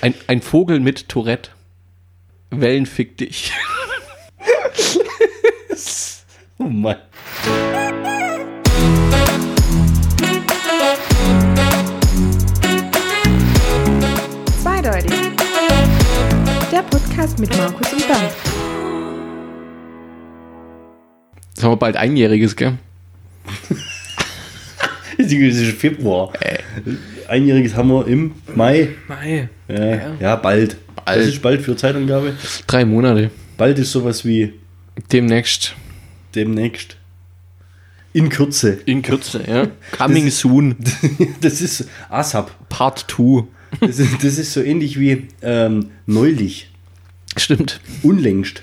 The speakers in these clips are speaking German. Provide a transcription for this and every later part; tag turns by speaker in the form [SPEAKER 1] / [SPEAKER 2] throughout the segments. [SPEAKER 1] Ein, ein Vogel mit Tourette. Wellen fick dich. oh Mann.
[SPEAKER 2] Zweideutig. Der Podcast mit Markus und Dan.
[SPEAKER 1] Das haben wir bald Einjähriges, gell?
[SPEAKER 3] Das ist schon Februar. Einjähriges haben wir im Mai.
[SPEAKER 1] Mai.
[SPEAKER 3] Ja, ja. bald.
[SPEAKER 1] Bald.
[SPEAKER 3] Das ist bald für Zeitangabe.
[SPEAKER 1] Drei Monate.
[SPEAKER 3] Bald ist sowas wie
[SPEAKER 1] Demnächst.
[SPEAKER 3] demnächst. In Kürze.
[SPEAKER 1] In Kürze, ja. Coming soon.
[SPEAKER 3] Das ist ASAP.
[SPEAKER 1] Part 2.
[SPEAKER 3] Das ist, das ist so ähnlich wie ähm, neulich,
[SPEAKER 1] Stimmt.
[SPEAKER 3] unlängst.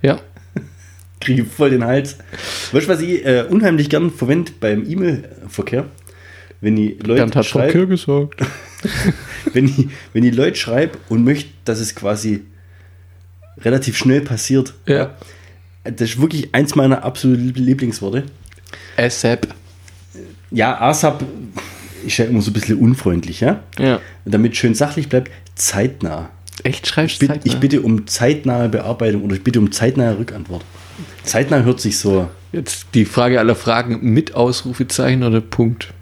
[SPEAKER 1] Ja.
[SPEAKER 3] Kriege voll den Hals. Weißt du, was ich äh, unheimlich gern verwende beim E-Mail-Verkehr? Wenn die
[SPEAKER 1] Bernd
[SPEAKER 3] Leute
[SPEAKER 1] hat schon
[SPEAKER 3] schreiben,
[SPEAKER 1] Kür gesagt.
[SPEAKER 3] wenn ich, wenn ich Leute schreibe und möchte, dass es quasi relativ schnell passiert.
[SPEAKER 1] Ja.
[SPEAKER 3] Das ist wirklich eins meiner absoluten Lieblingsworte.
[SPEAKER 1] ASAP.
[SPEAKER 3] Ja, ASAP ist ja immer so ein bisschen unfreundlich, ja?
[SPEAKER 1] Ja.
[SPEAKER 3] Und damit schön sachlich bleibt, zeitnah.
[SPEAKER 1] Echt schreibst
[SPEAKER 3] Ich, bitt- ich bitte um zeitnahe Bearbeitung oder ich bitte um zeitnahe Rückantwort. Zeitnah hört sich so.
[SPEAKER 1] Jetzt die Frage aller Fragen mit Ausrufezeichen oder Punkt?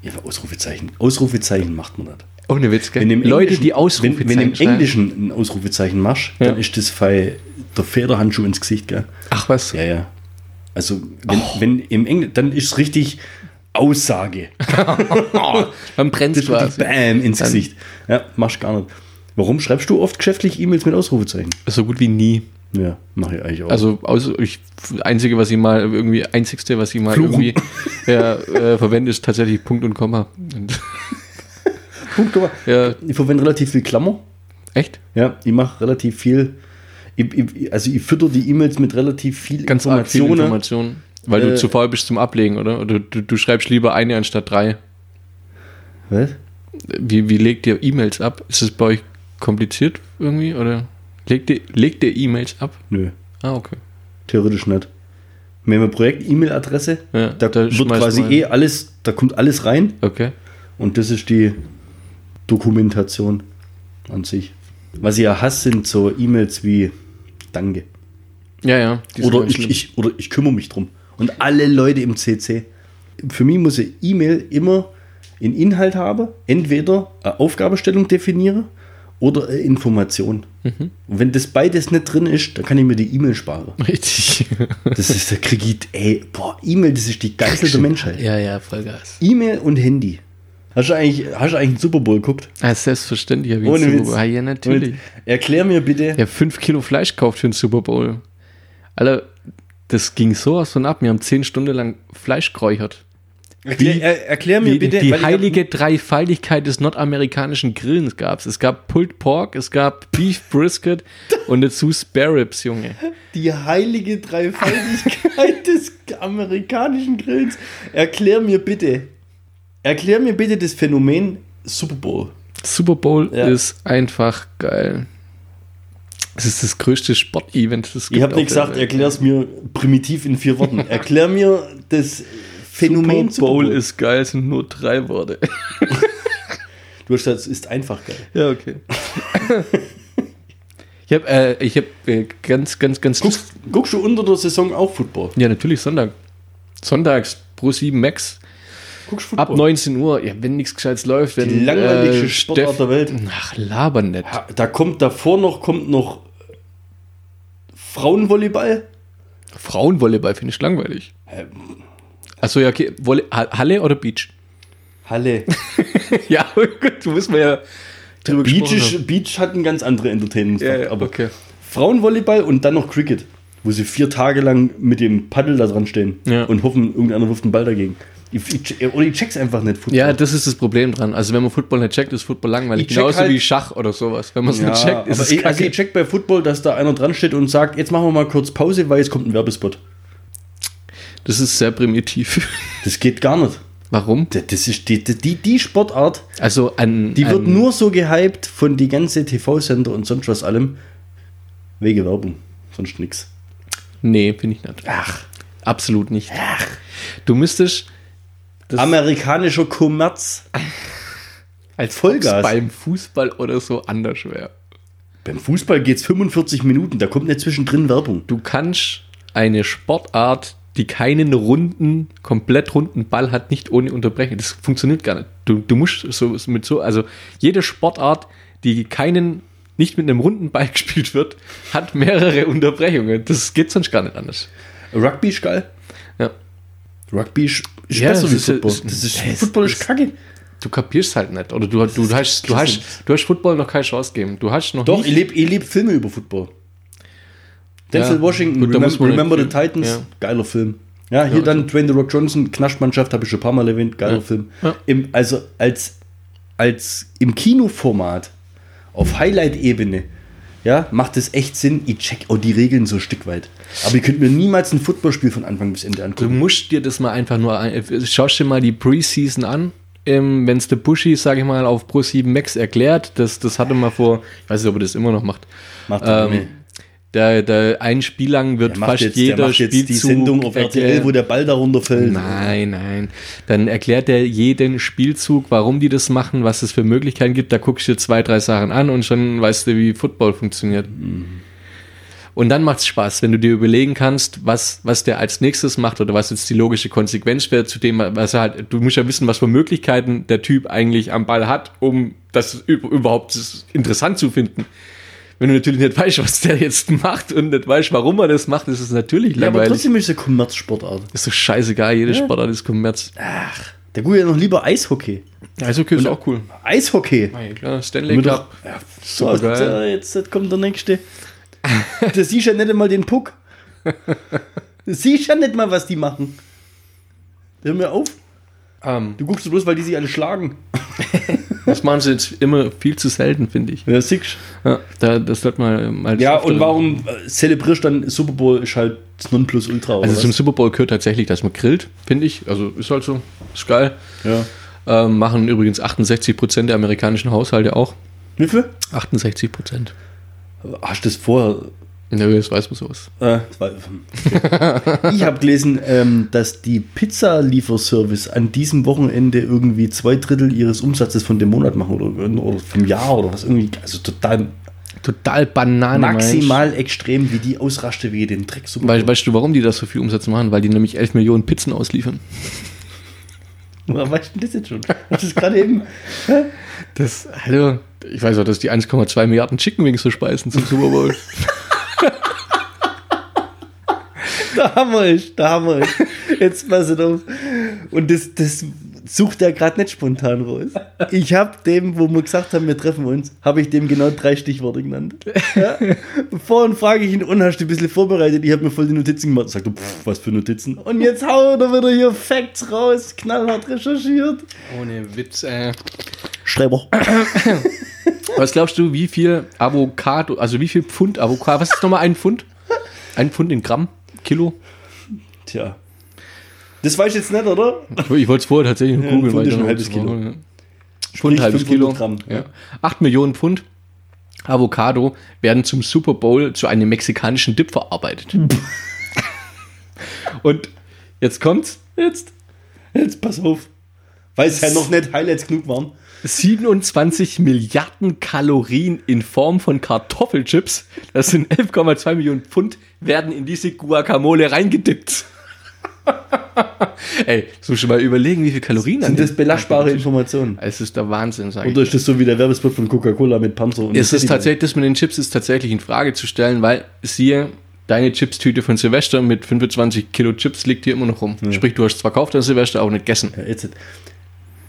[SPEAKER 3] Ja, Ausrufezeichen. Ausrufezeichen macht man das.
[SPEAKER 1] Ohne Witz, gell?
[SPEAKER 3] Wenn im
[SPEAKER 1] Leute,
[SPEAKER 3] Englischen-
[SPEAKER 1] die Ausrufezeichen
[SPEAKER 3] Wenn, wenn im
[SPEAKER 1] schreiben.
[SPEAKER 3] Englischen ein Ausrufezeichen machst,
[SPEAKER 1] Ja.
[SPEAKER 3] dann ist das Fall der Federhandschuh ins Gesicht, gell?
[SPEAKER 1] Ach was.
[SPEAKER 3] Ja, ja. Also, wenn,
[SPEAKER 1] Oh.
[SPEAKER 3] wenn im Englischen, dann ist es richtig Aussage.
[SPEAKER 1] Dann brennt
[SPEAKER 3] Das ist richtig
[SPEAKER 1] quasi.
[SPEAKER 3] Bam ins
[SPEAKER 1] Dann-
[SPEAKER 3] Gesicht. Ja, machst gar nicht. Warum schreibst du oft geschäftlich E-Mails mit Ausrufezeichen?
[SPEAKER 1] So gut wie nie.
[SPEAKER 3] Ja, mache ich eigentlich auch.
[SPEAKER 1] Also, außer ich, einzige, was ich mal irgendwie, einzigste, was ich mal
[SPEAKER 3] Fluchen.
[SPEAKER 1] irgendwie ja, äh, verwende, ist tatsächlich Punkt und Komma. Und,
[SPEAKER 3] Punkt, Komma.
[SPEAKER 1] ja,
[SPEAKER 3] Ich verwende relativ viel Klammer.
[SPEAKER 1] echt?
[SPEAKER 3] Ja, ich mache relativ viel. Ich, ich, also, ich fütter die E-Mails mit relativ viel
[SPEAKER 1] Ganz arg viel
[SPEAKER 3] Informationen.
[SPEAKER 1] Informationen. Weil
[SPEAKER 3] Äh,
[SPEAKER 1] du zu faul bist zum Ablegen, oder? Oder du, du schreibst lieber eine anstatt drei.
[SPEAKER 3] Was?
[SPEAKER 1] Wie, wie legt ihr E-Mails ab? Ist es bei euch kompliziert irgendwie? Oder legt ihr, legt ihr E-Mails ab?
[SPEAKER 3] Nö,
[SPEAKER 1] Ah, okay.
[SPEAKER 3] theoretisch nicht. Wir haben ein Projekt-E-Mail-Adresse.
[SPEAKER 1] Ja,
[SPEAKER 3] da
[SPEAKER 1] da
[SPEAKER 3] wird
[SPEAKER 1] schmeißt
[SPEAKER 3] quasi
[SPEAKER 1] man-
[SPEAKER 3] eh alles, da kommt alles rein.
[SPEAKER 1] Okay.
[SPEAKER 3] Und das ist die Dokumentation an sich. Was ich ja hasse, sind so E-Mails wie Danke.
[SPEAKER 1] Ja, ja. die sind
[SPEAKER 3] Oder
[SPEAKER 1] ganz
[SPEAKER 3] ich,
[SPEAKER 1] schlimm.
[SPEAKER 3] ich, oder ich kümmere mich drum. Und alle Leute im CC. Für mich muss eine E-Mail immer einen Inhalt haben, entweder eine Aufgabestellung definiere oder eine Information.
[SPEAKER 1] Mhm.
[SPEAKER 3] Und wenn das beides nicht drin ist, dann kann ich mir die E-Mail sparen.
[SPEAKER 1] Richtig.
[SPEAKER 3] Das ist der Kredit, ey, boah, E-Mail, das ist die Geißel der Menschheit.
[SPEAKER 1] ja, ja, Vollgas.
[SPEAKER 3] E-Mail und Handy. Hast du eigentlich, hast du eigentlich einen Super Bowl geguckt?
[SPEAKER 1] Ah, selbstverständlich. hab ich
[SPEAKER 3] Ohne
[SPEAKER 1] einen
[SPEAKER 3] Witz.
[SPEAKER 1] Super Bowl. Ah, ja, natürlich.
[SPEAKER 3] Und erklär mir bitte.
[SPEAKER 1] der 5 Kilo Fleisch kauft für den Super Bowl. Alter, das ging sowas von ab. Wir haben 10 Stunden lang Fleisch geräuchert.
[SPEAKER 3] erklär, er, erklär mir
[SPEAKER 1] Die,
[SPEAKER 3] bitte.
[SPEAKER 1] die
[SPEAKER 3] weil ich hab-
[SPEAKER 1] heilige Dreifaltigkeit des nordamerikanischen Grillens gab es. Es gab Pulled Pork, es gab Beef Brisket und dazu Spare Ribs, Junge.
[SPEAKER 3] Die heilige Dreifaltigkeit des amerikanischen Grillens. Erklär mir bitte. Erklär mir bitte das Phänomen Super Bowl.
[SPEAKER 1] Super Bowl
[SPEAKER 3] Ja.
[SPEAKER 1] ist einfach geil. Es ist das größte Sportevent. das es
[SPEAKER 3] Ich
[SPEAKER 1] gibt
[SPEAKER 3] habe
[SPEAKER 1] auf
[SPEAKER 3] nicht
[SPEAKER 1] der
[SPEAKER 3] gesagt,
[SPEAKER 1] Welt.
[SPEAKER 3] erklär es mir primitiv in vier Worten. Erklär mir das Phänomen
[SPEAKER 1] Super Bowl ist geil, sind nur drei Worte.
[SPEAKER 3] Du hast gesagt, es ist einfach geil.
[SPEAKER 1] Ja, okay. ich habe äh, ich hab, äh, ganz, ganz, ganz.
[SPEAKER 3] Guckst, guckst du unter der Saison auch Football?
[SPEAKER 1] Ja, natürlich Sonntag. Sonntags pro 7 Max
[SPEAKER 3] Guckst
[SPEAKER 1] ab 19 Uhr. Ja, wenn nichts Gescheites läuft, wenn.
[SPEAKER 3] Die langweiligste Sportart der Welt.
[SPEAKER 1] Ach, labern nicht.
[SPEAKER 3] Ha- Da kommt davor noch kommt noch Frauenvolleyball.
[SPEAKER 1] Frauenvolleyball finde ich langweilig.
[SPEAKER 3] Ähm.
[SPEAKER 1] Achso, ja, okay. Wolle, Ha- Halle oder Beach?
[SPEAKER 3] Halle.
[SPEAKER 1] ja, gut, du musst mir ja drüber
[SPEAKER 3] Beach,
[SPEAKER 1] gesprochen haben.
[SPEAKER 3] ist, Beach hat einen ganz anderen entertainment
[SPEAKER 1] Ja, ja,
[SPEAKER 3] aber
[SPEAKER 1] okay.
[SPEAKER 3] Frauenvolleyball und dann noch Cricket, wo sie vier Tage lang mit dem Paddel da dran stehen
[SPEAKER 1] Ja.
[SPEAKER 3] und hoffen, irgendeiner wirft einen Ball dagegen. Ich, ich, oder ich check's einfach nicht. Football.
[SPEAKER 1] Ja, das ist das Problem dran. Also, wenn man Football nicht checkt, ist Football langweilig.
[SPEAKER 3] Ich check
[SPEAKER 1] Genauso
[SPEAKER 3] halt-
[SPEAKER 1] wie Schach oder sowas. Wenn man es
[SPEAKER 3] Ja,
[SPEAKER 1] nicht checkt, ist
[SPEAKER 3] aber
[SPEAKER 1] es
[SPEAKER 3] ich, also
[SPEAKER 1] kacke.
[SPEAKER 3] ich check bei Football, dass da einer dran steht und sagt, jetzt machen wir mal kurz Pause, weil jetzt kommt ein Werbespot.
[SPEAKER 1] Das ist sehr primitiv.
[SPEAKER 3] Das geht gar nicht.
[SPEAKER 1] Warum?
[SPEAKER 3] Das- Das ist die, die, die Sportart,
[SPEAKER 1] Also an.
[SPEAKER 3] die
[SPEAKER 1] an,
[SPEAKER 3] wird nur so gehypt von die ganze TV-Sender und sonst was allem. Wegen Werbung. Sonst nix.
[SPEAKER 1] Nee, bin ich nicht.
[SPEAKER 3] Ach.
[SPEAKER 1] Absolut nicht. Du müsstest. Das,
[SPEAKER 3] Amerikanischer Kommerz.
[SPEAKER 1] Als
[SPEAKER 3] Vollgas.
[SPEAKER 1] ob's beim Fußball oder so anders wäre.
[SPEAKER 3] Beim Fußball geht es 45 Minuten, da kommt nicht zwischendrin Werbung.
[SPEAKER 1] Du kannst eine Sportart, die keinen runden, komplett runden Ball hat, nicht ohne Unterbrechung. Das funktioniert gar nicht. Du, du musst so mit so, also jede Sportart, die keinen, nicht mit einem runden Ball gespielt wird, hat mehrere Unterbrechungen. Das geht sonst gar nicht anders.
[SPEAKER 3] Rugby ist geil.
[SPEAKER 1] Ja.
[SPEAKER 3] Rugby ist, ist
[SPEAKER 1] Ja,
[SPEAKER 3] besser
[SPEAKER 1] das
[SPEAKER 3] wie
[SPEAKER 1] ist ja-
[SPEAKER 3] Football.
[SPEAKER 1] ist-
[SPEAKER 3] das ist,
[SPEAKER 1] das-
[SPEAKER 3] Football ist kacke.
[SPEAKER 1] Du kapierst halt nicht. Oder du, du, hast, du, hast, du hast Football noch keine Chance gegeben. Du hast noch
[SPEAKER 3] Doch,
[SPEAKER 1] nicht.
[SPEAKER 3] ich lebe ich leb Filme über Football. Denzel
[SPEAKER 1] Ja,
[SPEAKER 3] Washington,
[SPEAKER 1] gut, da
[SPEAKER 3] Remem
[SPEAKER 1] muss man
[SPEAKER 3] Remember the
[SPEAKER 1] nicht-
[SPEAKER 3] Titans,
[SPEAKER 1] ja. also.
[SPEAKER 3] geiler Film. Ja, hier dann Dwayne The Rock Johnson, Knaschmannschaft, habe ich schon ein paar Mal erwähnt, geiler
[SPEAKER 1] Ja.
[SPEAKER 3] Film.
[SPEAKER 1] Ja.
[SPEAKER 3] Im, also als, als im Kinoformat, auf Highlight-Ebene, ja, macht es echt Sinn. Ich check auch die Regeln so ein Stück weit. Aber ihr könnt mir niemals ein Footballspiel von Anfang bis Ende
[SPEAKER 1] Du
[SPEAKER 3] angucken.
[SPEAKER 1] musst dir das mal einfach nur ein. Schaust dir mal die Preseason an. Ähm, Wenn es der Buschi, sage ich mal, auf Pro 7 Max erklärt, das, das hatte mal vor, ich weiß nicht, ob er das immer noch macht.
[SPEAKER 3] Macht er nicht.
[SPEAKER 1] ähm, da, da ein Spiel lang wird
[SPEAKER 3] Der macht
[SPEAKER 1] fast
[SPEAKER 3] jetzt,
[SPEAKER 1] jeder
[SPEAKER 3] der macht jetzt die
[SPEAKER 1] Spielzug
[SPEAKER 3] Sendung auf RTL,
[SPEAKER 1] erklärt.
[SPEAKER 3] wo der Ball da runterfällt.
[SPEAKER 1] Nein, nein. Dann erklärt er jeden Spielzug, warum die das machen, was es für Möglichkeiten gibt. Da guckst du dir zwei, drei Sachen an und schon weißt du, wie Football funktioniert.
[SPEAKER 3] Mhm.
[SPEAKER 1] Und dann macht's Spaß, wenn du dir überlegen kannst, was, was der als nächstes macht oder was jetzt die logische Konsequenz wäre zu dem, was er halt, du musst ja wissen, was für Möglichkeiten der Typ eigentlich am Ball hat, um das üb- überhaupt interessant zu finden. Wenn du natürlich nicht weißt, was der jetzt macht und nicht weißt, warum er das macht, ist es natürlich
[SPEAKER 3] Ja, aber
[SPEAKER 1] langweilig.
[SPEAKER 3] trotzdem ist es eine Kommerzsportart.
[SPEAKER 1] Ist doch scheißegal, jede Sportart ist Kommerz.
[SPEAKER 3] Da gucke ich ja noch lieber Eishockey.
[SPEAKER 1] Eishockey ist auch cool.
[SPEAKER 3] Eishockey.
[SPEAKER 1] Klar, Stanley
[SPEAKER 3] Mit-
[SPEAKER 1] Cup.
[SPEAKER 3] Ja, so,
[SPEAKER 1] Supergeil.
[SPEAKER 3] da, jetzt das kommt der nächste. Du siehst ja nicht einmal den Puck. Du siehst ja nicht mal, was die machen. Hör mir auf.
[SPEAKER 1] Ähm,
[SPEAKER 3] Du guckst bloß, weil die sich alle schlagen.
[SPEAKER 1] das machen sie jetzt immer viel zu selten, finde ich.
[SPEAKER 3] Ja, siehst
[SPEAKER 1] Ja, da, das sollte man ähm, mal.
[SPEAKER 3] Ja, und warum äh, zelebrierst dann Super Bowl ist halt das Nonplusultra? oder
[SPEAKER 1] Also zum
[SPEAKER 3] was?
[SPEAKER 1] Super Bowl gehört tatsächlich, dass man grillt, finde ich. Also ist halt so, ist geil.
[SPEAKER 3] ja.
[SPEAKER 1] Ähm, machen übrigens 68% der amerikanischen Haushalte auch.
[SPEAKER 3] Wie viel?
[SPEAKER 1] 68%.
[SPEAKER 3] Hast du das vorher
[SPEAKER 1] In der Höhe weiß man sowas.
[SPEAKER 3] Äh, zwei- ich habe gelesen, ähm, dass die Pizza-Lieferservice an diesem Wochenende irgendwie zwei Drittel ihres Umsatzes von dem Monat machen oder, oder vom Jahr oder was irgendwie. Also total
[SPEAKER 1] Total Banane. Maximal.
[SPEAKER 3] maximal extrem, wie die ausraschte, wie den Dreck so
[SPEAKER 1] Weißt, weißt du, warum die das so viel Umsatz machen? Weil die nämlich 11 Millionen Pizzen ausliefern.
[SPEAKER 3] Woher weißt du denn das jetzt schon? Hast du das gerade eben?
[SPEAKER 1] Das, hallo, ich weiß auch, dass die 1,2 Milliarden Chicken Wings verspeisen zum Super Bowl.
[SPEAKER 3] Da haben wir es, da haben wir es. Jetzt pass es auf. Und das, das sucht er gerade nicht spontan raus. Ich habe dem, wo wir gesagt haben, wir treffen uns, habe ich dem genau drei Stichworte genannt. Ja? Vorhin frage ich ihn, und hast du ein bisschen vorbereitet? Ich habe mir voll die Notizen gemacht. Sagt er, pff, was für Notizen? Und jetzt haut er wieder hier Facts raus, knallhart recherchiert.
[SPEAKER 1] Ohne Witz, äh.
[SPEAKER 3] Schreiber.
[SPEAKER 1] Was glaubst du, wie viel Avocado, also wie viel Pfund Avocado, was ist nochmal ein Pfund? Ein Pfund in Gramm? Kilo?
[SPEAKER 3] Tja. Das weiß ich jetzt nicht, oder?
[SPEAKER 1] Ich wollte es vorher tatsächlich noch
[SPEAKER 3] Ja,
[SPEAKER 1] googeln.
[SPEAKER 3] Pfund
[SPEAKER 1] weil
[SPEAKER 3] ist
[SPEAKER 1] ich
[SPEAKER 3] ein
[SPEAKER 1] dann-
[SPEAKER 3] halbes Kilo.
[SPEAKER 1] Ja.
[SPEAKER 3] Sprich,
[SPEAKER 1] Pfund, halbes
[SPEAKER 3] 500
[SPEAKER 1] Kilo.
[SPEAKER 3] Gramm.
[SPEAKER 1] Ja. 8 Millionen Pfund Avocado werden zum Super Bowl zu einem mexikanischen Dip verarbeitet. Und jetzt kommt's. Jetzt.
[SPEAKER 3] Jetzt pass auf. Weil es ja noch nicht Highlights genug waren.
[SPEAKER 1] 27 Milliarden Kalorien in Form von Kartoffelchips, das sind 11,2 Millionen Pfund, werden in diese Guacamole reingedippt. Ey, so schon mal überlegen, wie viel Kalorien
[SPEAKER 3] Sind
[SPEAKER 1] an
[SPEAKER 3] das
[SPEAKER 1] dem-
[SPEAKER 3] belastbare Informationen?
[SPEAKER 1] Es ist der Wahnsinn, sag ich.
[SPEAKER 3] Oder ist das so wie der Werbespot von Coca-Cola mit Panzer? Und
[SPEAKER 1] Es ist
[SPEAKER 3] City?
[SPEAKER 1] tatsächlich, das mit den Chips ist tatsächlich in Frage zu stellen, weil siehe, deine Chips-Tüte von Silvester mit 25 Kilo Chips liegt hier immer noch rum. Sprich, du hast zwar gekauft an Silvester, aber nicht gegessen.
[SPEAKER 3] Ja, jetzt,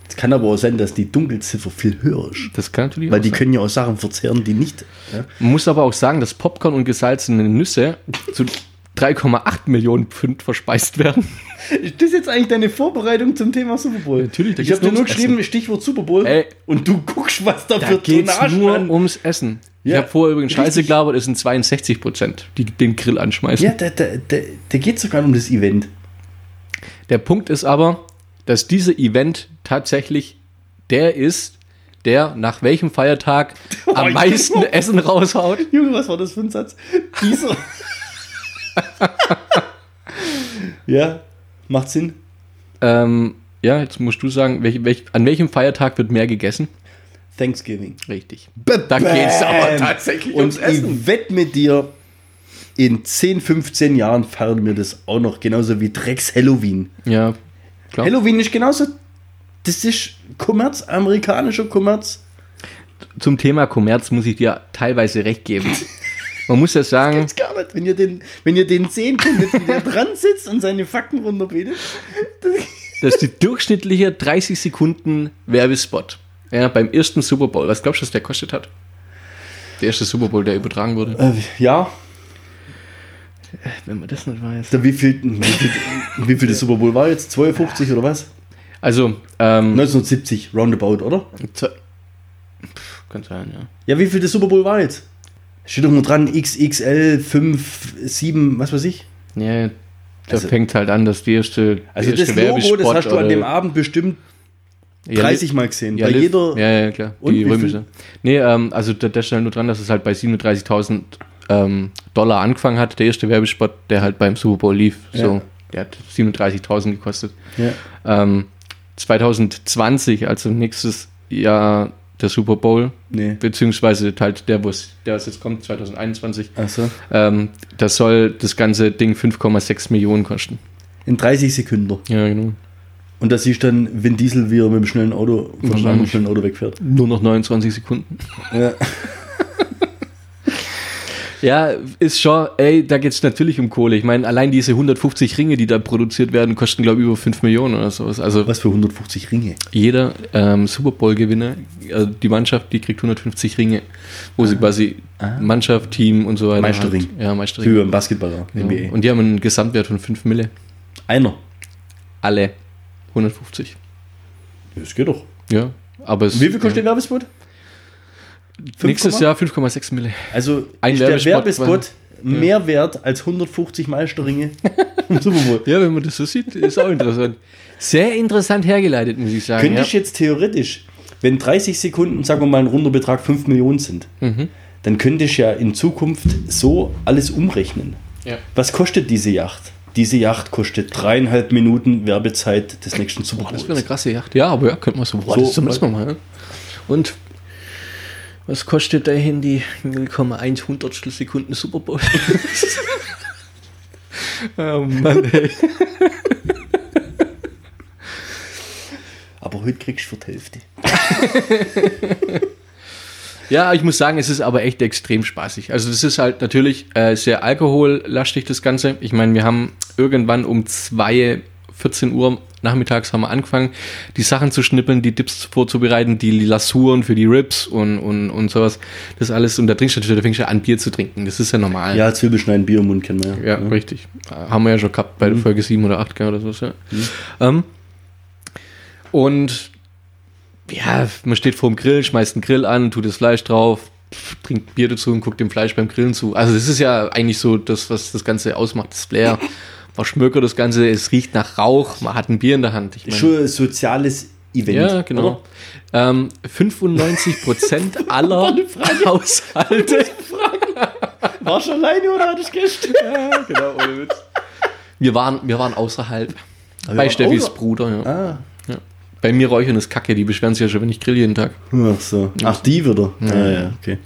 [SPEAKER 3] es kann aber auch sein, dass die Dunkelziffer viel höher ist.
[SPEAKER 1] Das kann natürlich
[SPEAKER 3] Weil
[SPEAKER 1] auch
[SPEAKER 3] die
[SPEAKER 1] sein.
[SPEAKER 3] können ja auch Sachen verzehren, die nicht. Ja?
[SPEAKER 1] Man muss aber auch sagen, dass Popcorn und gesalzene Nüsse zu 3,8 Millionen Pfund verspeist werden.
[SPEAKER 3] Ist das jetzt eigentlich deine Vorbereitung zum Thema Super Bowl?
[SPEAKER 1] Natürlich, da
[SPEAKER 3] ich
[SPEAKER 1] geht's
[SPEAKER 3] habe dir
[SPEAKER 1] nur
[SPEAKER 3] nur
[SPEAKER 1] ums
[SPEAKER 3] geschrieben, Stichwort Super Bowl.
[SPEAKER 1] Ey.
[SPEAKER 3] Und du guckst, was da,
[SPEAKER 1] Da
[SPEAKER 3] für
[SPEAKER 1] geht's
[SPEAKER 3] Tonnagen
[SPEAKER 1] nur um-
[SPEAKER 3] an-
[SPEAKER 1] ums Essen. Ich
[SPEAKER 3] Ja,
[SPEAKER 1] habe vorher übrigens Scheiße
[SPEAKER 3] richtig.
[SPEAKER 1] gelabert, es sind 62 Prozent, die den Grill anschmeißen.
[SPEAKER 3] Ja, da, da, da, da geht es sogar um das Event.
[SPEAKER 1] Der Punkt ist aber, dass dieser Event tatsächlich der ist, der nach welchem Feiertag am
[SPEAKER 3] Oh, ich-
[SPEAKER 1] meisten Essen raushaut.
[SPEAKER 3] Junge, was war das für ein Satz? Dieser. ja, macht Sinn.
[SPEAKER 1] Ähm, ja, jetzt musst du sagen, welch, welch, an welchem Feiertag wird mehr gegessen?
[SPEAKER 3] Thanksgiving.
[SPEAKER 1] Richtig.
[SPEAKER 3] Da
[SPEAKER 1] geht's aber tatsächlich
[SPEAKER 3] Und
[SPEAKER 1] ums Essen.
[SPEAKER 3] ich wette mit dir, in 10, 15 Jahren feiern wir das auch noch, genauso wie Drecks Halloween.
[SPEAKER 1] Ja, klar.
[SPEAKER 3] Halloween ist genauso, das ist Kommerz, amerikanischer Kommerz.
[SPEAKER 1] Zum Thema Kommerz muss ich dir teilweise recht geben. Man muss ja sagen,
[SPEAKER 3] Jetzt gar nicht, wenn ihr den, wenn ihr den sehen könntet, wie der dran sitzt und seine Facken runterbetet.
[SPEAKER 1] das ist die durchschnittliche 30 Sekunden Werbespot. Ja, beim ersten Super Bowl. Was glaubst du, was der kostet hat? Der erste Super Bowl, der übertragen wurde.
[SPEAKER 3] Äh, ja,
[SPEAKER 1] Wenn man das nicht weiß.
[SPEAKER 3] der wie viel, wie viel, wie viel das Super Bowl war jetzt? 52 oder was?
[SPEAKER 1] Also,
[SPEAKER 3] Ne?
[SPEAKER 1] ähm,
[SPEAKER 3] 1970, roundabout, oder?
[SPEAKER 1] zu- Pff, kann sein, ja.
[SPEAKER 3] Ja, wie viel das Super Bowl war jetzt? Steht doch nur dran, XXL, 5, 7, was weiß ich.
[SPEAKER 1] Ja, da
[SPEAKER 3] Also-
[SPEAKER 1] fängt halt an, dass die erste.
[SPEAKER 3] Also
[SPEAKER 1] die
[SPEAKER 3] das
[SPEAKER 1] erste
[SPEAKER 3] Logo, das
[SPEAKER 1] Werbespot
[SPEAKER 3] hast du an
[SPEAKER 1] Äh, oder-
[SPEAKER 3] dem Abend bestimmt
[SPEAKER 1] Ja,
[SPEAKER 3] 30 Mal gesehen.
[SPEAKER 1] Ja,
[SPEAKER 3] Bei
[SPEAKER 1] Liv-
[SPEAKER 3] jeder.
[SPEAKER 1] ja, ja, klar.
[SPEAKER 3] Und wie
[SPEAKER 1] die
[SPEAKER 3] viel-
[SPEAKER 1] römische. Nee, ähm, also da, da stand nur dran, dass es halt bei 37.000 ähm, Dollar angefangen hat. Der erste Werbespot, der halt beim Super Bowl lief.
[SPEAKER 3] Ja.
[SPEAKER 1] So, der hat 37.000 gekostet.
[SPEAKER 3] Ja.
[SPEAKER 1] Ähm, 2020, also nächstes Jahr der Super Bowl,
[SPEAKER 3] Nee.
[SPEAKER 1] beziehungsweise halt der, wo es, der was jetzt kommt, 2021,
[SPEAKER 3] Achso.
[SPEAKER 1] ähm, das soll das ganze Ding 5,6 Millionen kosten.
[SPEAKER 3] In 30 Sekunden.
[SPEAKER 1] Ja, genau.
[SPEAKER 3] Und da siehst du dann Vin Diesel, wie er mit dem schnellen Auto, von
[SPEAKER 1] Wahrscheinlich.
[SPEAKER 3] einem schnellen Auto wegfährt.
[SPEAKER 1] Nur noch 29 Sekunden.
[SPEAKER 3] Ja.
[SPEAKER 1] Ja, ist schon, ey, da geht's natürlich um Kohle. Ich meine, allein diese 150 Ringe, die da produziert werden, kosten, glaube ich, über 5 Millionen oder sowas. Also
[SPEAKER 3] Was für 150 Ringe.
[SPEAKER 1] jeder ähm, Super Bowl-Gewinner, also die Mannschaft, die kriegt 150 Ringe, wo sie quasi Mannschaft, Team und so weiter.
[SPEAKER 3] Ah. Meisterring.
[SPEAKER 1] Hat. Ja, Meisterring.
[SPEAKER 3] Für einen Basketballer.
[SPEAKER 1] Ja.
[SPEAKER 3] NBA.
[SPEAKER 1] Und die haben einen Gesamtwert von 5 Mille.
[SPEAKER 3] einer.
[SPEAKER 1] Alle. 150.
[SPEAKER 3] Das geht doch.
[SPEAKER 1] Ja. Aber es,
[SPEAKER 3] Wie viel kostet
[SPEAKER 1] ja.
[SPEAKER 3] der Werbespot?
[SPEAKER 1] Nächstes
[SPEAKER 3] 5,?
[SPEAKER 1] Jahr 5,6 Mille.
[SPEAKER 3] Also
[SPEAKER 1] Ein
[SPEAKER 3] ist der
[SPEAKER 1] Werbespot-
[SPEAKER 3] Werbespot mehr wert als 150 Meisterringe im Super Bowl.
[SPEAKER 1] Ja, wenn man das so sieht, ist auch interessant. Sehr interessant hergeleitet, muss ich sagen.
[SPEAKER 3] Könnte
[SPEAKER 1] Äh, ja.
[SPEAKER 3] ich jetzt theoretisch, wenn 30 Sekunden, sagen wir mal, ein runder Betrag 5 Millionen sind,
[SPEAKER 1] Mhm.
[SPEAKER 3] dann könnte ich ja in Zukunft so alles umrechnen.
[SPEAKER 1] Ja.
[SPEAKER 3] Was kostet diese Yacht? Diese Yacht kostet dreieinhalb Minuten Werbezeit des nächsten Super
[SPEAKER 1] Boah,
[SPEAKER 3] Bowls.
[SPEAKER 1] das wäre eine krasse Yacht. Ja, aber ja, könnte man so. Boah,
[SPEAKER 3] So,
[SPEAKER 1] das müssen wir mal. Und was kostet dein Handy? 0,1 Hundertstel Sekunden Super Bowl. oh Mann, ey.
[SPEAKER 3] Aber heute kriegst du für die Hälfte.
[SPEAKER 1] Ja, ich muss sagen, es ist aber echt extrem spaßig. Also das ist halt natürlich äh, sehr alkohollastig, das Ganze. Ich meine, wir haben irgendwann um 2, 14 Uhr nachmittags haben wir angefangen, die Sachen zu schnippeln, die Dips vorzubereiten, die Lasuren für die Rips und, und, und sowas. Das alles. Und da trinkst du natürlich, da fängst du an, Bier zu trinken. Das ist ja normal.
[SPEAKER 3] Ja, Zwiebelschneiden, Bier im Mund kennen wir
[SPEAKER 1] Ja, richtig. Mhm. Äh, Haben wir ja schon gehabt bei der Folge 7 oder 8 gell, oder so. Ja. Ähm, und ja, man steht vor dem Grill, schmeißt einen Grill an, tut das Fleisch drauf, pff, trinkt Bier dazu und guckt dem Fleisch beim Grillen zu. Also das ist ja eigentlich so das, was das Ganze ausmacht, das Flair. Man schmökert das Ganze, es riecht nach Rauch, man hat ein Bier in der Hand. Ich
[SPEAKER 3] Ist
[SPEAKER 1] mein-
[SPEAKER 3] Schon ein soziales Event.
[SPEAKER 1] ja, genau. Ähm, 95% aller Haushalte
[SPEAKER 3] oder? Warst du alleine oder hattest du Gäste?
[SPEAKER 1] Ja, genau, ohne Witz. Wir waren, wir waren außerhalb.
[SPEAKER 3] wir
[SPEAKER 1] bei
[SPEAKER 3] waren
[SPEAKER 1] Steffis
[SPEAKER 3] außer-
[SPEAKER 1] Bruder, ja.
[SPEAKER 3] Ah.
[SPEAKER 1] Bei mir räuchern ist Kacke, die beschweren sich ja schon, wenn ich grill jeden Tag.
[SPEAKER 3] Ach so. Ach, die wieder. Ja, ja, okay.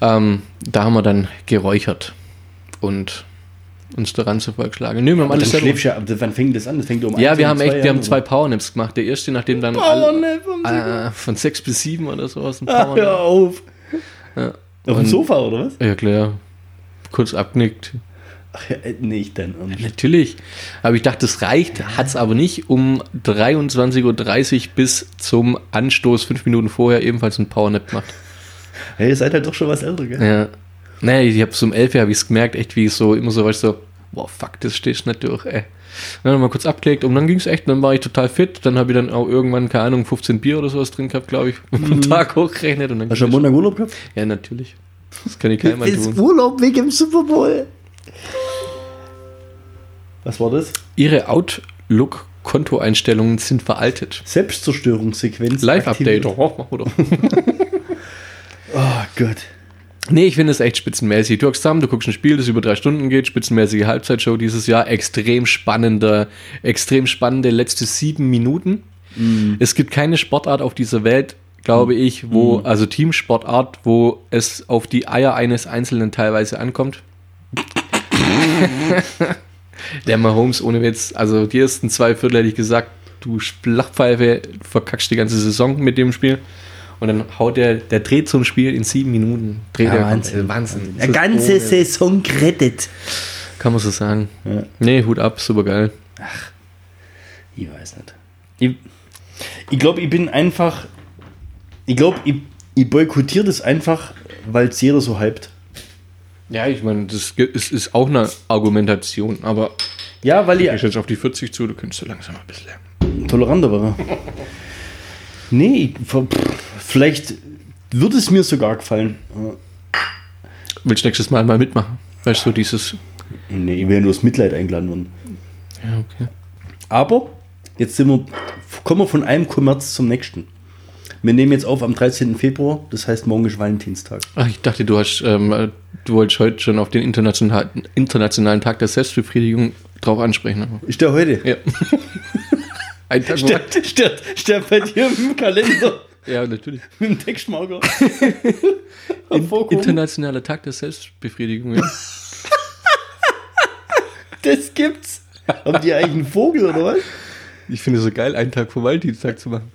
[SPEAKER 1] Ähm, da haben wir dann geräuchert und uns daran zu vollschlagen. Nö, wir haben
[SPEAKER 3] Dann
[SPEAKER 1] alles selber.
[SPEAKER 3] schläfst du ja, aber wann fängt das an? Das fängt um
[SPEAKER 1] Ja,
[SPEAKER 3] eins,
[SPEAKER 1] wir
[SPEAKER 3] um
[SPEAKER 1] haben echt, wir
[SPEAKER 3] an,
[SPEAKER 1] haben zwei
[SPEAKER 3] oder?
[SPEAKER 1] Powernaps gemacht. Der erste, nachdem dann
[SPEAKER 3] Powernap um
[SPEAKER 1] alle, äh, von sechs bis sieben oder sowas ein
[SPEAKER 3] Ah, hör
[SPEAKER 1] Powernap.
[SPEAKER 3] auf. Auf
[SPEAKER 1] Und-
[SPEAKER 3] dem Sofa, oder was?
[SPEAKER 1] Ja, klar. Kurz abgenickt.
[SPEAKER 3] Ach, ja, äh, nicht dann. Und
[SPEAKER 1] Natürlich. Aber ich dachte, es reicht, hat es aber nicht. Um 23.30 Uhr bis zum Anstoß, fünf Minuten vorher, ebenfalls ein Powernap gemacht.
[SPEAKER 3] hey, ihr seid halt doch schon was älter, gell?
[SPEAKER 1] Ja. Nee, ich hab's um 11 Uhr, hab ich's gemerkt, echt wie ich so, immer so, weißt du, so, boah, fuck, das stehst nicht durch, ey. Und dann mal kurz abgelegt und dann ging's echt, dann war ich total fit, dann habe ich dann auch irgendwann, keine Ahnung, 15 Bier oder sowas drin gehabt, glaube ich, am Tag hochgerechnet und dann
[SPEAKER 3] Mhm. Hast du am
[SPEAKER 1] ging's.
[SPEAKER 3] Montag Urlaub gehabt?
[SPEAKER 1] Ja, natürlich. Das kann ich keiner tun.
[SPEAKER 3] Urlaub wegen dem Super Bowl. Was war das?
[SPEAKER 1] Ihre Outlook-Kontoeinstellungen sind veraltet.
[SPEAKER 3] Selbstzerstörungssequenz.
[SPEAKER 1] Live-Update.
[SPEAKER 3] aktiviert.
[SPEAKER 1] Oh, machen wir doch.
[SPEAKER 3] Oh Gott.
[SPEAKER 1] Nee, ich finde es echt spitzenmäßig. Du hockst zusammen, du guckst ein Spiel, das über drei Stunden geht, spitzenmäßige Halbzeitshow dieses Jahr, extrem spannende, extrem spannende letzte sieben Minuten. Es gibt keine Sportart auf dieser Welt, glaube ich, wo, also Teamsportart, wo es auf die Eier eines Einzelnen teilweise ankommt. Der Mahomes ohne Witz, also die ersten zwei Viertel hätte ich gesagt, du Flachpfeife, verkackst die ganze Saison mit dem Spiel. Und dann haut der, der dreht zum Spiel in sieben Minuten. Dreht
[SPEAKER 3] Ja,
[SPEAKER 1] er
[SPEAKER 3] Wahnsinn.
[SPEAKER 1] komplett. Wahnsinn.
[SPEAKER 3] Eine ganze Saison gerettet.
[SPEAKER 1] Kann man so sagen.
[SPEAKER 3] Ja.
[SPEAKER 1] Nee, Hut ab, super geil.
[SPEAKER 3] Ich weiß nicht. Ich, ich glaube, ich bin einfach. Ich glaube, ich, ich boykottiere das einfach, weil es jeder so hypt.
[SPEAKER 1] Ja, ich meine, das ge- ist, ist auch eine Argumentation, aber
[SPEAKER 3] Ja, weil
[SPEAKER 1] ich
[SPEAKER 3] ich
[SPEAKER 1] jetzt auf die 40 zu, du könntest so langsam ein bisschen.
[SPEAKER 3] toleranter war. Nee, ich, ver- pff, vielleicht würde es mir sogar gefallen. Äh,
[SPEAKER 1] Willst du nächstes Mal mal mitmachen? Weißt du, dieses.
[SPEAKER 3] Nee, ich wäre nur das Mitleid eingeladen worden.
[SPEAKER 1] Ja, okay.
[SPEAKER 3] Aber jetzt sind wir, kommen wir von einem Kommerz zum nächsten. Wir nehmen jetzt auf am 13. Februar, das heißt morgen ist Valentinstag.
[SPEAKER 1] Ach, ich dachte, du hast, ähm, äh, du wolltest heute schon auf den internationalen, internationalen Tag der Selbstbefriedigung drauf ansprechen. aber-
[SPEAKER 3] Ist der heute?
[SPEAKER 1] Ja. Ein Tag.
[SPEAKER 3] Steht Stört, stört, stört bei dir im Kalender
[SPEAKER 1] Ja, natürlich.
[SPEAKER 3] mit dem Textmarker. Hervorgehoben.
[SPEAKER 1] Internationaler Tag der Selbstbefriedigung. Ja.
[SPEAKER 3] das gibt's. Haben die eigentlich einen Vogel oder was?
[SPEAKER 1] Ich finde es so geil, einen Tag vor Valentinstag zu machen.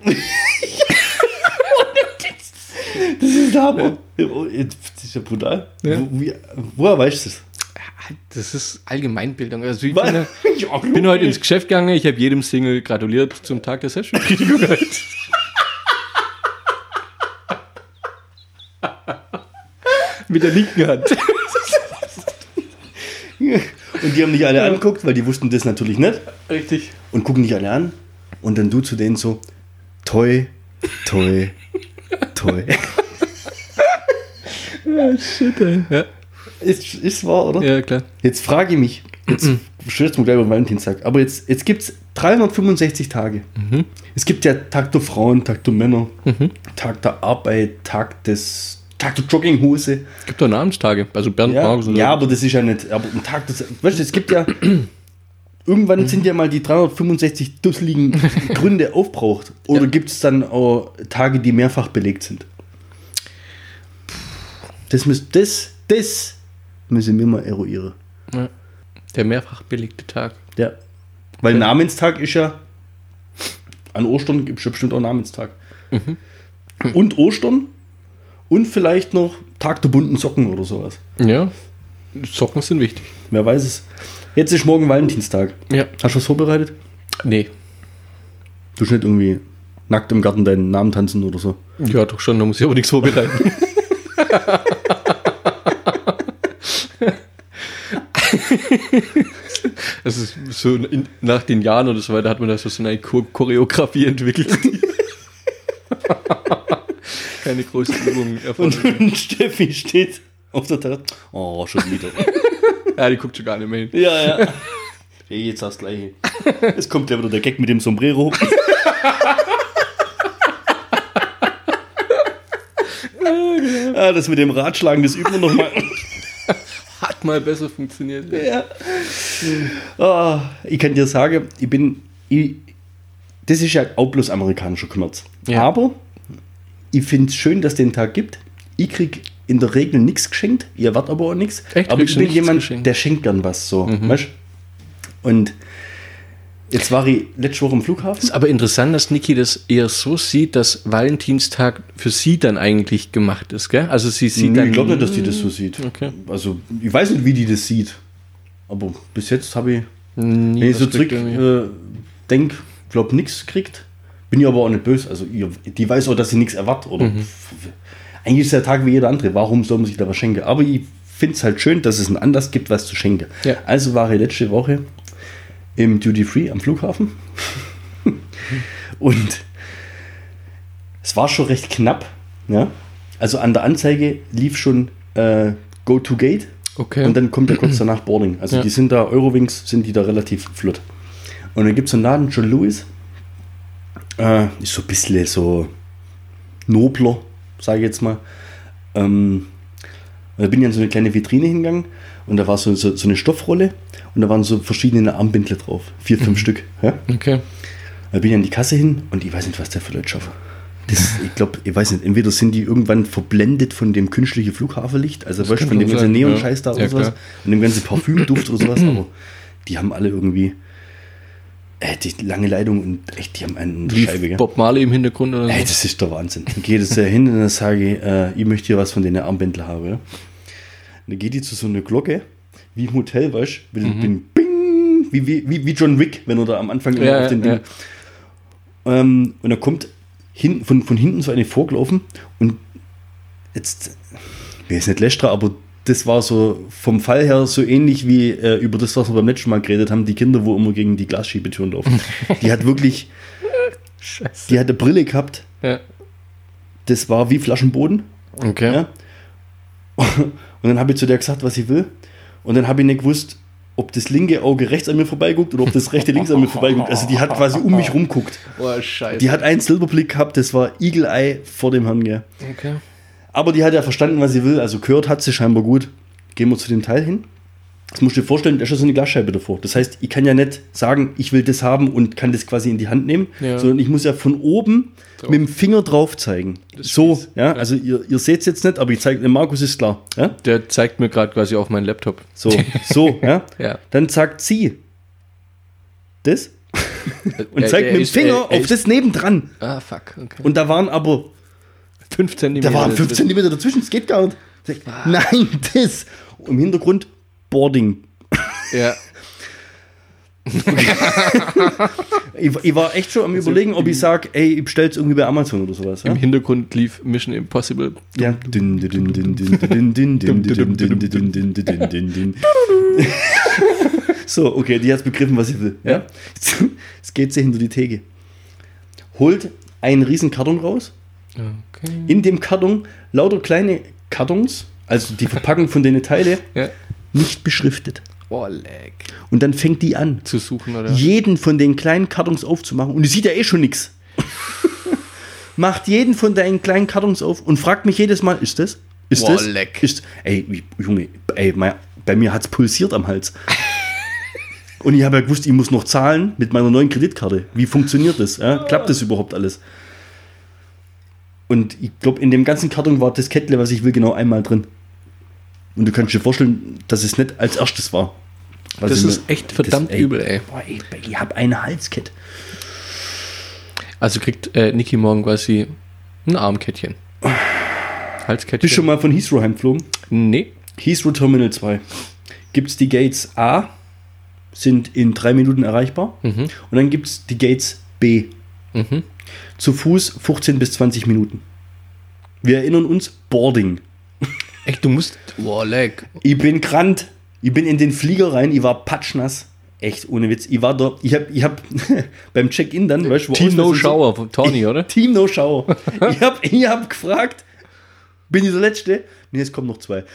[SPEAKER 3] Das ist der Hammer. Das ist ja brutal.
[SPEAKER 1] Ja.
[SPEAKER 3] Wo, wie, woher weißt du das?
[SPEAKER 1] Das ist Allgemeinbildung. Also ich
[SPEAKER 3] Was?
[SPEAKER 1] bin,
[SPEAKER 3] Ja,
[SPEAKER 1] ich bin heute ins Geschäft gegangen, ich habe jedem Single gratuliert zum Tag der Selbstbefriedigung. Mit der linken Hand.
[SPEAKER 3] Und die haben dich alle angeguckt, weil die wussten das natürlich nicht.
[SPEAKER 1] Richtig.
[SPEAKER 3] Und gucken dich alle an. Und dann du zu denen so, toi, toi, toi.
[SPEAKER 1] Ja,
[SPEAKER 3] ist, ist wahr, oder?
[SPEAKER 1] ja klar.
[SPEAKER 3] Jetzt frage ich mich, jetzt stürzt mir gleich über Valentinstag, aber jetzt, jetzt gibt es 365 Tage. Es gibt ja Tag der Frauen, Tag der Männer, Tag der Arbeit, Tag des Tag der Jogginghose.
[SPEAKER 1] Es gibt doch Namenstage. Also Bernd
[SPEAKER 3] Ja,
[SPEAKER 1] Marx und so.
[SPEAKER 3] ja aber das ist ja nicht. Aber ein Tag des. Weißt du, es gibt ja. Irgendwann sind ja mal die 365 dusseligen Gründe aufbraucht. Oder gibt es dann auch Tage, die mehrfach belegt sind? Das, müß, das, das müssen wir mal eruieren.
[SPEAKER 1] Der mehrfach belegte Tag.
[SPEAKER 3] Ja. Weil Namenstag ist ja. An Ostern gibt es ja bestimmt auch Namenstag. Mhm. Und Ostern und vielleicht noch Tag der bunten Socken oder sowas.
[SPEAKER 1] Ja. Socken sind wichtig.
[SPEAKER 3] Wer weiß es. Jetzt ist morgen Valentinstag.
[SPEAKER 1] Ja.
[SPEAKER 3] Hast du was vorbereitet?
[SPEAKER 1] Nee.
[SPEAKER 3] Du schnitt irgendwie nackt im Garten deinen Namen tanzen oder so.
[SPEAKER 1] Ja, doch schon, da muss ich aber nichts vorbereiten. Es ist so in, nach den Jahren oder so weiter hat man das so eine Chor- Choreografie entwickelt. Keine großen Übungen
[SPEAKER 3] Und,
[SPEAKER 1] erforderlich.
[SPEAKER 3] Steffi steht auf der Terrasse. Oh, schon wieder.
[SPEAKER 1] Ja, die guckt schon gar nicht mehr hin.
[SPEAKER 3] ja, ja. Hey, jetzt hast du gleich. Es kommt ja wieder der Gag mit dem Sombrero. ah, das mit dem Ratschlagen, das üben wir nochmal.
[SPEAKER 1] Hat mal besser funktioniert.
[SPEAKER 3] ja. Ah, ich kann dir sagen, ich bin. Ich, das ist ja auch bloß amerikanischer Kommerz.
[SPEAKER 1] Ja.
[SPEAKER 3] Aber ich finde es schön, dass es den Tag gibt. Ich krieg in der Regel nichts geschenkt, ihr erwartet aber auch nichts.
[SPEAKER 1] Echt?
[SPEAKER 3] Aber
[SPEAKER 1] Kriegst
[SPEAKER 3] ich
[SPEAKER 1] du
[SPEAKER 3] bin
[SPEAKER 1] nichts
[SPEAKER 3] jemand,
[SPEAKER 1] geschenkt? Mhm.
[SPEAKER 3] der schenkt dann was so. Weißt? Und jetzt war ich letzte Woche im Flughafen.
[SPEAKER 1] Ist aber interessant, dass Niki das eher so sieht, dass Valentinstag für sie dann eigentlich gemacht ist, gell? Also sie sieht
[SPEAKER 3] Nee,
[SPEAKER 1] dann.
[SPEAKER 3] ich glaube nicht, dass die das so sieht.
[SPEAKER 1] Okay.
[SPEAKER 3] Also, ich weiß nicht, wie die das sieht. Aber bis jetzt habe ich,
[SPEAKER 1] nie
[SPEAKER 3] wenn ich
[SPEAKER 1] was
[SPEAKER 3] so zurück
[SPEAKER 1] kriegt irgendwie.
[SPEAKER 3] äh, denke, glaube nichts kriegt. Bin ich aber auch nicht böse. Also, ihr, die weiß auch, dass sie nichts erwartet. Oder
[SPEAKER 1] Mhm.
[SPEAKER 3] Eigentlich ist der Tag wie jeder andere. Warum soll man sich da was schenken? Aber ich finde es halt schön, dass es einen Anlass gibt, was zu schenken.
[SPEAKER 1] Ja.
[SPEAKER 3] Also war ich letzte Woche im Duty Free am Flughafen. Und es war schon recht knapp. Ja? Also an der Anzeige lief schon äh, Go to Gate.
[SPEAKER 1] Okay.
[SPEAKER 3] Und dann kommt ja kurz danach Boarding. Also
[SPEAKER 1] Ja.
[SPEAKER 3] die sind da, Eurowings sind die da relativ flott. Und dann gibt es einen Laden, John Lewis. Äh, ist so ein bisschen so nobler, sage ich jetzt mal. Ähm, und da bin ich an so eine kleine Vitrine hingegangen und da war so, so, so eine Stoffrolle und da waren so verschiedene Armbindle
[SPEAKER 1] Mhm.
[SPEAKER 3] drauf. Vier, fünf Stück. Ja?
[SPEAKER 1] Okay.
[SPEAKER 3] Da bin ich an die Kasse hin und ich weiß nicht, was der für Leute schafft. Das, ich glaube, ich weiß nicht, entweder sind die irgendwann verblendet von dem künstlichen Flughafenlicht, also weißt, du,
[SPEAKER 1] kann
[SPEAKER 3] von dem
[SPEAKER 1] schon sein,
[SPEAKER 3] ganzen Neon-Scheiß
[SPEAKER 1] ja.
[SPEAKER 3] da
[SPEAKER 1] Ja,
[SPEAKER 3] oder sowas
[SPEAKER 1] klar.
[SPEAKER 3] und dem ganzen Parfümduft oder sowas, aber die haben alle irgendwie äh, die lange Leitung und echt, die haben einen Scheibe, gell?
[SPEAKER 1] Bob Marley im Hintergrund oder so.
[SPEAKER 3] Ey, das ist der Wahnsinn. Dann geht es da hin und dann sage ich, äh, ich möchte hier was von den Armbändler haben. ja. Dann geht die zu so einer Glocke, wie im Hotel, weißt du,
[SPEAKER 1] Mhm.
[SPEAKER 3] mit dem Bing, wie, wie, wie- wie John Wick, wenn er da am Anfang immer
[SPEAKER 1] Ja,
[SPEAKER 3] auf den
[SPEAKER 1] ja,
[SPEAKER 3] Ding. Ähm, und dann kommt hin, von, von hinten so eine vorgelaufen und jetzt, ich weiß nicht Lestra, aber das war so vom Fall her so ähnlich wie äh, über das, was wir beim letzten Mal geredet haben, die Kinder, wo immer gegen die Glasschiebetüren laufen. Die hat wirklich,
[SPEAKER 1] Scheiße.
[SPEAKER 3] die hat eine Brille gehabt,
[SPEAKER 1] Ja.
[SPEAKER 3] das war wie Flaschenboden.
[SPEAKER 1] Okay.
[SPEAKER 3] Ja. Und dann habe ich zu der gesagt, was ich will. Und dann habe ich nicht gewusst, ob das linke Auge rechts an mir vorbeiguckt oder ob das rechte links an mir vorbeiguckt. Also die hat quasi um mich rumguckt.
[SPEAKER 1] Oh, scheiße.
[SPEAKER 3] Die hat einen Silberblick gehabt, das war Eagle Eye vor dem Herrn, gell.
[SPEAKER 1] okay.
[SPEAKER 3] Aber die hat ja verstanden, was sie will. Also gehört hat sie scheinbar gut. Gehen wir zu dem Teil hin. Das musst du dir vorstellen, da ist ja so eine Glasscheibe davor. Das heißt, ich kann ja nicht sagen, ich will das haben und kann das quasi in die Hand nehmen,
[SPEAKER 1] Ja.
[SPEAKER 3] sondern ich muss ja von oben mit dem Finger drauf zeigen.
[SPEAKER 1] Das
[SPEAKER 3] so,
[SPEAKER 1] Spieß.
[SPEAKER 3] ja, also ihr, ihr seht es jetzt nicht, aber ich zeige, Markus ist klar. Ja?
[SPEAKER 1] Der zeigt mir gerade quasi auf meinen Laptop.
[SPEAKER 3] So, so, ja.
[SPEAKER 1] Ja.
[SPEAKER 3] Dann sagt sie das und
[SPEAKER 1] Er-
[SPEAKER 3] zeigt
[SPEAKER 1] er
[SPEAKER 3] mit dem
[SPEAKER 1] ist- äh,
[SPEAKER 3] Finger
[SPEAKER 1] er- er
[SPEAKER 3] auf
[SPEAKER 1] ist-
[SPEAKER 3] das nebendran.
[SPEAKER 1] Ah, fuck. Okay.
[SPEAKER 3] Und da waren aber
[SPEAKER 1] 5 cm.
[SPEAKER 3] da waren 5 cm dazwischen, das geht gar nicht. Sag ich, Nein, das. Im Hintergrund Boarding.
[SPEAKER 1] Ja.
[SPEAKER 3] Ich, ich war echt schon am überlegen, ob ich sage, ey, ich bestell's irgendwie bei Amazon oder sowas. Ja?
[SPEAKER 1] Im Hintergrund lief Mission Impossible.
[SPEAKER 3] Ja. Dün, dün, dün, dün, dün, dün, dün, dün, dün, dün, dün, dün, dün, dün, dün, dün. So, okay, die hat's begriffen, was sie will. Ja? Jetzt geht sie hinter die Theke. Holt einen riesen Karton raus.
[SPEAKER 1] Okay.
[SPEAKER 3] In dem Karton lauter kleine Kartons, also die Verpackung von den Teile,
[SPEAKER 1] Ja.
[SPEAKER 3] nicht beschriftet.
[SPEAKER 1] Oh, leck.
[SPEAKER 3] Und dann fängt die an,
[SPEAKER 1] Zu suchen, oder?
[SPEAKER 3] jeden von den kleinen Kartons aufzumachen. Und die sieht ja eh schon nichts. Macht jeden von deinen kleinen Kartons auf und fragt mich jedes Mal, ist das? Ist
[SPEAKER 1] Boah,
[SPEAKER 3] das?
[SPEAKER 1] leck.
[SPEAKER 3] Ist, ey, wie- Junge, ey, mein, bei mir hat's pulsiert am Hals. und ich habe ja gewusst, ich muss noch zahlen mit meiner neuen Kreditkarte. Wie funktioniert das? Ja? Klappt das überhaupt alles? Und ich glaube, in dem ganzen Karton war das Kettle, was ich will, genau einmal drin. Und du kannst dir vorstellen, dass es nicht als erstes war. Was
[SPEAKER 1] Das
[SPEAKER 3] ich mir-
[SPEAKER 1] ist echt verdammt
[SPEAKER 3] ey,
[SPEAKER 1] übel, ey.
[SPEAKER 3] Boah, ey, ich habe eine Halskette.
[SPEAKER 1] Also kriegt äh, Niki morgen quasi ein Armkettchen. Halskettchen.
[SPEAKER 3] Bist schon mal von Heathrow heimgeflogen?
[SPEAKER 1] Nee.
[SPEAKER 3] Heathrow Terminal 2. Gibt es die Gates A, sind in drei Minuten erreichbar. Und dann gibt es die Gates B.
[SPEAKER 1] Mhm.
[SPEAKER 3] Zu Fuß 15 bis 20 Minuten. Wir erinnern uns, Boarding.
[SPEAKER 1] Echt, du musst. Boah, leck.
[SPEAKER 3] Ich bin krank. Ich bin in den Flieger rein. Ich war patschnass. Echt, ohne Witz. Ich war dort. Ich hab, ich hab beim Check-in dann, weißt du, wo
[SPEAKER 1] Team No
[SPEAKER 3] Ausweis und so-
[SPEAKER 1] Shower von Tony, oder?
[SPEAKER 3] Team No Shower. ich hab, ich hab gefragt, bin ich der Letzte? Nee, es kommen noch zwei.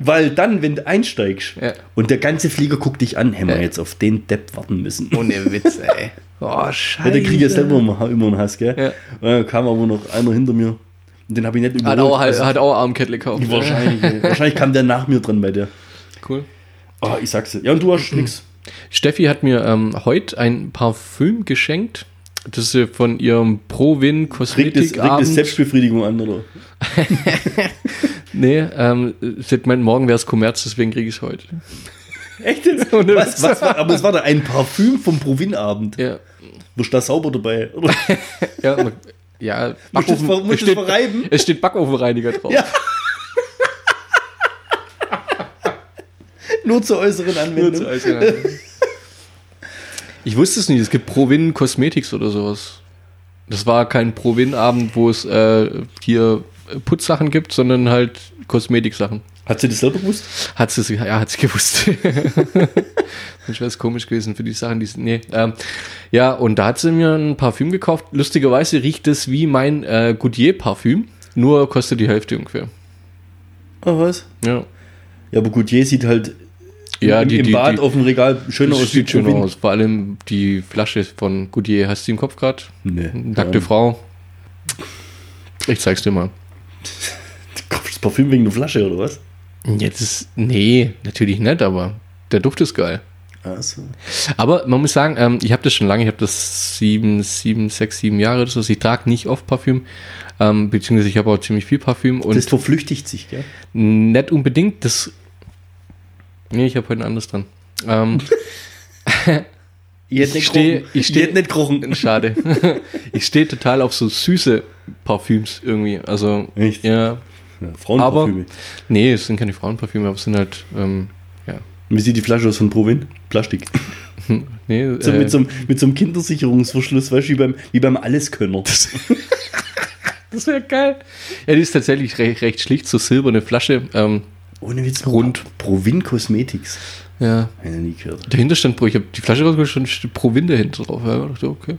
[SPEAKER 3] Weil dann, wenn du einsteigst
[SPEAKER 1] Ja.
[SPEAKER 3] und der ganze Flieger guckt dich an, hätten wir
[SPEAKER 1] Ja.
[SPEAKER 3] jetzt auf den Depp warten müssen.
[SPEAKER 1] Ohne Witz, ey. Oh, scheiße.
[SPEAKER 3] Ja, der kriegt ja selber immer, immer einen Hass, gell?
[SPEAKER 1] Ja.
[SPEAKER 3] Und dann kam aber noch einer hinter mir. Und den habe ich nicht
[SPEAKER 1] Hat
[SPEAKER 3] überholt.
[SPEAKER 1] auch, halt,
[SPEAKER 3] Also,
[SPEAKER 1] hat auch Armkettle gekauft.
[SPEAKER 3] wahrscheinlich, ey. wahrscheinlich kam der nach mir dran bei der.
[SPEAKER 1] Cool.
[SPEAKER 3] Oh, ich sag's dir. Ja, und du hast nix.
[SPEAKER 1] Steffi hat mir ähm, heute ein Parfüm geschenkt. Das sie von ihrem Provin
[SPEAKER 3] Regt es, regt es
[SPEAKER 1] Kosmetikabend.
[SPEAKER 3] Selbstbefriedigung an, oder?
[SPEAKER 1] Nee, ähm, sie hat gemeint, morgen wäre es Kommerz, deswegen kriege ich es heute.
[SPEAKER 3] Echt jetzt?
[SPEAKER 1] Ohne
[SPEAKER 3] Was,
[SPEAKER 1] Witz.
[SPEAKER 3] was war, aber es war da ein Parfüm vom Provinabend.
[SPEAKER 1] Ja.
[SPEAKER 3] Wirst du da sauber dabei? Oder?
[SPEAKER 1] Ja, man- ja
[SPEAKER 3] Musst du es
[SPEAKER 1] Backofen-
[SPEAKER 3] ver- musst
[SPEAKER 1] es
[SPEAKER 3] du es
[SPEAKER 1] steht,
[SPEAKER 3] verreiben?
[SPEAKER 1] es steht Backofenreiniger drauf.
[SPEAKER 3] Ja. Nur zur äußeren Anwendung.
[SPEAKER 1] ich wusste es nicht, es gibt Provin Cosmetics oder sowas. Das war kein Provin-Abend, wo es äh, hier Putzsachen gibt, sondern halt Kosmetiksachen.
[SPEAKER 3] Hat sie das selber gewusst?
[SPEAKER 1] Hat sie, ja, hat sie gewusst. Sonst wäre es komisch gewesen für die Sachen, die sind, nee. Ähm, ja, und da hat sie mir ein Parfüm gekauft. Lustigerweise riecht es wie mein äh, Goodyear-Parfüm, nur kostet die Hälfte ungefähr.
[SPEAKER 3] Oh, was?
[SPEAKER 1] Ja,
[SPEAKER 3] Ja, aber gut, je sieht halt
[SPEAKER 1] ja
[SPEAKER 3] im,
[SPEAKER 1] die,
[SPEAKER 3] im
[SPEAKER 1] die,
[SPEAKER 3] Bad
[SPEAKER 1] die,
[SPEAKER 3] auf dem Regal schöner
[SPEAKER 1] das
[SPEAKER 3] aus.
[SPEAKER 1] sieht
[SPEAKER 3] wie
[SPEAKER 1] schön
[SPEAKER 3] Provin.
[SPEAKER 1] aus. Vor allem die Flasche von Goodyear, hast du die im Kopf gerade?
[SPEAKER 3] Nee.
[SPEAKER 1] Nackte
[SPEAKER 3] Ja.
[SPEAKER 1] Frau. Ich zeig's dir mal.
[SPEAKER 3] Du kaufst das Parfüm wegen der Flasche, oder was?
[SPEAKER 1] Jetzt ist, nee, natürlich nicht, aber der Duft ist geil.
[SPEAKER 3] Also,
[SPEAKER 1] Aber man muss sagen, ähm, ich habe das schon lange, ich habe das sieben, sieben, sechs, sieben Jahre oder so. Also Ich trage nicht oft Parfüm, ähm, beziehungsweise ich habe auch ziemlich viel Parfüm und
[SPEAKER 3] das verflüchtigt sich, gell?
[SPEAKER 1] nicht unbedingt das. Nee, ich habe heute ein anderes dran. Ähm,
[SPEAKER 3] Ich hätte
[SPEAKER 1] Ich
[SPEAKER 3] nicht
[SPEAKER 1] steh-
[SPEAKER 3] krochen.
[SPEAKER 1] ich steh-
[SPEAKER 3] hätte nicht krochen.
[SPEAKER 1] schade. ich stehe total auf so süße Parfüms irgendwie. Also,
[SPEAKER 3] Echt?
[SPEAKER 1] ja.
[SPEAKER 3] Ja,
[SPEAKER 1] Aber,
[SPEAKER 3] Frauenparfüme.
[SPEAKER 1] nee, es sind keine Frauenparfüme, aber es sind halt, ähm, ja.
[SPEAKER 3] Wie sieht die Flasche aus von Provin? Plastik.
[SPEAKER 1] Nee,
[SPEAKER 3] So,
[SPEAKER 1] äh,
[SPEAKER 3] mit, so, einem- mit so einem Kindersicherungsverschluss, weißt du, wie beim, wie beim Alleskönner.
[SPEAKER 1] das wäre geil. Ja, die ist tatsächlich recht, recht schlicht, so silberne Flasche. Ähm,
[SPEAKER 3] Ohne Witz.
[SPEAKER 1] Rund.
[SPEAKER 3] Provin Cosmetics.
[SPEAKER 1] ja,
[SPEAKER 3] Hab ich noch nie gehört.
[SPEAKER 1] Dahinter stand Pro, ich habe die Flasche rausgeholt, stand st- Pro Winde hinten drauf. Ja, ich dachte, okay.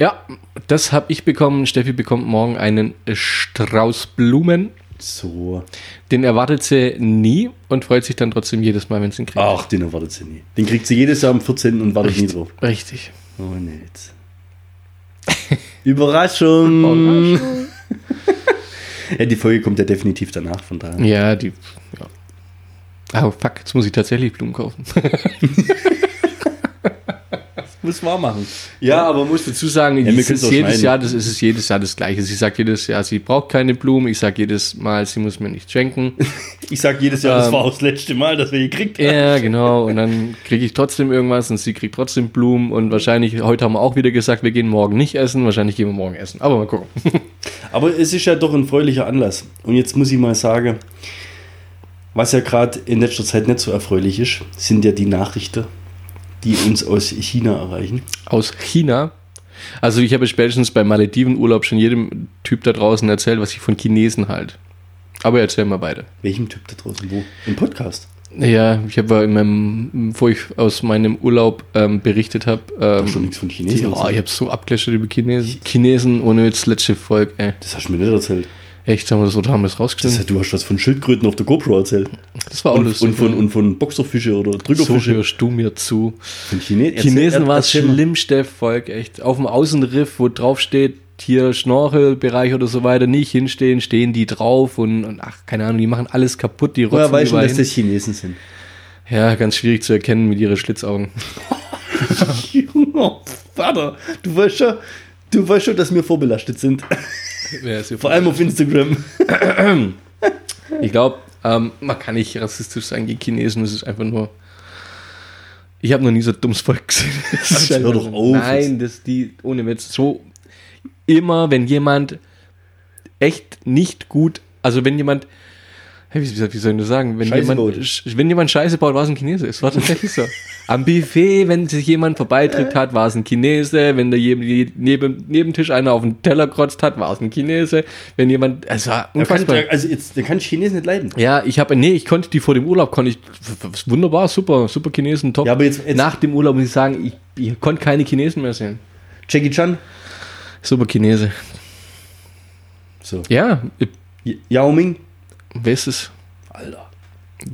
[SPEAKER 1] Ja, das habe ich bekommen. Steffi bekommt morgen einen Strauß Blumen.
[SPEAKER 3] So.
[SPEAKER 1] Den erwartet sie nie und freut sich dann trotzdem jedes Mal, wenn sie ihn kriegt.
[SPEAKER 3] Ach, den erwartet sie nie. Den kriegt sie jedes Jahr am 14. und wartet Ah, nie
[SPEAKER 1] Richtig.
[SPEAKER 3] drauf.
[SPEAKER 1] Richtig.
[SPEAKER 3] Ohne Witz. Überraschung. Ja, die Folge kommt ja definitiv danach, von daher.
[SPEAKER 1] Ja, die. Ja. Oh fuck, jetzt muss ich tatsächlich Blumen kaufen.
[SPEAKER 3] Muss wahr machen. Ja, aber musst
[SPEAKER 1] Zu sagen,
[SPEAKER 3] wir
[SPEAKER 1] es
[SPEAKER 3] können's
[SPEAKER 1] ist
[SPEAKER 3] auch
[SPEAKER 1] jedes
[SPEAKER 3] schneiden.
[SPEAKER 1] Jahr, das ist es jedes Jahr das Gleiche. Sie sagt jedes Jahr, sie braucht keine Blumen. Ich sage jedes Mal, sie muss mir nicht schenken.
[SPEAKER 3] Ich sag jedes Jahr,
[SPEAKER 1] Ähm,
[SPEAKER 3] das war auch das letzte Mal, dass wir gekriegt haben.
[SPEAKER 1] Ja, genau. Und dann kriege ich trotzdem irgendwas und sie kriegt trotzdem Blumen. Und wahrscheinlich, heute haben wir auch wieder gesagt, wir gehen morgen nicht essen. Wahrscheinlich gehen wir morgen essen. Aber mal gucken.
[SPEAKER 3] Aber es ist ja doch ein fröhlicher Anlass. Und jetzt muss ich mal sagen, was ja gerade in letzter Zeit nicht so erfreulich ist, sind ja die Nachrichten, die uns aus China erreichen.
[SPEAKER 1] Aus China. Also ich habe spätestens beim Maledivenurlaub schon jedem Typ da draußen erzählt, was ich von Chinesen halt. Aber erzähl mal beide.
[SPEAKER 3] Welchem Typ da draußen wo? Im Podcast.
[SPEAKER 1] Ja, ich habe in meinem, wo ich aus meinem Urlaub ähm, berichtet habe, ähm,
[SPEAKER 3] Hast du nichts von Chinesen
[SPEAKER 1] oh,
[SPEAKER 3] erzählt?
[SPEAKER 1] ich habe so abgelästert über Chinesen. Chinesen ohne jetzt letzte Volk, ey.
[SPEAKER 3] Das hast du mir nicht erzählt.
[SPEAKER 1] Echt, haben wir das oder haben wir es
[SPEAKER 3] Das,
[SPEAKER 1] rausgeschnitten?
[SPEAKER 3] du hast was von Schildkröten auf der GoPro erzählt.
[SPEAKER 1] Das war auch
[SPEAKER 3] Und,
[SPEAKER 1] lustig.
[SPEAKER 3] und, von, und von Boxerfische oder
[SPEAKER 1] so
[SPEAKER 3] Drückerfische.
[SPEAKER 1] hörst du mir zu.
[SPEAKER 3] Von Chine
[SPEAKER 1] Chinesen war es
[SPEAKER 3] erzähl mal.
[SPEAKER 1] schlimm, Steff, Volk, echt. Auf dem Außenriff, wo drauf steht, hier Schnorchelbereich oder so weiter, nicht hinstehen, stehen die drauf und, und ach, keine Ahnung, die machen alles kaputt, die
[SPEAKER 3] Woher
[SPEAKER 1] rotzen
[SPEAKER 3] weißt du,
[SPEAKER 1] überall
[SPEAKER 3] dass
[SPEAKER 1] hin.
[SPEAKER 3] das Chinesen sind?
[SPEAKER 1] Ja, ganz schwierig zu erkennen mit ihren Schlitzaugen.
[SPEAKER 3] Junge, Vater, du weißt schon, du weißt schon, dass wir vorbelastet sind.
[SPEAKER 1] Ja, ist ja
[SPEAKER 3] Vor allem auf Instagram.
[SPEAKER 1] Ich glaube, ähm, man kann nicht rassistisch sein gegen Chinesen, es ist einfach nur. Ich habe noch nie so ein dummes Volk gesehen. Das ist
[SPEAKER 3] hör doch
[SPEAKER 1] einfach-
[SPEAKER 3] auf
[SPEAKER 1] Nein, das die ohne Witz so immer, wenn jemand echt nicht gut, also wenn jemand Hey, wie, wie wie soll ich das sagen? Wenn
[SPEAKER 3] Scheiße
[SPEAKER 1] jemand,
[SPEAKER 3] baut.
[SPEAKER 1] sch- wenn jemand Scheiße baut, war es ein Chinese. Es war tatsächlich so. Am Buffet, wenn sich jemand vorbeitrückt hat, war es ein Chinese. Wenn da je- je- neben, neben Tisch einer auf den Teller krotzt hat, war es ein Chinese. Wenn jemand, es war
[SPEAKER 3] Da kann,
[SPEAKER 1] unfassbar.
[SPEAKER 3] da- also jetzt, da kann ich Chinesen nicht leiden.
[SPEAKER 1] Ja, ich habe, nee, ich konnte die vor dem Urlaub, konnte ich, w- w- wunderbar, super, super Chinesen, top.
[SPEAKER 3] Ja, aber jetzt- jetzt-
[SPEAKER 1] Nach dem Urlaub muss ich sagen, ich, ich konnte keine Chinesen mehr sehen.
[SPEAKER 3] Jackie Chan.
[SPEAKER 1] Super Chinese.
[SPEAKER 3] So.
[SPEAKER 1] Ja, ich-
[SPEAKER 3] Y- Yao Ming.
[SPEAKER 1] wer ist es?
[SPEAKER 3] Alter.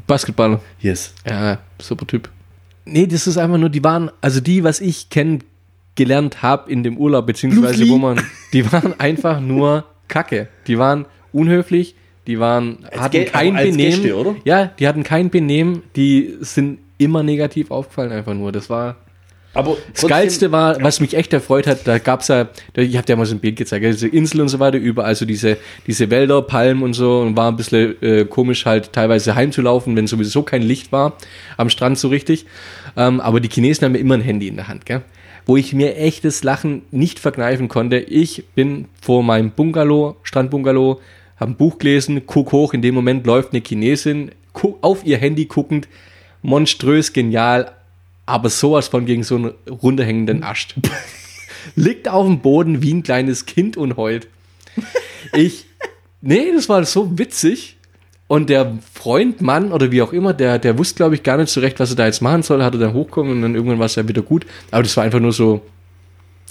[SPEAKER 1] Basketballer.
[SPEAKER 3] Yes.
[SPEAKER 1] Ja, super Typ. Nee, das ist einfach nur, die waren, also die, was ich kennengelernt habe in dem Urlaub, beziehungsweise
[SPEAKER 3] Luffy.
[SPEAKER 1] wo man, die waren einfach nur Kacke. Die waren unhöflich, die waren, hatten
[SPEAKER 3] Gä-
[SPEAKER 1] kein
[SPEAKER 3] als
[SPEAKER 1] Benehmen.
[SPEAKER 3] Gäste, oder?
[SPEAKER 1] Ja, die hatten kein Benehmen, die sind immer negativ aufgefallen einfach nur. Das war,
[SPEAKER 3] Aber
[SPEAKER 1] Das Geilste war, was mich echt erfreut hat, da gab's ja, da- ich hab dir ja mal so ein Bild gezeigt, diese Insel und so weiter, überall so diese, diese Wälder, Palmen und so und war ein bisschen äh, komisch halt teilweise heimzulaufen, wenn sowieso kein Licht war am Strand so richtig. Ähm, aber die Chinesen haben ja immer ein Handy in der Hand, gell? wo ich mir echtes Lachen nicht verkneifen konnte. Ich bin vor meinem Bungalow, Strandbungalow, hab ein Buch gelesen, guck hoch, in dem Moment läuft eine Chinesin gu- auf ihr Handy guckend, monströs genial, aber sowas von gegen so einen runterhängenden Ast. Liegt auf dem Boden wie ein kleines Kind und heult. Ich, nee, das war so witzig. Und der Freund, Mann oder wie auch immer, der, der wusste, glaube ich, gar nicht so recht, was er da jetzt machen soll, hatte dann hochkommen und dann irgendwann war es ja wieder gut. Aber das war einfach nur so,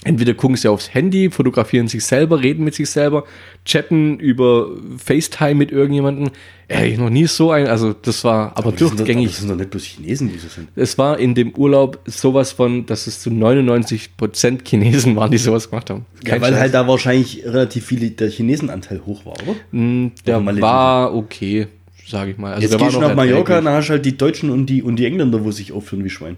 [SPEAKER 1] entweder gucken sie aufs Handy, fotografieren sich selber, reden mit sich selber, chatten über FaceTime mit irgendjemandem. Ey, noch nie so ein, also das war aber,
[SPEAKER 3] aber das sind doch- aber
[SPEAKER 1] durchgängig
[SPEAKER 3] Das sind doch nicht bloß Chinesen, die so sind.
[SPEAKER 1] es war in dem Urlaub sowas von, dass es zu 99% Chinesen waren, die sowas gemacht haben.
[SPEAKER 3] Ja, weil halt da wahrscheinlich relativ viel der Chinesenanteil hoch war, oder?
[SPEAKER 1] Hm, der
[SPEAKER 3] auf Malediven.
[SPEAKER 1] war okay, sage ich mal. Also
[SPEAKER 3] Jetzt
[SPEAKER 1] der war
[SPEAKER 3] gehst du
[SPEAKER 1] noch
[SPEAKER 3] nach Mallorca,
[SPEAKER 1] erträglich.
[SPEAKER 3] dann hast du halt die Deutschen und die, und die Engländer, wo sich aufführen wie Schwein.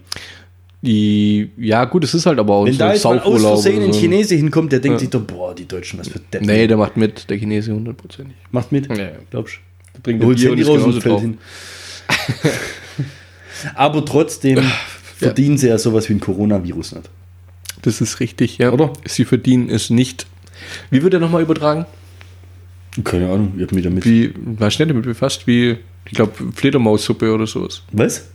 [SPEAKER 1] Die, ja, gut, es ist halt aber auch
[SPEAKER 3] Wenn da jetzt mal aus
[SPEAKER 1] Saufurlaub
[SPEAKER 3] Versehen
[SPEAKER 1] oder
[SPEAKER 3] ein
[SPEAKER 1] so.
[SPEAKER 3] Chinese hinkommt, der denkt
[SPEAKER 1] Ja.
[SPEAKER 3] sich doch, boah, die Deutschen, was für Deppen.
[SPEAKER 1] Nee, der macht mit, der Chinese hundertprozentig.
[SPEAKER 3] Macht mit.
[SPEAKER 1] Ja, ja.
[SPEAKER 3] Glaubst du?
[SPEAKER 1] Bringt
[SPEAKER 3] Du holst
[SPEAKER 1] Bier und
[SPEAKER 3] Handy
[SPEAKER 1] ist
[SPEAKER 3] raus
[SPEAKER 1] genauso
[SPEAKER 3] und fällt
[SPEAKER 1] drauf.
[SPEAKER 3] hin. Aber trotzdem verdienen sie ja sowas wie ein Coronavirus nicht.
[SPEAKER 1] Das ist richtig, ja.
[SPEAKER 3] Oder?
[SPEAKER 1] Sie verdienen es nicht. Wie wird er nochmal übertragen?
[SPEAKER 3] Keine Ahnung, ich hab mich damit.
[SPEAKER 1] Wie, war schnell damit befasst, wie, ich glaube, Fledermaussuppe oder sowas.
[SPEAKER 3] Was?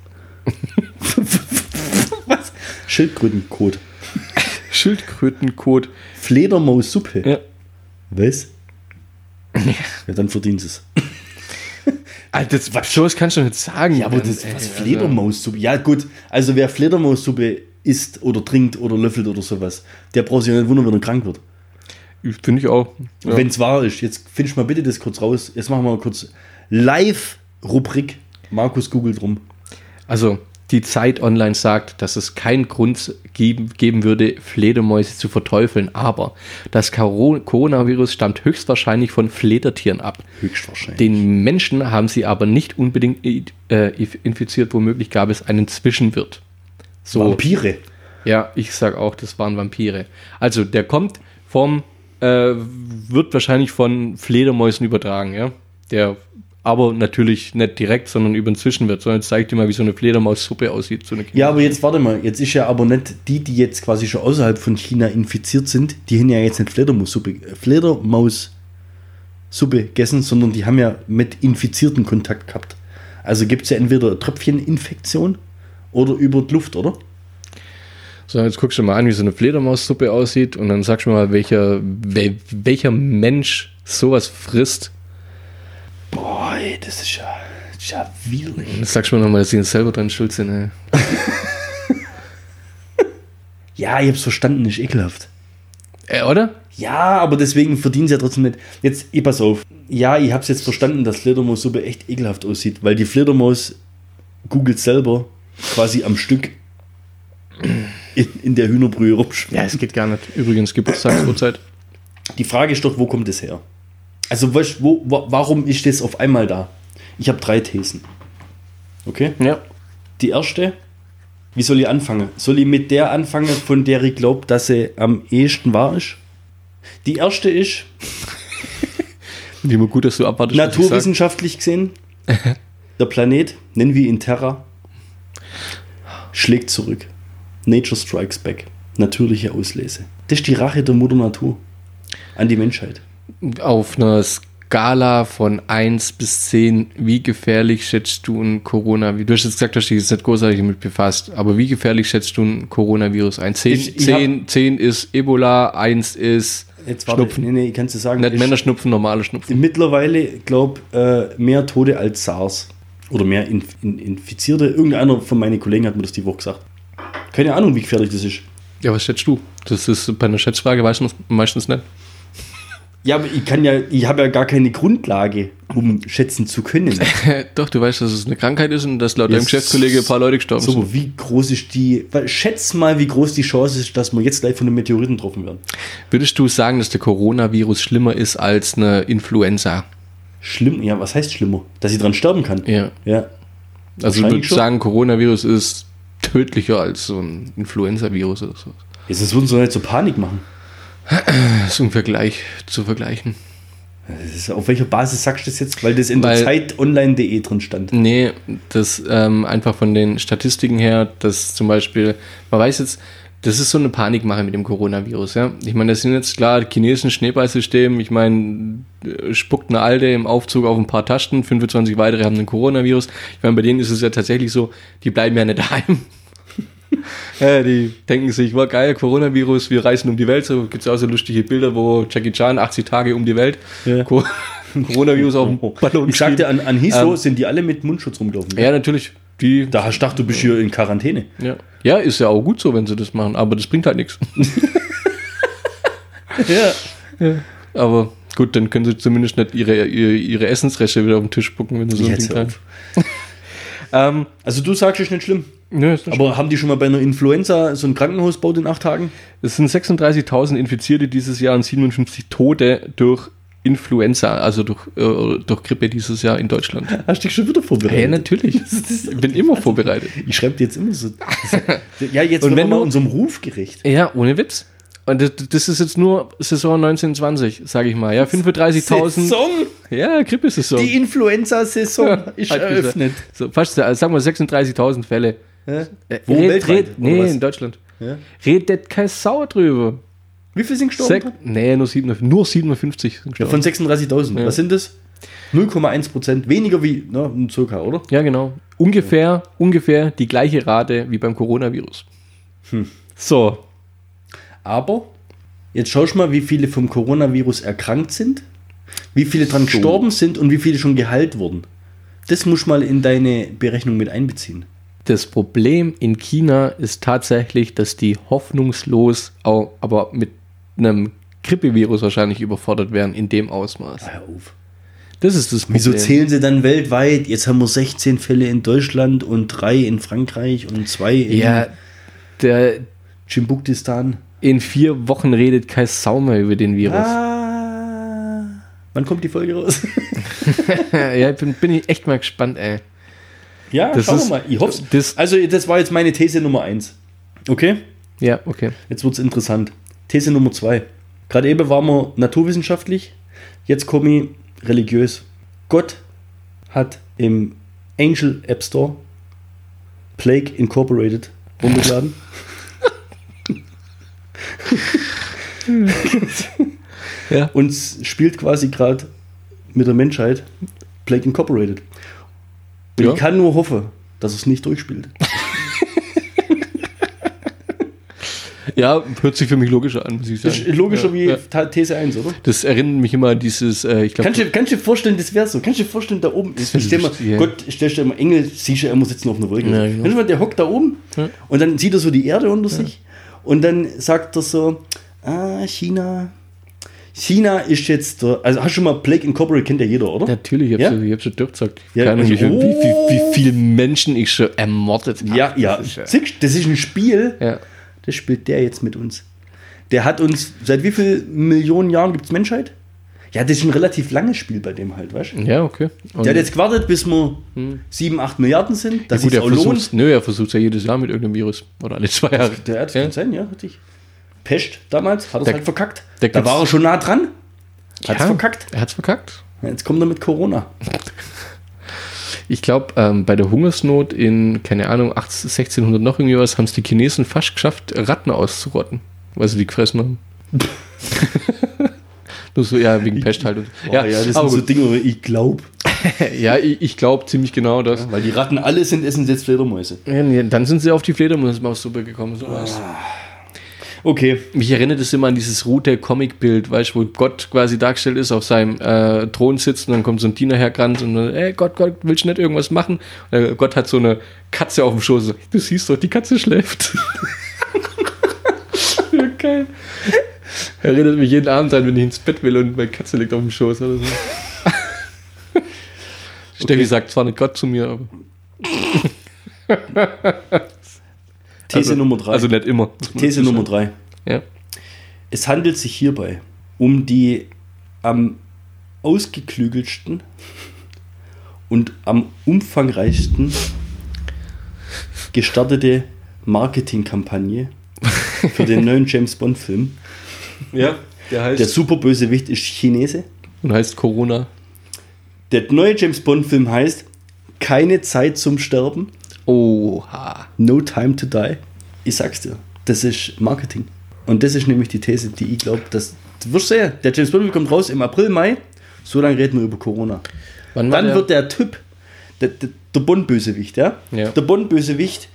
[SPEAKER 3] was? Schildkrötenkot.
[SPEAKER 1] Schildkrötenkot.
[SPEAKER 3] Fledermaussuppe.
[SPEAKER 1] Ja.
[SPEAKER 3] Was? Ja, dann verdienen sie es.
[SPEAKER 1] Alter, Ah, das, was, sowas kannst du nicht sagen.
[SPEAKER 3] Ja, aber
[SPEAKER 1] Mann,
[SPEAKER 3] das
[SPEAKER 1] ey,
[SPEAKER 3] was
[SPEAKER 1] also.
[SPEAKER 3] Fledermaussuppe. Ja, gut. Also wer Fledermaussuppe isst oder trinkt oder löffelt oder sowas, der braucht sich ja nicht wundern, wenn er krank wird.
[SPEAKER 1] Finde ich auch. Ja.
[SPEAKER 3] Wenn es wahr ist. Jetzt findest mal bitte das kurz raus. Jetzt machen wir mal kurz Live-Rubrik. Markus googelt rum.
[SPEAKER 1] Also, die Zeit online sagt, dass es keinen Grund geben, geben würde, Fledermäuse zu verteufeln, aber das Caro- Coronavirus stammt höchstwahrscheinlich von Fledertieren ab.
[SPEAKER 3] Höchstwahrscheinlich.
[SPEAKER 1] Den Menschen haben sie aber nicht unbedingt äh, infiziert, womöglich gab es einen Zwischenwirt. So,
[SPEAKER 3] Vampire.
[SPEAKER 1] ja, ich sag auch, das waren Vampire. Also, der kommt vom, äh, wird wahrscheinlich von Fledermäusen übertragen, ja. Der, aber natürlich nicht direkt, sondern über den Zwischenwirt. Sondern jetzt zeig dir mal, wie so eine Fledermaussuppe aussieht. So eine
[SPEAKER 3] Ja, aber jetzt warte mal. Jetzt ist ja aber nicht die, die jetzt quasi schon außerhalb von China infiziert sind, die haben ja jetzt nicht Fledermaussuppe, äh, Fledermaussuppe gegessen, sondern die haben ja mit Infizierten Kontakt gehabt. Also gibt es ja entweder eine Tröpfcheninfektion oder über die Luft, oder?
[SPEAKER 1] So, jetzt guckst du mal an, wie so eine Fledermaussuppe aussieht und dann sagst du mir mal, welcher, wel, welcher Mensch sowas frisst.
[SPEAKER 3] Boah, ey, das ist ja, das ist ja
[SPEAKER 1] Und
[SPEAKER 3] widerlich.
[SPEAKER 1] jetzt sagst du mir nochmal, dass sie selber dran schuld sind. ne? Ey.
[SPEAKER 3] Ja, ich hab's verstanden, ist ekelhaft.
[SPEAKER 1] Äh, oder?
[SPEAKER 3] Ja, aber deswegen verdienen sie ja trotzdem nicht. Jetzt, ich pass auf. Ja, ich hab's jetzt verstanden, dass Fledermaussuppe echt ekelhaft aussieht, weil die Fledermaus googelt selber quasi am Stück in, in der Hühnerbrühe rumschwimmt.
[SPEAKER 1] geht gar nicht. Übrigens, Geburtstagsuhrzeit.
[SPEAKER 3] Die Frage ist doch, wo kommt das her? Also, weißt, wo, wa- warum ist das auf einmal da? Ich habe drei Thesen. Okay?
[SPEAKER 1] Ja.
[SPEAKER 3] Die erste, wie soll ich anfangen? Soll ich mit der anfangen, von der ich glaube, dass sie am ehesten wahr ist? Die erste ist,
[SPEAKER 1] Immer gut, dass du abwartest. was ich sag.
[SPEAKER 3] Naturwissenschaftlich gesehen, der Planet, nennen wir ihn Terra, schlägt zurück. Nature strikes back. Natürliche Auslese. Das ist die Rache der Mutter Natur an die Menschheit.
[SPEAKER 1] Auf einer Skala von 1 bis 10, wie gefährlich schätzt du ein Coronavirus? Du hast jetzt gesagt, du hast dich jetzt nicht großartig damit befasst, aber wie gefährlich schätzt du ein Coronavirus ein? 10,
[SPEAKER 3] Ich- ich
[SPEAKER 1] 10, 10 ist Ebola, 1 ist
[SPEAKER 3] Jetzt warte,
[SPEAKER 1] Schnupfen.
[SPEAKER 3] Nee, nee, ich kann es dir sagen.
[SPEAKER 1] nicht
[SPEAKER 3] ist
[SPEAKER 1] Männerschnupfen, normale Schnupfen.
[SPEAKER 3] Mittlerweile, glaube äh, mehr Tote als SARS. Oder mehr Inf in Infizierte. Irgendeiner von meinen Kollegen hat mir das die Woche gesagt. Keine Ahnung, wie gefährlich das ist.
[SPEAKER 1] Ja, was schätzt du? Das ist bei einer Schätzfrage meistens, meistens nicht.
[SPEAKER 3] Ja, aber ich kann ja, ich habe ja gar keine Grundlage, um schätzen zu können.
[SPEAKER 1] Doch, du weißt, dass es eine Krankheit ist und dass laut
[SPEAKER 3] Ja,
[SPEAKER 1] deinem Geschäftskollege ein paar Leute gestorben
[SPEAKER 3] So,
[SPEAKER 1] sind.
[SPEAKER 3] aber wie groß ist die. weil Schätz mal, wie groß die Chance ist, dass wir jetzt gleich von einem Meteoriten getroffen werden.
[SPEAKER 1] Würdest du sagen, dass der Coronavirus schlimmer ist als eine Influenza?
[SPEAKER 3] Schlimm, ja, was heißt schlimmer? Dass ich dran sterben kann.
[SPEAKER 1] Ja.
[SPEAKER 3] Ja.
[SPEAKER 1] Also ich
[SPEAKER 3] Wahrscheinlich
[SPEAKER 1] würde
[SPEAKER 3] schon.
[SPEAKER 1] sagen, Coronavirus ist tödlicher als so ein Influenza-Virus oder so.
[SPEAKER 3] Jetzt das würden sie doch nicht so Panik machen.
[SPEAKER 1] Das ist im Vergleich zu vergleichen.
[SPEAKER 3] Das ist, auf welcher Basis sagst du das jetzt? Weil das in
[SPEAKER 1] Weil-
[SPEAKER 3] der Zeit online.de drin stand.
[SPEAKER 1] Nee, das ähm, einfach von den Statistiken her, dass zum Beispiel, man weiß jetzt, das ist so eine Panikmache mit dem Coronavirus, ja. Ich meine, das sind jetzt klar chinesischen Schneeballsystem, ich meine, äh, spuckt eine Alte im Aufzug auf ein paar Tasten, 25 weitere haben den Coronavirus. Ich meine, bei denen ist es ja tatsächlich so, die bleiben ja nicht daheim. Ja, die denken sich, war geil, Coronavirus, wir reisen um die Welt. So gibt es auch so lustige Bilder, wo Jackie Chan 80 Tage um die Welt,
[SPEAKER 3] Ja.
[SPEAKER 1] Co- Coronavirus auf dem Ballon
[SPEAKER 3] Oh, ich
[SPEAKER 1] schiebt.
[SPEAKER 3] sagte, an, an Hiso
[SPEAKER 1] Ähm,
[SPEAKER 3] sind die alle mit Mundschutz rumgelaufen.
[SPEAKER 1] Ja, natürlich. Die,
[SPEAKER 3] Da hast du gedacht, du bist hier in Quarantäne.
[SPEAKER 1] ja. ja, ist ja auch gut so, wenn sie das machen, aber das bringt halt nichts.
[SPEAKER 3] Ja.
[SPEAKER 1] Aber gut, dann können sie zumindest nicht ihre, ihre, ihre Essensreste wieder auf den Tisch spucken, wenn sie so ein
[SPEAKER 3] Jetzt
[SPEAKER 1] Ding
[SPEAKER 3] hör
[SPEAKER 1] tragen. ähm,
[SPEAKER 3] Also du sagst, es ist nicht schlimm.
[SPEAKER 1] nö, ist nicht
[SPEAKER 3] Aber haben die schon mal bei einer Influenza so ein Krankenhaus gebaut in acht Tagen?
[SPEAKER 1] schlimm. es sind 36.000 Infizierte dieses Jahr und 57 Tote durch Influenza, also durch, äh, durch Grippe dieses Jahr in Deutschland.
[SPEAKER 3] Hast du dich schon wieder vorbereitet?
[SPEAKER 1] Ja, natürlich. Ich bin immer vorbereitet.
[SPEAKER 3] Ich schreibe dir jetzt immer so. ja, jetzt
[SPEAKER 1] Und wenn
[SPEAKER 3] werden wir
[SPEAKER 1] du-
[SPEAKER 3] mal unserem Ruf gerecht.
[SPEAKER 1] Ja, ohne Witz. Und das, das ist jetzt nur Saison 1920, sage ich mal. Ja, 35.000.
[SPEAKER 3] Saison,
[SPEAKER 1] Ja, Grippe-Saison.
[SPEAKER 3] die Influenza-Saison ist
[SPEAKER 1] Hat gesagt.
[SPEAKER 3] eröffnet.
[SPEAKER 1] halt So, fast, also sagen wir 36.000 Fälle.
[SPEAKER 3] Hä?
[SPEAKER 1] Äh,
[SPEAKER 3] Wo,
[SPEAKER 1] red-
[SPEAKER 3] weltweit,
[SPEAKER 1] red-
[SPEAKER 3] oder
[SPEAKER 1] Nee,
[SPEAKER 3] was?
[SPEAKER 1] in Deutschland.
[SPEAKER 3] Ja.
[SPEAKER 1] Redet keine Sau drüber.
[SPEAKER 3] Wie viel sind gestorben?
[SPEAKER 1] Sek nee, nur, sieben, nur 57 sind
[SPEAKER 3] Ja,
[SPEAKER 1] gestorben.
[SPEAKER 3] von 36.000.
[SPEAKER 1] Ja.
[SPEAKER 3] Was sind das? 0,1 Prozent. Weniger wie, ne, circa, oder?
[SPEAKER 1] Ja, genau. Ungefähr, ungefähr die gleiche Rate wie beim Coronavirus. So.
[SPEAKER 3] Aber jetzt schaust du mal, wie viele vom Coronavirus erkrankt sind, wie viele dran gestorben sind und wie viele schon geheilt wurden. Das musst du mal in deine Berechnung mit einbeziehen.
[SPEAKER 1] Das Problem in China ist tatsächlich, dass die hoffnungslos, au- aber mit einem Grippevirus wahrscheinlich überfordert werden in dem Ausmaß.
[SPEAKER 3] Ah, Hör auf.
[SPEAKER 1] Das ist das Problem.
[SPEAKER 3] Wieso zählen sie dann weltweit? Jetzt haben wir 16 Fälle in Deutschland und drei in Frankreich und zwei in
[SPEAKER 1] Ja, der,
[SPEAKER 3] Chimbuktistan.
[SPEAKER 1] in vier Wochen redet Kai Saumer über den Virus.
[SPEAKER 3] Ah, wann kommt die Folge raus?
[SPEAKER 1] ja, bin, bin ich echt mal gespannt, ey.
[SPEAKER 3] ja,
[SPEAKER 1] Das
[SPEAKER 3] schauen
[SPEAKER 1] ist-
[SPEAKER 3] wir mal. Ich hoff's.
[SPEAKER 1] das-
[SPEAKER 3] also, das war jetzt meine These Nummer 1. Okay?
[SPEAKER 1] Ja, okay.
[SPEAKER 3] Jetzt wird's interessant. These Nummer zwei. Gerade eben waren wir naturwissenschaftlich, jetzt komme ich religiös. Gott hat im Angel App Store Plague Incorporated runtergeladen.
[SPEAKER 1] Ja.
[SPEAKER 3] Und s- spielt quasi gerade mit der Menschheit Plague Incorporated. Und
[SPEAKER 1] Ja.
[SPEAKER 3] ich kann nur hoffen, dass es nicht durchspielt.
[SPEAKER 1] Ja, hört sich für mich logischer an, muss ich sagen.
[SPEAKER 3] Das ist logischer
[SPEAKER 1] ja,
[SPEAKER 3] wie
[SPEAKER 1] ja.
[SPEAKER 3] Ta- These 1, oder?
[SPEAKER 1] Das erinnert mich immer an dieses, äh, ich glaube,
[SPEAKER 3] Kannst du, kannst du dir vorstellen, das wäre so. Kannst du dir vorstellen, da oben ist.
[SPEAKER 1] wär
[SPEAKER 3] Stell mal,
[SPEAKER 1] lustig, ja.
[SPEAKER 3] Gott, stell dir mal Engel, siehst du ja immer sitzen auf einer Wolke.
[SPEAKER 1] Ja,
[SPEAKER 3] Ja,
[SPEAKER 1] genau.
[SPEAKER 3] mal, der hockt da oben
[SPEAKER 1] Ja.
[SPEAKER 3] und dann sieht er so die Erde unter sich und dann sagt er so: Ah, China. China ist jetzt. Der, also hast du schon mal Plague Incorporated, kennt ja jeder, oder?
[SPEAKER 1] natürlich, ich
[SPEAKER 3] Ja?
[SPEAKER 1] habe ja? hab schon durchgesagt.
[SPEAKER 3] Ja,
[SPEAKER 1] Keine Ahnung, wie, viel-
[SPEAKER 3] also,
[SPEAKER 1] wie,
[SPEAKER 3] oh.
[SPEAKER 1] wie, wie viele Menschen ich schon ermordet habe.
[SPEAKER 3] Ja, ja.
[SPEAKER 1] Das ist,
[SPEAKER 3] Siehst du, Das ist ein Spiel.
[SPEAKER 1] ja. ja.
[SPEAKER 3] Das spielt der jetzt mit uns. Der hat uns. Seit wie vielen Millionen Jahren gibt es Menschheit? Ja, das ist ein relativ langes Spiel bei dem halt, weißt du?
[SPEAKER 1] Ja, okay. Und Hm.
[SPEAKER 3] Der hat jetzt gewartet, bis wir 7, 8 Milliarden sind.
[SPEAKER 1] ja,
[SPEAKER 3] Das
[SPEAKER 1] gut,
[SPEAKER 3] ist
[SPEAKER 1] er
[SPEAKER 3] auch lohnt.
[SPEAKER 1] versucht, nö, er versucht ja jedes Jahr mit irgendeinem Virus. Oder alle zwei Jahre.
[SPEAKER 3] Der hat
[SPEAKER 1] ja.
[SPEAKER 3] kann sein, ja, richtig. Pest damals, hat er
[SPEAKER 1] Da-
[SPEAKER 3] halt verkackt.
[SPEAKER 1] da
[SPEAKER 3] Da war er
[SPEAKER 1] gibt's-
[SPEAKER 3] schon nah dran. Hat's
[SPEAKER 1] Ja,
[SPEAKER 3] verkackt.
[SPEAKER 1] Er hat's verkackt.
[SPEAKER 3] Ja, Jetzt kommt er mit Corona.
[SPEAKER 1] Ich glaube, ähm, bei der Hungersnot in, keine Ahnung, 18, 1600 noch irgendwie was, haben es die Chinesen fast geschafft, Ratten auszurotten, weil sie die gefressen haben. Nur so, ja, wegen Pest halt. Und,
[SPEAKER 3] Boah,
[SPEAKER 1] aber gut.
[SPEAKER 3] Dinge, ich glaube.
[SPEAKER 1] ja, ich, ich glaube ziemlich genau das.
[SPEAKER 3] Weil die Ratten alle sind, essen jetzt Fledermäuse.
[SPEAKER 1] Ja, nee, dann sind sie auf die Fledermaussuppe gekommen. Sowas.
[SPEAKER 3] Okay.
[SPEAKER 1] Mich erinnert es immer an dieses rote Comicbild, weißt du, wo Gott quasi dargestellt ist, auf seinem äh, Thron sitzt und dann kommt so ein Diener hergerannt und dann, ey Gott, Gott, willst du nicht irgendwas machen? Und, äh, Gott hat so eine Katze auf dem Schoß. So, du siehst doch, die Katze schläft. ja, geil. Erinnert mich jeden Abend an, wenn ich ins Bett will und meine Katze liegt auf dem Schoß oder so. Steffi sagt zwar nicht Gott zu mir, aber.
[SPEAKER 3] These Nummer 3.
[SPEAKER 1] Also nicht immer.
[SPEAKER 3] These Nummer 3.
[SPEAKER 1] Ja.
[SPEAKER 3] Es handelt sich hierbei um die am ausgeklügelsten und am umfangreichsten gestartete Marketingkampagne für den neuen James Bond-Film.
[SPEAKER 1] Ja, der heißt.
[SPEAKER 3] Der Superbösewicht ist Chinese.
[SPEAKER 1] und heißt Corona.
[SPEAKER 3] Der neue James Bond-Film heißt Keine Zeit zum Sterben,
[SPEAKER 1] Oha.
[SPEAKER 3] No Time to Die. Ich sag's dir, das ist Marketing. Und das ist nämlich die These, die ich glaube, dass. Du wirst sehen, der James Bond-Film kommt raus im April, Mai. So lange reden wir über Corona.
[SPEAKER 1] Wann war
[SPEAKER 3] Dann
[SPEAKER 1] der?
[SPEAKER 3] wird der Typ, der, der, der Bond-Bösewicht, ja?
[SPEAKER 1] Ja.
[SPEAKER 3] Der Bond-Bösewicht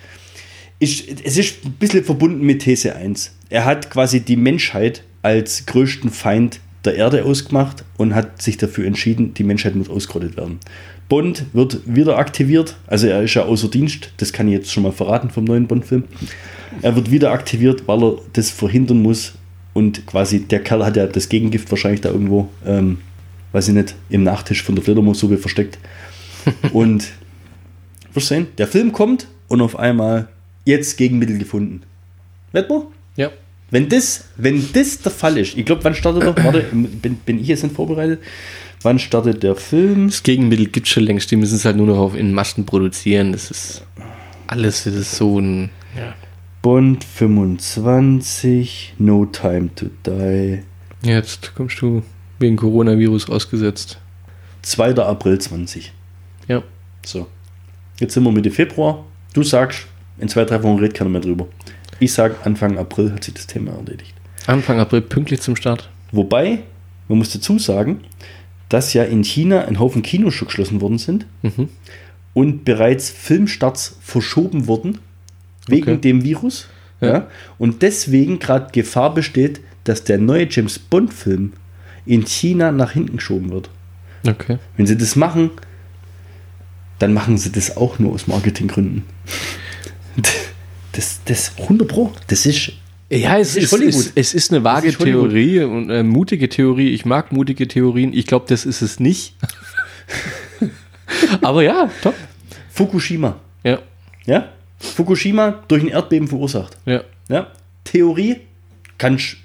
[SPEAKER 3] ist, es ist ein bisschen verbunden mit These 1. Er hat quasi die Menschheit als größten Feind der Erde ausgemacht und hat sich dafür entschieden, die Menschheit muss ausgerottet werden. Bond wird wieder aktiviert, also er ist ja außer Dienst, das kann ich jetzt schon mal verraten vom neuen Bond-Film. Er wird wieder aktiviert, weil er das verhindern muss und quasi der Kerl hat ja das Gegengift wahrscheinlich da irgendwo, ähm, weiß ich nicht, im Nachtisch von der Fledermaussuppe versteckt. Und wirst sehen, der Film kommt und auf einmal jetzt Gegenmittel gefunden. Wetten wir?
[SPEAKER 1] Ja.
[SPEAKER 3] Wenn das, wenn das der Fall ist, ich glaube, wann startet doch, warte, ähm, bin, bin ich jetzt nicht vorbereitet? Wann startet der Film?
[SPEAKER 1] Das Gegenmittel gibt schon längst, die müssen es halt nur noch auf, in Massen produzieren. Das ist alles, das ist so ein.
[SPEAKER 3] Bond 25, No Time to Die.
[SPEAKER 1] Jetzt kommst du wegen Coronavirus ausgesetzt.
[SPEAKER 3] 2. April 20.
[SPEAKER 1] Ja.
[SPEAKER 3] So. Jetzt sind wir Mitte Februar. Du sagst, in zwei, drei Wochen redet keiner mehr drüber. Ich sag, Anfang April hat sich das Thema erledigt.
[SPEAKER 1] Anfang April pünktlich zum Start.
[SPEAKER 3] Wobei, man muss dazu sagen, dass ja in China ein Haufen Kinos schon geschlossen worden sind
[SPEAKER 1] Mhm.
[SPEAKER 3] und bereits Filmstarts verschoben wurden wegen
[SPEAKER 1] Okay.
[SPEAKER 3] dem Virus. Ja.
[SPEAKER 1] Ja.
[SPEAKER 3] Und deswegen gerade Gefahr besteht, dass der neue James Bond-Film in China nach hinten geschoben wird.
[SPEAKER 1] Okay.
[SPEAKER 3] Wenn sie das machen, dann machen sie das auch nur aus Marketinggründen. Das, das 100 Pro, das ist
[SPEAKER 1] Ja, es
[SPEAKER 3] Das ist
[SPEAKER 1] ist,
[SPEAKER 3] Hollywood.
[SPEAKER 1] es, es ist eine vage
[SPEAKER 3] ist Hollywood.
[SPEAKER 1] Theorie und äh, mutige Theorie. Ich mag mutige Theorien. Ich glaube, das ist es nicht. Aber ja, top.
[SPEAKER 3] Fukushima.
[SPEAKER 1] Ja,
[SPEAKER 3] Ja? Fukushima durch ein Erdbeben verursacht.
[SPEAKER 1] ja.
[SPEAKER 3] Ja? Theorie kannst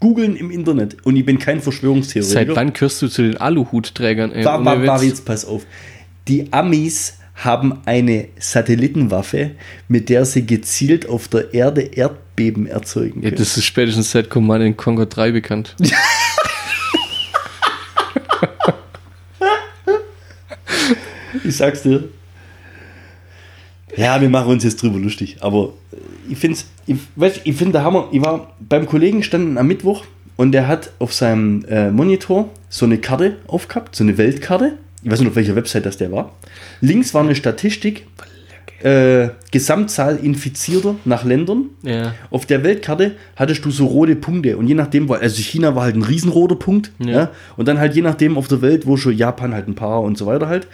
[SPEAKER 3] googeln im Internet und ich bin kein
[SPEAKER 1] Seit
[SPEAKER 3] Verschwörungstheoretiker.
[SPEAKER 1] wann gehörst du zu den Aluhutträgern? Ey,
[SPEAKER 3] war, war,
[SPEAKER 1] Ohne
[SPEAKER 3] war,
[SPEAKER 1] Witz.
[SPEAKER 3] jetzt pass auf. Die Amis haben eine Satellitenwaffe, mit der sie gezielt auf der Erde Erdbeben erzeugen
[SPEAKER 1] Ja,
[SPEAKER 3] können.
[SPEAKER 1] das ist spätestens seit Command in Conquer 3 bekannt.
[SPEAKER 3] Ich sag's dir. Ja, wir machen uns jetzt drüber lustig, aber äh, ich find's, ich, weißt, ich finde der Hammer, ich war beim Kollegen standen am Mittwoch und der hat auf seinem äh, Monitor so eine Karte aufgehabt, so eine Weltkarte. Ich weiß nicht, auf welcher Website das der war. Links war eine Statistik, äh, Gesamtzahl Infizierter nach Ländern.
[SPEAKER 1] Ja.
[SPEAKER 3] Auf der Weltkarte hattest du so rote Punkte und je nachdem, war, also China war halt ein riesenroter Punkt ja.
[SPEAKER 1] Ja.
[SPEAKER 3] und dann halt je nachdem auf der Welt, wo schon Japan halt ein paar und so weiter halt.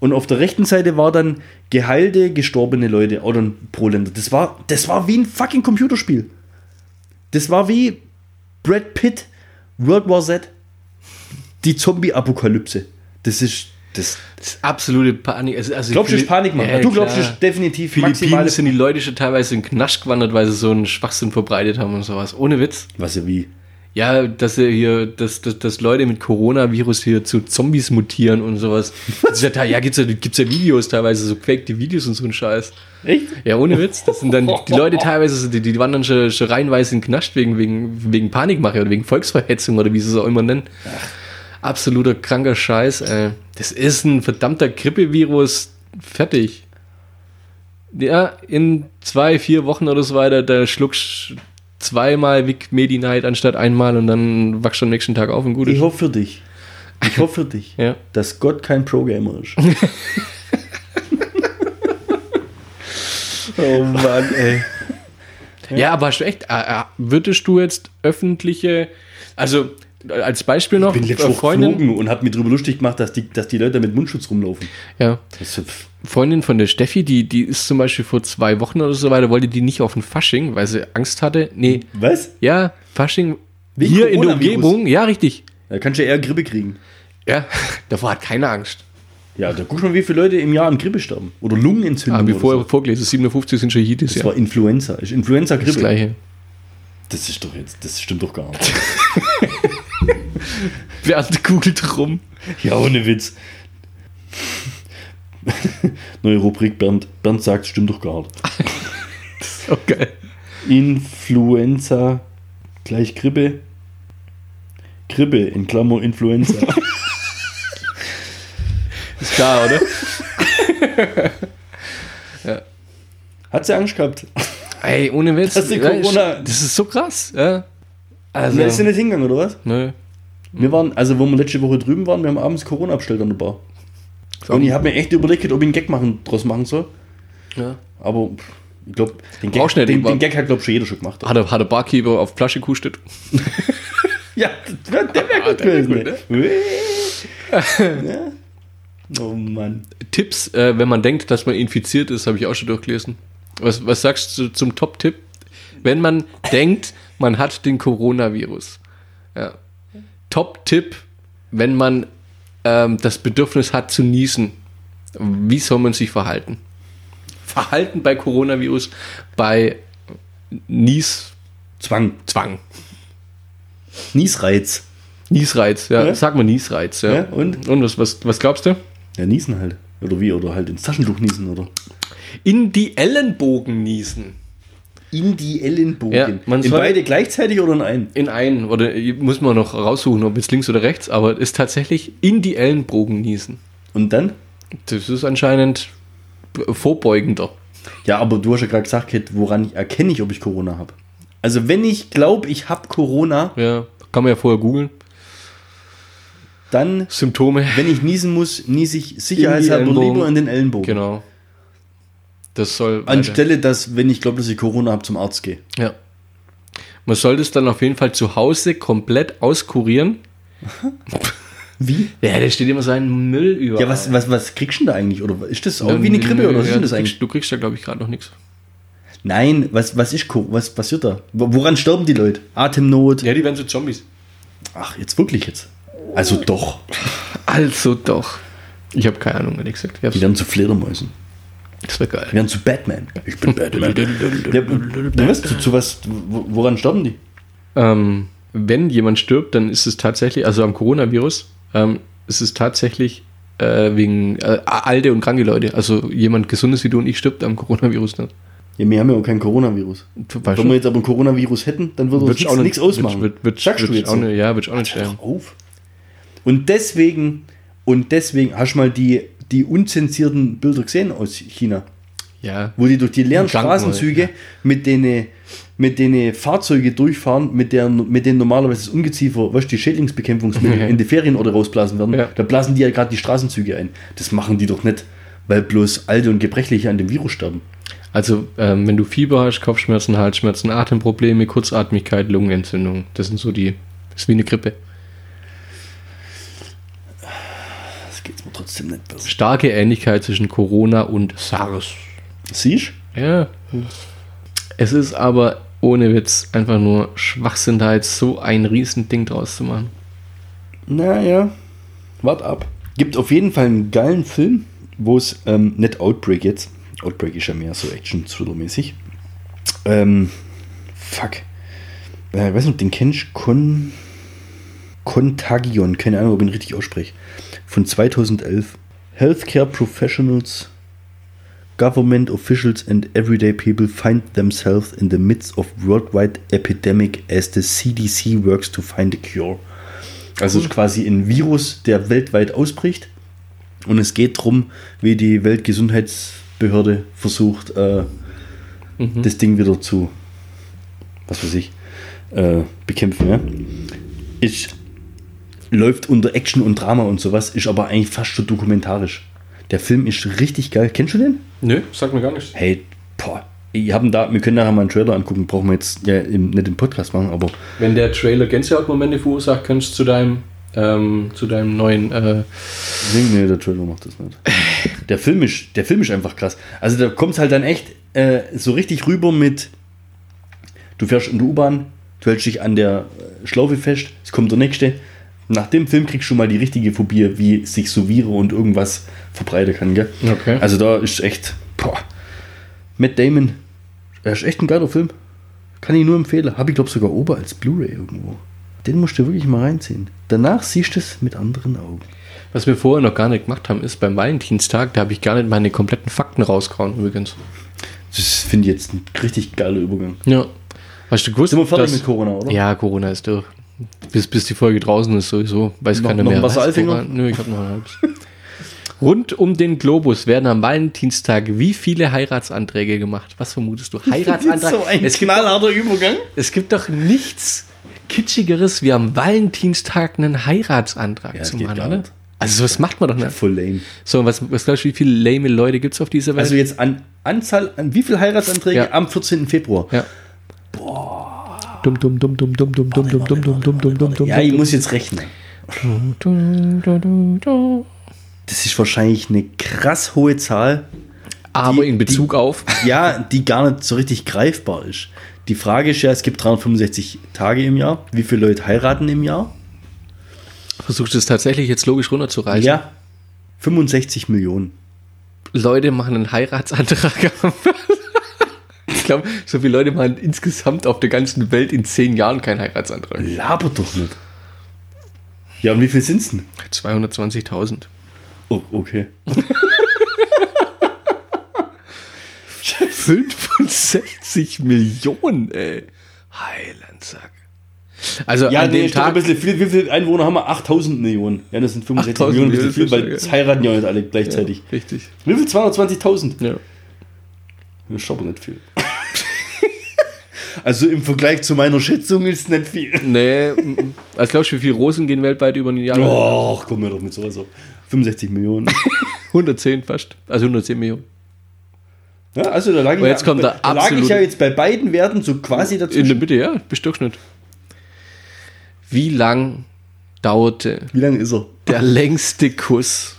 [SPEAKER 3] Und auf der rechten Seite war dann geheilte, gestorbene Leute oder pro Länder. Das war, das war wie ein fucking Computerspiel. Das war wie Brad Pitt, World War Z, die Zombie-Apokalypse. Das ist, das,
[SPEAKER 1] Das ist absolute Panik. Also, also
[SPEAKER 3] glaubst du, ich Panik machen?
[SPEAKER 1] Ja,
[SPEAKER 3] du
[SPEAKER 1] klar.
[SPEAKER 3] glaubst, es ist definitiv
[SPEAKER 1] Philippinen
[SPEAKER 3] maximale-
[SPEAKER 1] sind die Leute schon teilweise in den Knast gewandert, weil sie so einen Schwachsinn verbreitet haben und sowas. Ohne Witz.
[SPEAKER 3] Was ja wie?
[SPEAKER 1] Ja, dass sie hier, dass, dass, dass Leute mit Coronavirus hier zu Zombies mutieren und sowas. Das ist ja, teil- ja, gibt's ja, gibt's ja Videos teilweise, so gefakte Videos und so ein Scheiß.
[SPEAKER 3] Echt?
[SPEAKER 1] Ja, ohne Witz. Das sind dann die Leute teilweise, so, die, die wandern schon, schon reinweise in den Knast wegen, wegen, wegen Panikmache oder wegen Volksverhetzung oder wie sie es auch immer nennen. Absoluter kranker Scheiß, ey. Das ist ein verdammter Grippevirus. Fertig. Ja, in zwei, vier Wochen oder so weiter, da schluckst zweimal Vic Medi Night anstatt einmal und dann wachst du am nächsten Tag auf und gut
[SPEAKER 3] Ich
[SPEAKER 1] ist.
[SPEAKER 3] hoffe für dich. Ich hoffe für dich,
[SPEAKER 1] Ja.
[SPEAKER 3] dass Gott kein Pro-Gamer ist. oh Mann, ey.
[SPEAKER 1] Ja, aber hast du echt, äh, äh, würdest du jetzt öffentliche, also äh, als Beispiel noch,
[SPEAKER 3] Ich bin letzte
[SPEAKER 1] äh,
[SPEAKER 3] Woche geflogen und habe mir drüber lustig gemacht, dass die, dass die Leute mit Mundschutz rumlaufen.
[SPEAKER 1] ja,
[SPEAKER 3] Das ist, pff,
[SPEAKER 1] Freundin von der Steffi, die, die ist zum Beispiel vor zwei Wochen oder so weiter, wollte die nicht auf den Fasching, weil sie Angst hatte. Nee,
[SPEAKER 3] was?
[SPEAKER 1] ja, Fasching
[SPEAKER 3] Wegen
[SPEAKER 1] hier in der
[SPEAKER 3] Coronavirus.
[SPEAKER 1] Umgebung, ja, richtig.
[SPEAKER 3] Da kannst du ja eher Grippe kriegen.
[SPEAKER 1] Ja, davor hat keine Angst.
[SPEAKER 3] Ja, da guck mal, wie viele Leute im Jahr an Grippe sterben. Oder Lungenentzündung.
[SPEAKER 1] Habe ich
[SPEAKER 3] oder
[SPEAKER 1] vorher
[SPEAKER 3] so.
[SPEAKER 1] vorgelesen, 57 sind schon hier dieses
[SPEAKER 3] Das
[SPEAKER 1] Jahr.
[SPEAKER 3] war Influenza. Ist Influenza
[SPEAKER 1] Das
[SPEAKER 3] Grippe?
[SPEAKER 1] gleiche.
[SPEAKER 3] Das ist doch jetzt, das stimmt doch gar nicht.
[SPEAKER 1] Bernd googelt rum.
[SPEAKER 3] Ja, ohne Witz. Neue Rubrik, Bernd, Bernd sagt, stimmt doch gar nicht.
[SPEAKER 1] Ist auch geil.
[SPEAKER 3] Influenza gleich Grippe. Grippe in Klammer Influenza.
[SPEAKER 1] Ist klar, oder?
[SPEAKER 3] Hat sie Angst gehabt?
[SPEAKER 1] Ey, ohne Witz.
[SPEAKER 3] Das ist die
[SPEAKER 1] ja,
[SPEAKER 3] Corona-
[SPEAKER 1] Das ist so krass. Ja.
[SPEAKER 3] Also.
[SPEAKER 1] Also,
[SPEAKER 3] ist sie nicht hingegangen, oder was?
[SPEAKER 1] nö.
[SPEAKER 3] Wir waren, also wo wir letzte Woche drüben waren, wir haben abends Corona bestellt an der Bar. Und ich habe mir echt überlegt, ob ich einen Gag machen, draus machen soll.
[SPEAKER 1] Ja.
[SPEAKER 3] Aber pff, ich glaube, den, Gag-
[SPEAKER 1] Brauchst du nicht
[SPEAKER 3] den,
[SPEAKER 1] irgendwann.
[SPEAKER 3] den Gag hat, glaube ich, schon jeder schon gemacht.
[SPEAKER 1] Hat, der, hat der Barkeeper auf Flasche kustet.
[SPEAKER 3] Ja, das wär, Ah, der wäre gut
[SPEAKER 1] der wär
[SPEAKER 3] gewesen. ne? Ja. Oh Mann.
[SPEAKER 1] Tipps, äh, wenn man denkt, dass man infiziert ist, habe ich auch schon durchgelesen. Was, was sagst du zum Top-Tipp? Wenn man denkt, man hat den Coronavirus. Ja. Top-Tipp, wenn man ähm, das Bedürfnis hat zu niesen. Wie soll man sich verhalten? Verhalten bei Coronavirus, bei Nies,
[SPEAKER 3] Zwang.
[SPEAKER 1] Zwang.
[SPEAKER 3] Niesreiz.
[SPEAKER 1] Niesreiz, ja.
[SPEAKER 3] Ja.
[SPEAKER 1] Sag mal Niesreiz, ja.
[SPEAKER 3] Ja, und?
[SPEAKER 1] Und was, was, was glaubst du?
[SPEAKER 3] Ja, niesen halt. Oder wie? Oder halt ins Taschentuch niesen, oder?
[SPEAKER 1] In die Ellenbogen niesen.
[SPEAKER 3] In die Ellenbogen.
[SPEAKER 1] Ja, man
[SPEAKER 3] in
[SPEAKER 1] soll-
[SPEAKER 3] beide gleichzeitig oder in einen?
[SPEAKER 1] In einen, oder muss man noch raussuchen, ob jetzt links oder rechts, aber ist tatsächlich in die Ellenbogen niesen.
[SPEAKER 3] Und dann?
[SPEAKER 1] Das ist anscheinend vorbeugender.
[SPEAKER 3] Ja, aber du hast ja gerade gesagt, Kit, woran ich erkenne ich, ob ich Corona habe. Also wenn ich glaube, ich habe Corona,
[SPEAKER 1] Ja, kann man ja vorher googeln.
[SPEAKER 3] dann,
[SPEAKER 1] Symptome.
[SPEAKER 3] wenn ich niesen muss, niese ich
[SPEAKER 1] In
[SPEAKER 3] sicherheitshalber
[SPEAKER 1] die Ellenbogen.
[SPEAKER 3] lieber in den Ellenbogen.
[SPEAKER 1] Genau. Das soll.
[SPEAKER 3] Anstelle, dass, wenn ich glaube, dass ich Corona habe, zum Arzt gehe.
[SPEAKER 1] Ja. Man sollte es dann auf jeden Fall zu Hause komplett auskurieren.
[SPEAKER 3] Wie?
[SPEAKER 1] Ja, da steht immer sein Müll über.
[SPEAKER 3] Ja, was, was, was kriegst du denn da eigentlich? Oder ist das auch wie eine Grippe oder was ist denn das eigentlich?
[SPEAKER 1] Du kriegst ja, glaube ich, gerade noch nichts.
[SPEAKER 3] Nein, was, was ist Co- Was passiert da? Wo- Woran sterben die Leute? Atemnot?
[SPEAKER 1] Ja, die werden so Zombies.
[SPEAKER 3] Ach, jetzt wirklich jetzt? Also doch.
[SPEAKER 1] Also doch. Ich habe keine Ahnung, ehrlich gesagt. Ich hab's-
[SPEAKER 3] Die werden zu Fledermäusen.
[SPEAKER 1] Das wäre geil.
[SPEAKER 3] Die werden zu Batman. Ich bin Batman. ja, du weißt, zu, zu was, wo- woran sterben die?
[SPEAKER 1] Ähm, wenn jemand stirbt, dann ist es tatsächlich, also am Coronavirus, ähm, ist es tatsächlich äh, wegen äh, alte und kranke Leute. Also jemand Gesundes wie du und ich stirbt am Coronavirus nicht.
[SPEAKER 3] Ja, wir haben ja auch kein Coronavirus.
[SPEAKER 1] Du
[SPEAKER 3] Wenn wir jetzt aber ein Coronavirus hätten, dann würde uns nichts, nichts ausmachen.
[SPEAKER 1] Wird, wird,
[SPEAKER 3] Sagst
[SPEAKER 1] wird,
[SPEAKER 3] du jetzt
[SPEAKER 1] auch
[SPEAKER 3] so?
[SPEAKER 1] nicht, ja, wird auch nicht sterben.
[SPEAKER 3] Hör auf. Und deswegen, und deswegen, hast du mal die, die unzensierten Bilder gesehen aus China?
[SPEAKER 1] Ja.
[SPEAKER 3] wo die durch die leeren
[SPEAKER 1] Im Krankenhaus,
[SPEAKER 3] Straßenzüge
[SPEAKER 1] ja.
[SPEAKER 3] mit denen mit denen Fahrzeuge durchfahren, mit denen, mit denen normalerweise das Ungeziefer, weißt du, die Schädlingsbekämpfungsmittel
[SPEAKER 1] Ja.
[SPEAKER 3] in die Ferienorte rausblasen werden,
[SPEAKER 1] Ja.
[SPEAKER 3] da blasen die ja gerade die Straßenzüge ein. Das machen die doch nicht, weil bloß Alte und Gebrechliche an dem Virus sterben.
[SPEAKER 1] Also, ähm, wenn du Fieber hast, Kopfschmerzen, Halsschmerzen, Atemprobleme, Kurzatmigkeit, Lungenentzündung. Das sind so die. Das ist wie eine Grippe.
[SPEAKER 3] Das geht's mir trotzdem nicht besser.
[SPEAKER 1] Starke Ähnlichkeit zwischen Corona und SARS.
[SPEAKER 3] Siehst
[SPEAKER 1] Ja. Es ist aber ohne Witz einfach nur Schwachsinn, da jetzt so ein Riesending draus zu machen.
[SPEAKER 3] Naja, wart ab. Gibt auf jeden Fall einen geilen Film, wo es, ähm, nicht Outbreak jetzt, Outbreak ist ja mehr so Action-Thriller-mäßig. Ähm, fuck. Äh, ich weiß nicht, den kennst du? Con Contagion, keine Ahnung, ob ich ihn richtig ausspreche. Von 2011. Healthcare Professionals, Government Officials and Everyday People find themselves in the midst of worldwide epidemic as the CDC works to find a cure. Also es ist quasi ein Virus, der weltweit ausbricht. Und es geht darum, wie die Weltgesundheitsbehörde versucht, äh, das Ding wieder zu, was weiß ich, äh, bekämpfen. Ja? Ist, läuft unter Action und Drama und sowas, ist aber eigentlich fast schon dokumentarisch. Der Film ist richtig geil. Kennst du den?
[SPEAKER 1] Nö, sag mir gar nicht.
[SPEAKER 3] Hey, boah, ich hab ihn da, wir können nachher mal einen Trailer angucken. Brauchen wir jetzt ja, im, nicht im Podcast machen, aber
[SPEAKER 1] Wenn der Trailer Gänsehautmomente verursacht, kannst du zu deinem, ähm, zu deinem neuen. Äh,
[SPEAKER 3] Nee, nee, der Trailer macht das nicht. Der Film ist, der Film ist einfach krass. Also da kommt es halt dann echt äh, so richtig rüber mit, du fährst in der U-Bahn, du hältst dich an der äh, Schlaufe fest, es kommt der nächste. Nach dem Film kriegst du mal die richtige Phobie, wie sich so Viren und irgendwas verbreiten kann. Gell?
[SPEAKER 1] Okay.
[SPEAKER 3] Also da ist echt, boah. Matt Damon, er ist echt ein geiler Film. Kann ich nur empfehlen. Habe ich glaube sogar ober als Blu-ray irgendwo. Den musst du wirklich mal reinziehen. Danach siehst du es mit anderen Augen.
[SPEAKER 1] was wir vorher noch gar nicht gemacht haben, ist beim Valentinstag, da habe ich gar nicht meine kompletten Fakten rausgehauen übrigens.
[SPEAKER 3] Das finde ich jetzt ein richtig geiler Übergang.
[SPEAKER 1] Ja. Hast du gewusst?
[SPEAKER 3] Sind wir fertig
[SPEAKER 1] dass-
[SPEAKER 3] mit Corona, oder?
[SPEAKER 1] Ja, Corona ist durch. Bis, bis die Folge draußen ist sowieso, weiß
[SPEAKER 3] Noch-
[SPEAKER 1] keiner
[SPEAKER 3] noch
[SPEAKER 1] mehr.
[SPEAKER 3] ein Wasser
[SPEAKER 1] Was?
[SPEAKER 3] Alfinger?
[SPEAKER 1] Corona? Nö, ich hab noch ein halbes. Rund um den Globus werden am Valentinstag wie viele Heiratsanträge gemacht? Was vermutest du? Heiratsantrag? es, gibt,
[SPEAKER 3] knallharter Übergang.
[SPEAKER 1] es gibt doch nichts Kitschigeres, wie am Valentinstag einen Heiratsantrag
[SPEAKER 3] Ja,
[SPEAKER 1] zu
[SPEAKER 3] es geht
[SPEAKER 1] machen,
[SPEAKER 3] gar
[SPEAKER 1] oder?
[SPEAKER 3] nicht.
[SPEAKER 1] Also sowas macht man doch nicht.
[SPEAKER 3] Voll lame.
[SPEAKER 1] So, was, was glaubst du, wie viele lame Leute gibt es auf dieser Welt?
[SPEAKER 3] Also jetzt an Anzahl, an wie viele Heiratsanträge
[SPEAKER 1] Ja.
[SPEAKER 3] am 14. Februar?
[SPEAKER 1] ja. Dum, dum, dum, dum, dum, dum, dum, dum, dum, dum, dum, dum, dum, dum.
[SPEAKER 3] Ja, ich muss jetzt rechnen. Das ist wahrscheinlich eine krass hohe Zahl,
[SPEAKER 1] Aber
[SPEAKER 3] Die-
[SPEAKER 1] in Bezug auf.
[SPEAKER 3] ja, die gar nicht so richtig greifbar ist. Die Frage ist ja, es gibt 365 Tage im Jahr. Wie viele Leute heiraten im Jahr?
[SPEAKER 1] Versuchst du es tatsächlich jetzt logisch runterzureißen?
[SPEAKER 3] Ja, 65 Millionen.
[SPEAKER 1] Leute machen einen Heiratsantrag. Ich glaube, so viele Leute machen insgesamt auf der ganzen Welt in zehn Jahren keinen Heiratsantrag.
[SPEAKER 3] Labert doch nicht. Ja, und wie viel sind's denn?
[SPEAKER 1] 220.000.
[SPEAKER 3] Oh, okay.
[SPEAKER 1] Scheiße. 65 Millionen, ey. Heilandsack. Also
[SPEAKER 3] Ja,
[SPEAKER 1] an
[SPEAKER 3] nee,
[SPEAKER 1] dem
[SPEAKER 3] steht ein
[SPEAKER 1] Tag.
[SPEAKER 3] bisschen viel. Wie viele Einwohner haben wir? 8000 Millionen. Ja, das sind 65
[SPEAKER 1] 8000
[SPEAKER 3] Millionen, ein bisschen viel,
[SPEAKER 1] Millionen,
[SPEAKER 3] weil es heiraten ja nicht alle gleichzeitig.
[SPEAKER 1] Richtig.
[SPEAKER 3] Wie viel? 220.000?
[SPEAKER 1] Ja.
[SPEAKER 3] Das ist aber nicht viel. also im Vergleich zu meiner Schätzung ist es nicht viel.
[SPEAKER 1] Nee, mm, mm. also glaubst du, wie viele Rosen gehen weltweit über den Jahr?
[SPEAKER 3] Oh. Och, komm mir doch mit sowas auf. 65 Millionen.
[SPEAKER 1] 110 fast. Also 110 Millionen.
[SPEAKER 3] Ja, also da lag, ich,
[SPEAKER 1] Und jetzt
[SPEAKER 3] ja,
[SPEAKER 1] kommt der
[SPEAKER 3] da lag ich
[SPEAKER 1] absolute-
[SPEAKER 3] ja jetzt bei beiden Werten so quasi
[SPEAKER 1] In der
[SPEAKER 3] dazwischen.
[SPEAKER 1] Mitte, ja, bist Durchschnitt. Wie lang dauerte
[SPEAKER 3] Wie lange ist er?
[SPEAKER 1] der längste Kuss?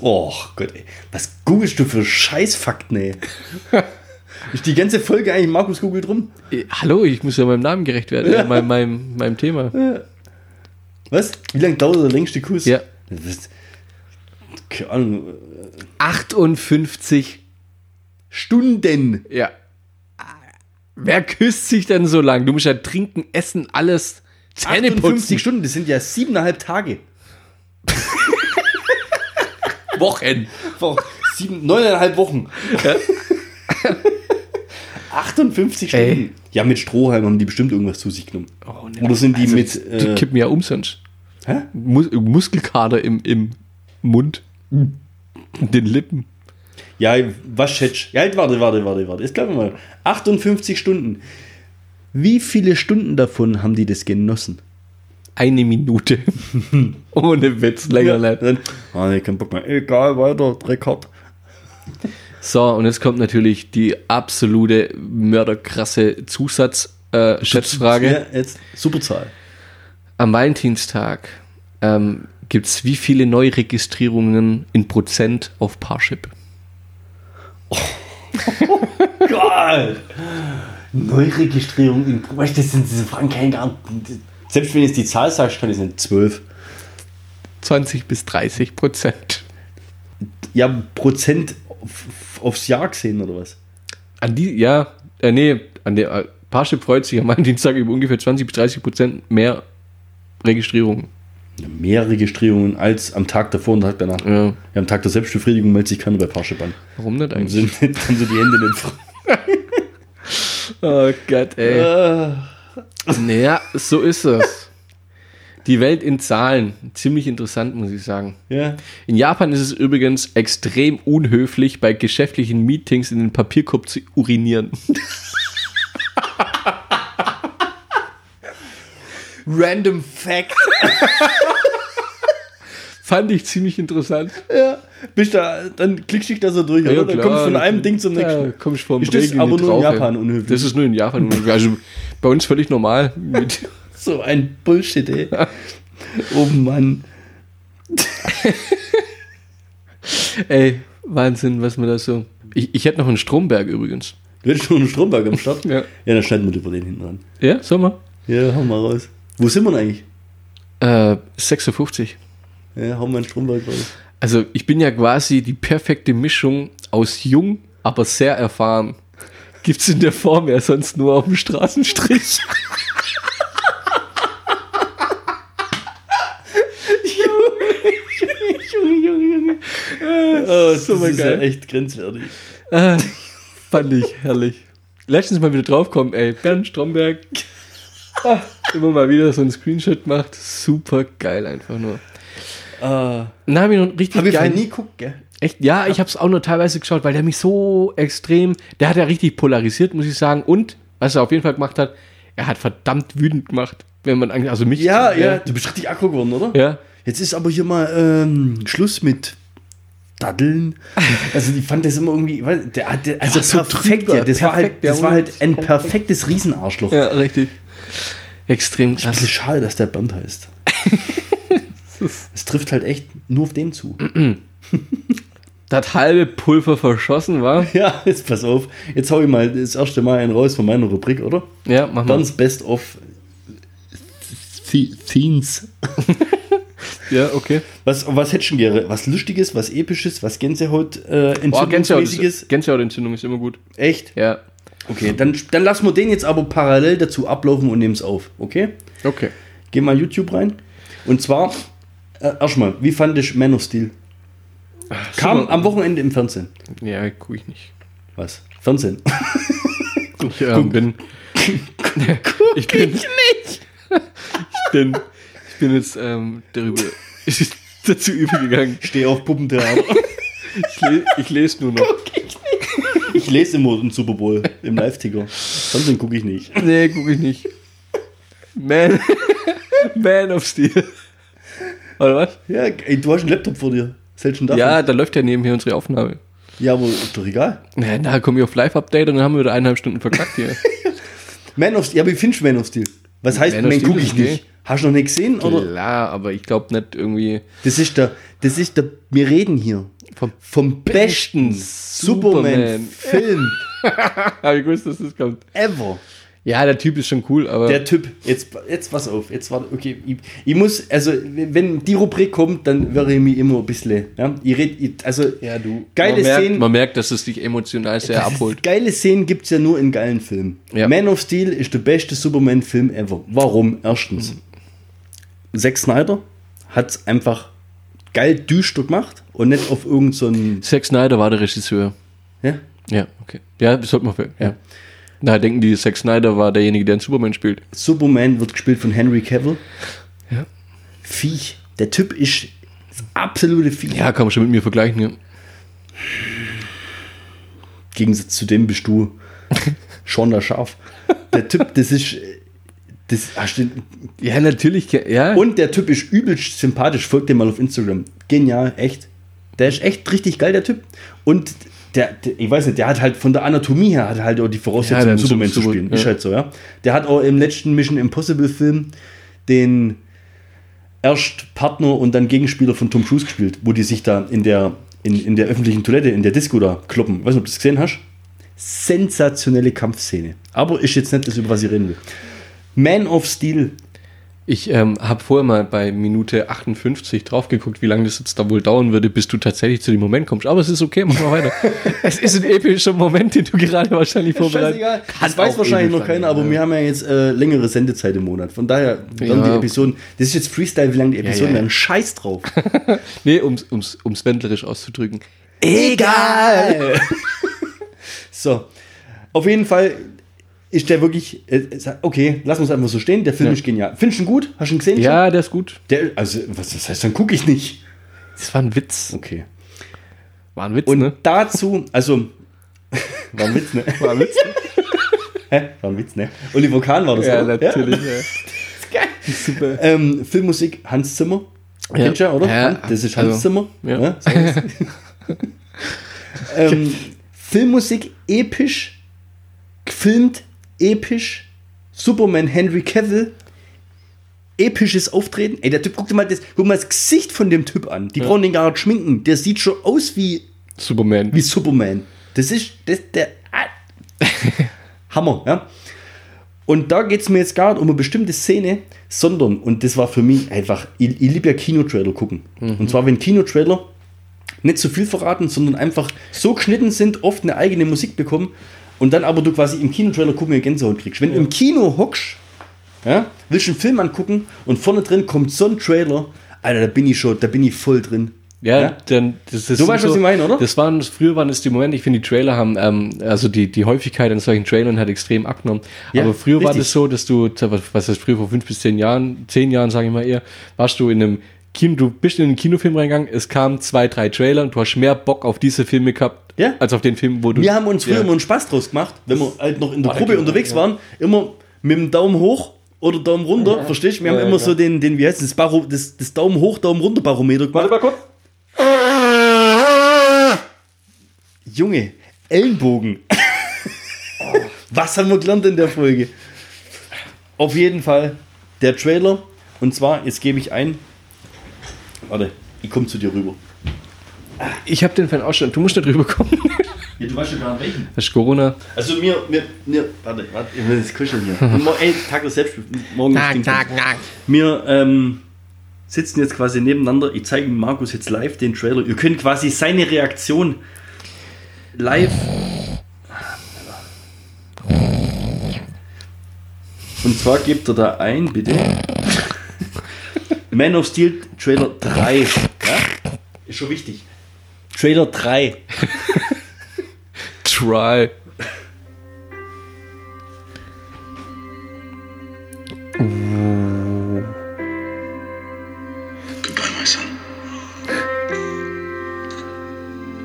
[SPEAKER 3] Och Gott, ey. Was googelst du für Scheißfakten, ey? ist die ganze Folge eigentlich Markus googelt rum?
[SPEAKER 1] Äh, Hallo, ich muss ja meinem Namen gerecht werden, äh, meinem, meinem, meinem Thema.
[SPEAKER 3] Was? Wie lange dauert der längste Kuss?
[SPEAKER 1] Ja.
[SPEAKER 3] Was? Keine Ahnung.
[SPEAKER 1] 58.
[SPEAKER 3] Stunden.
[SPEAKER 1] Ja. Ah, Wer küsst sich denn so lang? Du musst ja trinken, essen, alles. Zähne
[SPEAKER 3] 58
[SPEAKER 1] putzen.
[SPEAKER 3] Stunden, das sind ja siebeneinhalb Tage.
[SPEAKER 1] Wochen.
[SPEAKER 3] Boah, sieben, neuneinhalb Wochen. 58 Stunden. ne.
[SPEAKER 1] Ey.
[SPEAKER 3] Ja, mit Strohhalm haben die bestimmt irgendwas zu sich genommen.
[SPEAKER 1] Oh, nee.
[SPEAKER 3] Oder sind die
[SPEAKER 1] Also,
[SPEAKER 3] mit.
[SPEAKER 1] die
[SPEAKER 3] Äh,
[SPEAKER 1] kippen ja um sonst.
[SPEAKER 3] hä?
[SPEAKER 1] Mus Muskelkater im, im Mund. In den Lippen.
[SPEAKER 3] Ja, was schätzt? Ja, halt, warte, warte, warte, warte. Jetzt glauben wir mal. 58 Stunden. Wie viele Stunden davon haben die das genossen?
[SPEAKER 1] Eine Minute. Ohne Witz, länger
[SPEAKER 3] Ja.
[SPEAKER 1] nicht.
[SPEAKER 3] Dann, ah, nee, kein Bock mehr. Egal, weiter, Dreck hart.
[SPEAKER 1] So, und jetzt kommt natürlich die absolute mörderkrasse Zusatz-Schätzfrage. Äh, Schätzfrage.
[SPEAKER 3] Ja, jetzt. Superzahl.
[SPEAKER 1] Am Valentinstag ähm, gibt es wie viele Neuregistrierungen in Prozent auf Parship?
[SPEAKER 3] Geil! Neuregistrierung in. Weißt du, das sind diese Fragen kein gar. Selbst wenn du jetzt die Zahl sagst, kann ich sind 12.
[SPEAKER 1] 20 bis 30 Prozent.
[SPEAKER 3] Ja, Prozent auf, aufs Jahr gesehen oder was?
[SPEAKER 1] An die, ja, äh, nee, an der äh, Parship freut sich am Valentinstag über ungefähr 20 bis 30 Prozent mehr Registrierungen.
[SPEAKER 3] Mehr Registrierungen als am Tag davor und Tag danach. Ja.
[SPEAKER 1] Ja,
[SPEAKER 3] am Tag der Selbstbefriedigung meldet sich keiner bei Parship an.
[SPEAKER 1] warum nicht
[SPEAKER 3] Dann
[SPEAKER 1] eigentlich?
[SPEAKER 3] sind, dann sind die Hände nicht frei.
[SPEAKER 1] Oh Gott, ey.
[SPEAKER 3] Ah,
[SPEAKER 1] Naja, so ist es. Die Welt in Zahlen. Ziemlich interessant, muss ich sagen.
[SPEAKER 3] Ja.
[SPEAKER 1] In Japan ist es übrigens extrem unhöflich, bei geschäftlichen Meetings in den Papierkorb zu urinieren.
[SPEAKER 3] Random Fact.
[SPEAKER 1] Fand ich ziemlich interessant.
[SPEAKER 3] Ja. Bist da, dann klickst du dich da so durch, oder? dann kommst du von einem Ding zum nächsten.
[SPEAKER 1] Ja, kommst vom
[SPEAKER 3] Ist das
[SPEAKER 1] Regen
[SPEAKER 3] aber
[SPEAKER 1] die
[SPEAKER 3] nur in
[SPEAKER 1] Traufe.
[SPEAKER 3] Japan unhöflich?
[SPEAKER 1] Das ist nur in Japan unhöflich. Also bei uns völlig normal. Mit
[SPEAKER 3] So ein Bullshit, ey. oh Mann.
[SPEAKER 1] Ey, Wahnsinn, was man da so. Ich, ich hätte noch einen Stromberg übrigens.
[SPEAKER 3] Du hättest schon einen Stromberg am Start.
[SPEAKER 1] Ja.
[SPEAKER 3] ja, dann schneiden wir über den hinten ran.
[SPEAKER 1] Ja, sag mal.
[SPEAKER 3] Ja, hau mal raus. Wo sind wir denn eigentlich?
[SPEAKER 1] Äh, 56.
[SPEAKER 3] Ja, hau mal einen Stromberg raus.
[SPEAKER 1] Also ich bin ja quasi die perfekte Mischung aus jung, aber sehr erfahren. Gibt's in der Form ja sonst nur auf dem Straßenstrich.
[SPEAKER 3] Junge, Junge, Junge. Oh, das ist ja echt grenzwertig.
[SPEAKER 1] Ah, fand ich herrlich. Letztens mal wieder draufkommen, ey. Bernd Stromberg. Ah, immer mal wieder so ein Screenshot macht. Super geil einfach nur.
[SPEAKER 3] Ah.
[SPEAKER 1] Na, hab ich noch einen richtig
[SPEAKER 3] Hab ich
[SPEAKER 1] geilen.
[SPEAKER 3] nie geguckt, gell?
[SPEAKER 1] Echt, ja, ich habe es auch nur teilweise geschaut, weil der mich so extrem, der hat ja richtig polarisiert, muss ich sagen. Und was er auf jeden Fall gemacht hat, er hat verdammt wütend gemacht, wenn man eigentlich, also mich.
[SPEAKER 3] Ja, ja, Du bist richtig aggro geworden, oder?
[SPEAKER 1] ja.
[SPEAKER 3] Jetzt ist aber hier mal ähm, Schluss mit Daddeln. Also ich fand das immer irgendwie, weil der hatte also
[SPEAKER 1] war so
[SPEAKER 3] perfekt,
[SPEAKER 1] drüber,
[SPEAKER 3] ja, das war
[SPEAKER 1] perfekt,
[SPEAKER 3] halt,
[SPEAKER 1] ja,
[SPEAKER 3] das war halt ein perfektes Riesenarschloch.
[SPEAKER 1] Ja, richtig. Extrem krass.
[SPEAKER 3] Es ist schade, dass der Band heißt. Es trifft halt echt nur auf den zu.
[SPEAKER 1] Das halbe Pulver verschossen war.
[SPEAKER 3] Ja, jetzt pass auf. Jetzt hau ich mal das erste Mal einen raus von meiner Rubrik, oder?
[SPEAKER 1] Ja, mach mal.
[SPEAKER 3] Berns Best of The- Themes.
[SPEAKER 1] Ja, okay.
[SPEAKER 3] Was, was hättest du denn gerne? Was Lustiges, was Episches, was Gänsehaut äh,
[SPEAKER 1] Boah, Gänsehaut
[SPEAKER 3] Entzündungsmäßiges?
[SPEAKER 1] ist, Gänsehaut-Entzündung ist immer gut.
[SPEAKER 3] Echt?
[SPEAKER 1] Ja.
[SPEAKER 3] Okay, dann, dann lassen wir den jetzt aber parallel dazu ablaufen und nehmen es auf, okay?
[SPEAKER 1] Okay.
[SPEAKER 3] Geh mal YouTube rein. Und zwar, äh, erstmal, wie fand ich Man of Steel? Kam am Wochenende im Fernsehen.
[SPEAKER 1] Ja, guck ich nicht.
[SPEAKER 3] Was? Fernsehen.
[SPEAKER 1] Ich ähm, bin. ich bin. Ich bin. Ich bin jetzt ähm, darüber. Ich dazu übergegangen.
[SPEAKER 3] Stehe auf Puppentheater.
[SPEAKER 1] Ich, le ich lese nur noch.
[SPEAKER 3] Ich lese immer im Super Bowl, im Live-Ticker. Fernsehen gucke ich nicht.
[SPEAKER 1] Nee, guck ich nicht. Man. Man of Steel. Oder was?
[SPEAKER 3] Ja, ey, du hast einen Laptop vor dir. Selbst schon davon.
[SPEAKER 1] Ja, da läuft ja nebenher unsere Aufnahme.
[SPEAKER 3] ja, aber ist doch egal.
[SPEAKER 1] Na, nachher komme ich auf Live-Update und dann haben wir wieder eineinhalb Stunden verkackt hier.
[SPEAKER 3] Man of Steel, ja, wie findest du Man of Steel? Was heißt,
[SPEAKER 1] Man of
[SPEAKER 3] man
[SPEAKER 1] Steel
[SPEAKER 3] gucke
[SPEAKER 1] ist
[SPEAKER 3] ich
[SPEAKER 1] okay.
[SPEAKER 3] nicht? Hast du noch nicht gesehen? Oder?
[SPEAKER 1] Klar, aber ich glaube nicht irgendwie.
[SPEAKER 3] Das ist der, das ist der, wir reden hier
[SPEAKER 1] Vom-
[SPEAKER 3] vom besten
[SPEAKER 1] Superman.
[SPEAKER 3] Superman-Film
[SPEAKER 1] Hab Ah, ich gewusst, dass das kommt.
[SPEAKER 3] ever.
[SPEAKER 1] Ja, der Typ ist schon cool, aber.
[SPEAKER 3] Der Typ, jetzt, jetzt pass auf, jetzt war, okay, ich, ich muss, also, wenn die Rubrik kommt, dann wäre ich mich immer ein bisschen, ja, ich red, ich, also,
[SPEAKER 1] ja, du.
[SPEAKER 3] geile
[SPEAKER 1] man merkt,
[SPEAKER 3] Szenen,
[SPEAKER 1] Man merkt, dass es dich emotional sehr abholt.
[SPEAKER 3] geile Szenen gibt es ja nur in geilen Filmen.
[SPEAKER 1] Ja.
[SPEAKER 3] Man of Steel ist der beste Superman-Film ever. Warum? Erstens, Zack Snyder hat es einfach geil düster gemacht und nicht auf irgendeinen, so einen-
[SPEAKER 1] Zack Snyder war der Regisseur.
[SPEAKER 3] ja,
[SPEAKER 1] Ja, okay. Ja, das sollte man. für- Ja. Na, denken die, Zack Snyder war derjenige, der einen Superman spielt.
[SPEAKER 3] Superman wird gespielt von Henry Cavill.
[SPEAKER 1] Ja.
[SPEAKER 3] Viech. Der Typ ist das absolute Viech.
[SPEAKER 1] Ja, kann man schon mit mir vergleichen. Ja.
[SPEAKER 3] Im Gegensatz zu dem bist du schon da scharf. Der Typ, das ist. äh, Das, hast du-
[SPEAKER 1] Ja, natürlich. ke- Ja.
[SPEAKER 3] und der Typ ist übelst sympathisch. Folgt dem mal auf Instagram. Genial, echt. Der ist echt richtig geil, der Typ. Und der, der ich weiß nicht, der hat halt von der Anatomie her hat halt auch die
[SPEAKER 1] Ja,
[SPEAKER 3] Voraussetzung,
[SPEAKER 1] der ist
[SPEAKER 3] Superman zu
[SPEAKER 1] super-
[SPEAKER 3] spielen.
[SPEAKER 1] ja.
[SPEAKER 3] Ist halt so, ja. Der hat auch im letzten Mission Impossible Film den erst Partner und dann Gegenspieler von Tom Cruise gespielt, wo die sich da in der, in, in der öffentlichen Toilette, in der Disco da kloppen. Weiß nicht, ob du das gesehen hast. Sensationelle Kampfszene. Aber ist jetzt nicht das, über was ich reden will. Man of Steel.
[SPEAKER 1] Ich ähm, habe vorher mal bei Minute 58 drauf geguckt, wie lange das jetzt da wohl dauern würde, bis du tatsächlich zu dem Moment kommst. Aber es ist okay, machen wir weiter. es ist ein epischer Moment, den du gerade wahrscheinlich vorbereitet
[SPEAKER 3] Scheißegal. Das
[SPEAKER 1] Kann
[SPEAKER 3] weiß
[SPEAKER 1] auch
[SPEAKER 3] wahrscheinlich
[SPEAKER 1] ewig
[SPEAKER 3] noch keiner,
[SPEAKER 1] sein,
[SPEAKER 3] aber
[SPEAKER 1] ja.
[SPEAKER 3] wir haben ja jetzt äh, längere Sendezeit im Monat. Von daher werden
[SPEAKER 1] Ja.
[SPEAKER 3] die Episoden. Das ist jetzt Freestyle, wie lang die Episoden
[SPEAKER 1] ja, ja.
[SPEAKER 3] werden. Scheiß drauf.
[SPEAKER 1] Nee, um's, um's, um's wendlerisch auszudrücken.
[SPEAKER 3] Egal! so. Auf jeden Fall ist der wirklich. äh, es hat- Okay, lass uns einfach so stehen. Der Film
[SPEAKER 1] Ja.
[SPEAKER 3] ist genial. Findest du ihn gut? Hast du ihn gesehen?
[SPEAKER 1] Ja, der ist gut.
[SPEAKER 3] Der, also, was das heißt, dann gucke ich nicht.
[SPEAKER 1] Das war ein Witz.
[SPEAKER 3] Okay.
[SPEAKER 1] War ein Witz,
[SPEAKER 3] Und
[SPEAKER 1] ne?
[SPEAKER 3] dazu, also. War ein Witz, ne? War ein Witz. Hä? War ein Witz, ne? Oliver Kahn war das, oder?
[SPEAKER 1] Super.
[SPEAKER 3] Ähm, Filmmusik Hans Zimmer.
[SPEAKER 1] Ja.
[SPEAKER 3] Kennst du, oder? Hm?
[SPEAKER 1] Ja,
[SPEAKER 3] das ist Hans
[SPEAKER 1] also,
[SPEAKER 3] Zimmer.
[SPEAKER 1] ja.
[SPEAKER 3] Ne? So ist es. ähm, Filmmusik episch, gefilmt episch, Superman Henry Cavill, episches Auftreten. Ey, der Typ, guck dir mal das, guck mal das Gesicht von dem Typ an. Die brauchen den gar nicht schminken. Der sieht schon aus wie,
[SPEAKER 1] Superman.
[SPEAKER 3] wie Superman. Das ist das, der ah. Hammer, ja. Und da geht es mir jetzt gar nicht um eine bestimmte Szene, sondern, und das war für mich einfach, ich, ich liebe ja Kinotrailer gucken. Und zwar, wenn Kinotrailer nicht zu viel verraten, sondern einfach so geschnitten sind, oft eine eigene Musik bekommen und dann aber du quasi im Kinotrailer gucken eine Gänsehaut kriegst. Wenn du im Kino hockst, ja, willst du einen Film angucken und vorne drin kommt so ein Trailer, Alter, da bin ich schon, da bin ich voll drin.
[SPEAKER 1] Ja, dann das ist
[SPEAKER 3] Du weißt, was ich meine, oder?
[SPEAKER 1] Das waren früher waren es die Momente, ich finde die Trailer haben ähm, also die die Häufigkeit an solchen Trailern hat extrem abgenommen.
[SPEAKER 3] Ja,
[SPEAKER 1] Aber früher war
[SPEAKER 3] richtig.
[SPEAKER 1] das so, dass du was heißt früher vor fünf bis zehn Jahren, zehn Jahren sage ich mal eher, warst du in einem Kino, du bist in einen Kinofilm reingegangen, es kamen zwei, drei Trailer und du hast mehr Bock auf diese Filme gehabt,
[SPEAKER 3] Ja.
[SPEAKER 1] als auf den Film, wo du
[SPEAKER 3] Wir haben uns früher
[SPEAKER 1] Ja.
[SPEAKER 3] immer einen Spaß draus gemacht, wenn wir halt noch in der
[SPEAKER 1] War
[SPEAKER 3] Gruppe
[SPEAKER 1] klar,
[SPEAKER 3] unterwegs
[SPEAKER 1] ja.
[SPEAKER 3] waren, immer mit dem Daumen hoch oder Daumen runter, verstehst du? Wir haben
[SPEAKER 1] Ja,
[SPEAKER 3] immer
[SPEAKER 1] klar.
[SPEAKER 3] so den, den wie heißt das, Baro, das, das Daumen hoch, Daumen runter Barometer gemacht.
[SPEAKER 1] kurz.
[SPEAKER 3] Junge, Ellenbogen. Was haben wir gelernt in der Folge? Auf jeden Fall der Trailer. Und zwar, jetzt gebe ich ein. Warte, ich komme zu dir rüber.
[SPEAKER 1] Ich habe den Fan auch schon, du musst da drüber kommen.
[SPEAKER 3] Ja, du weißt ja gar nicht welchen.
[SPEAKER 1] Das ist Corona.
[SPEAKER 3] Also mir, mir, mir, warte, warte, ich will das kuscheln hier. Und mo- Ey, Tag des Selbst, morgen ist Ding- Wir ähm, sitzen jetzt quasi nebeneinander. Ich zeige Markus jetzt live den Trailer. Ihr könnt quasi seine Reaktion live. Und zwar gebt ihr da ein, bitte. Man of Steel Trailer 3. Ja? Ist schon wichtig. Trailer 3.
[SPEAKER 1] Try.
[SPEAKER 4] Goodbye, my son.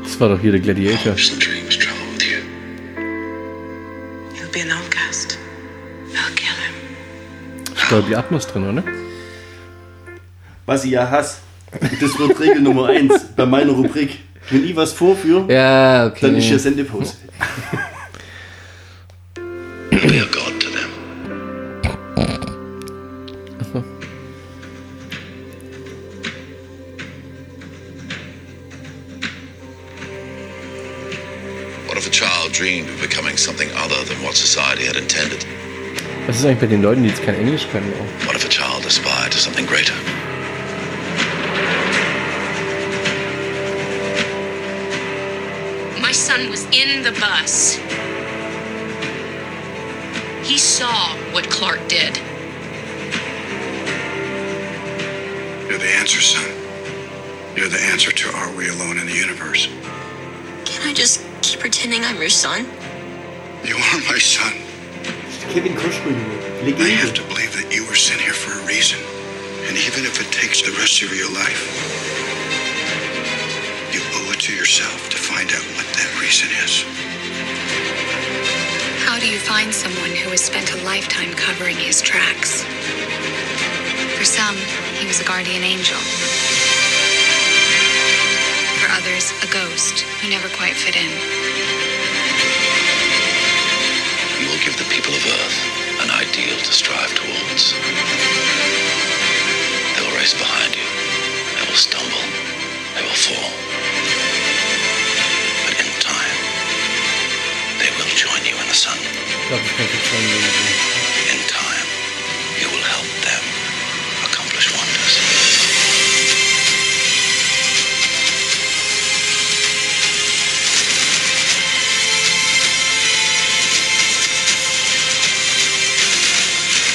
[SPEAKER 1] Das war doch hier der Gladiator.
[SPEAKER 4] Hopes and dreams travel with you.
[SPEAKER 5] He'll be an outcast. I'll kill him.
[SPEAKER 1] Ist da die Atmos drin, oder?
[SPEAKER 3] Was ich ja hasse. Das wird Regel Nummer 1 bei meiner Rubrik. Wenn ich was vorführe,
[SPEAKER 1] Ja, okay.
[SPEAKER 3] dann ist ja Sendepause.
[SPEAKER 4] Be a god to them. What if a child dreamed of becoming something other than what society had intended?
[SPEAKER 1] Was ist eigentlich bei den Leuten, die jetzt kein Englisch können? Oh, auch?
[SPEAKER 4] What if a child aspired to something greater?
[SPEAKER 6] My son was in the bus. He saw what Clark did.
[SPEAKER 4] You're the answer, son. You're the answer to are we alone in the universe?
[SPEAKER 7] Can't I just keep pretending I'm your son?
[SPEAKER 4] You are my son.
[SPEAKER 3] Kevin Costner,
[SPEAKER 4] I
[SPEAKER 3] Legende.
[SPEAKER 4] have to believe that you were sent here for a reason. And even if it takes the rest of your life, you owe it to yourself to find out what that reason is.
[SPEAKER 6] How do you find someone who has spent a lifetime covering his tracks? For some, he was a guardian angel. For others, a ghost who never quite fit in.
[SPEAKER 4] You will give the people of Earth an ideal to strive towards. They will race behind you. They will stumble. They will fall. But in time, they will join you in the sun.
[SPEAKER 1] Ich glaube, ich kann jetzt schon irgendwie-
[SPEAKER 4] In time, you will help them accomplish wonders.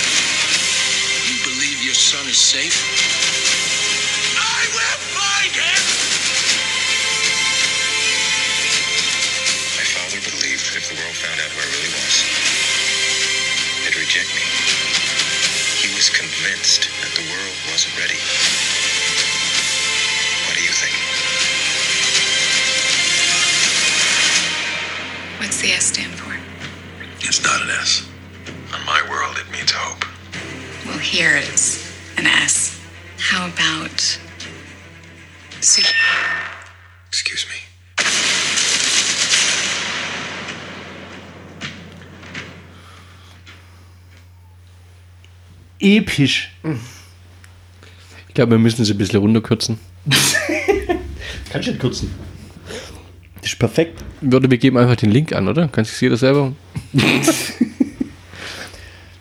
[SPEAKER 4] You believe your son is safe? I will find him! My father believed if the world found out who I really was, they'd reject me. He was convinced that the world wasn't ready. What do you think?
[SPEAKER 6] What's the S stand for?
[SPEAKER 4] It's not an S. On my world, it means hope.
[SPEAKER 6] Well, here it's an S. How about. Su-
[SPEAKER 4] Excuse me.
[SPEAKER 3] Episch.
[SPEAKER 1] Ich glaube, wir müssen sie ein bisschen runterkürzen.
[SPEAKER 3] Kannst du nicht kürzen. Das ist perfekt.
[SPEAKER 1] Würde, wir geben einfach den Link an, oder? Kannst du es jeder selber?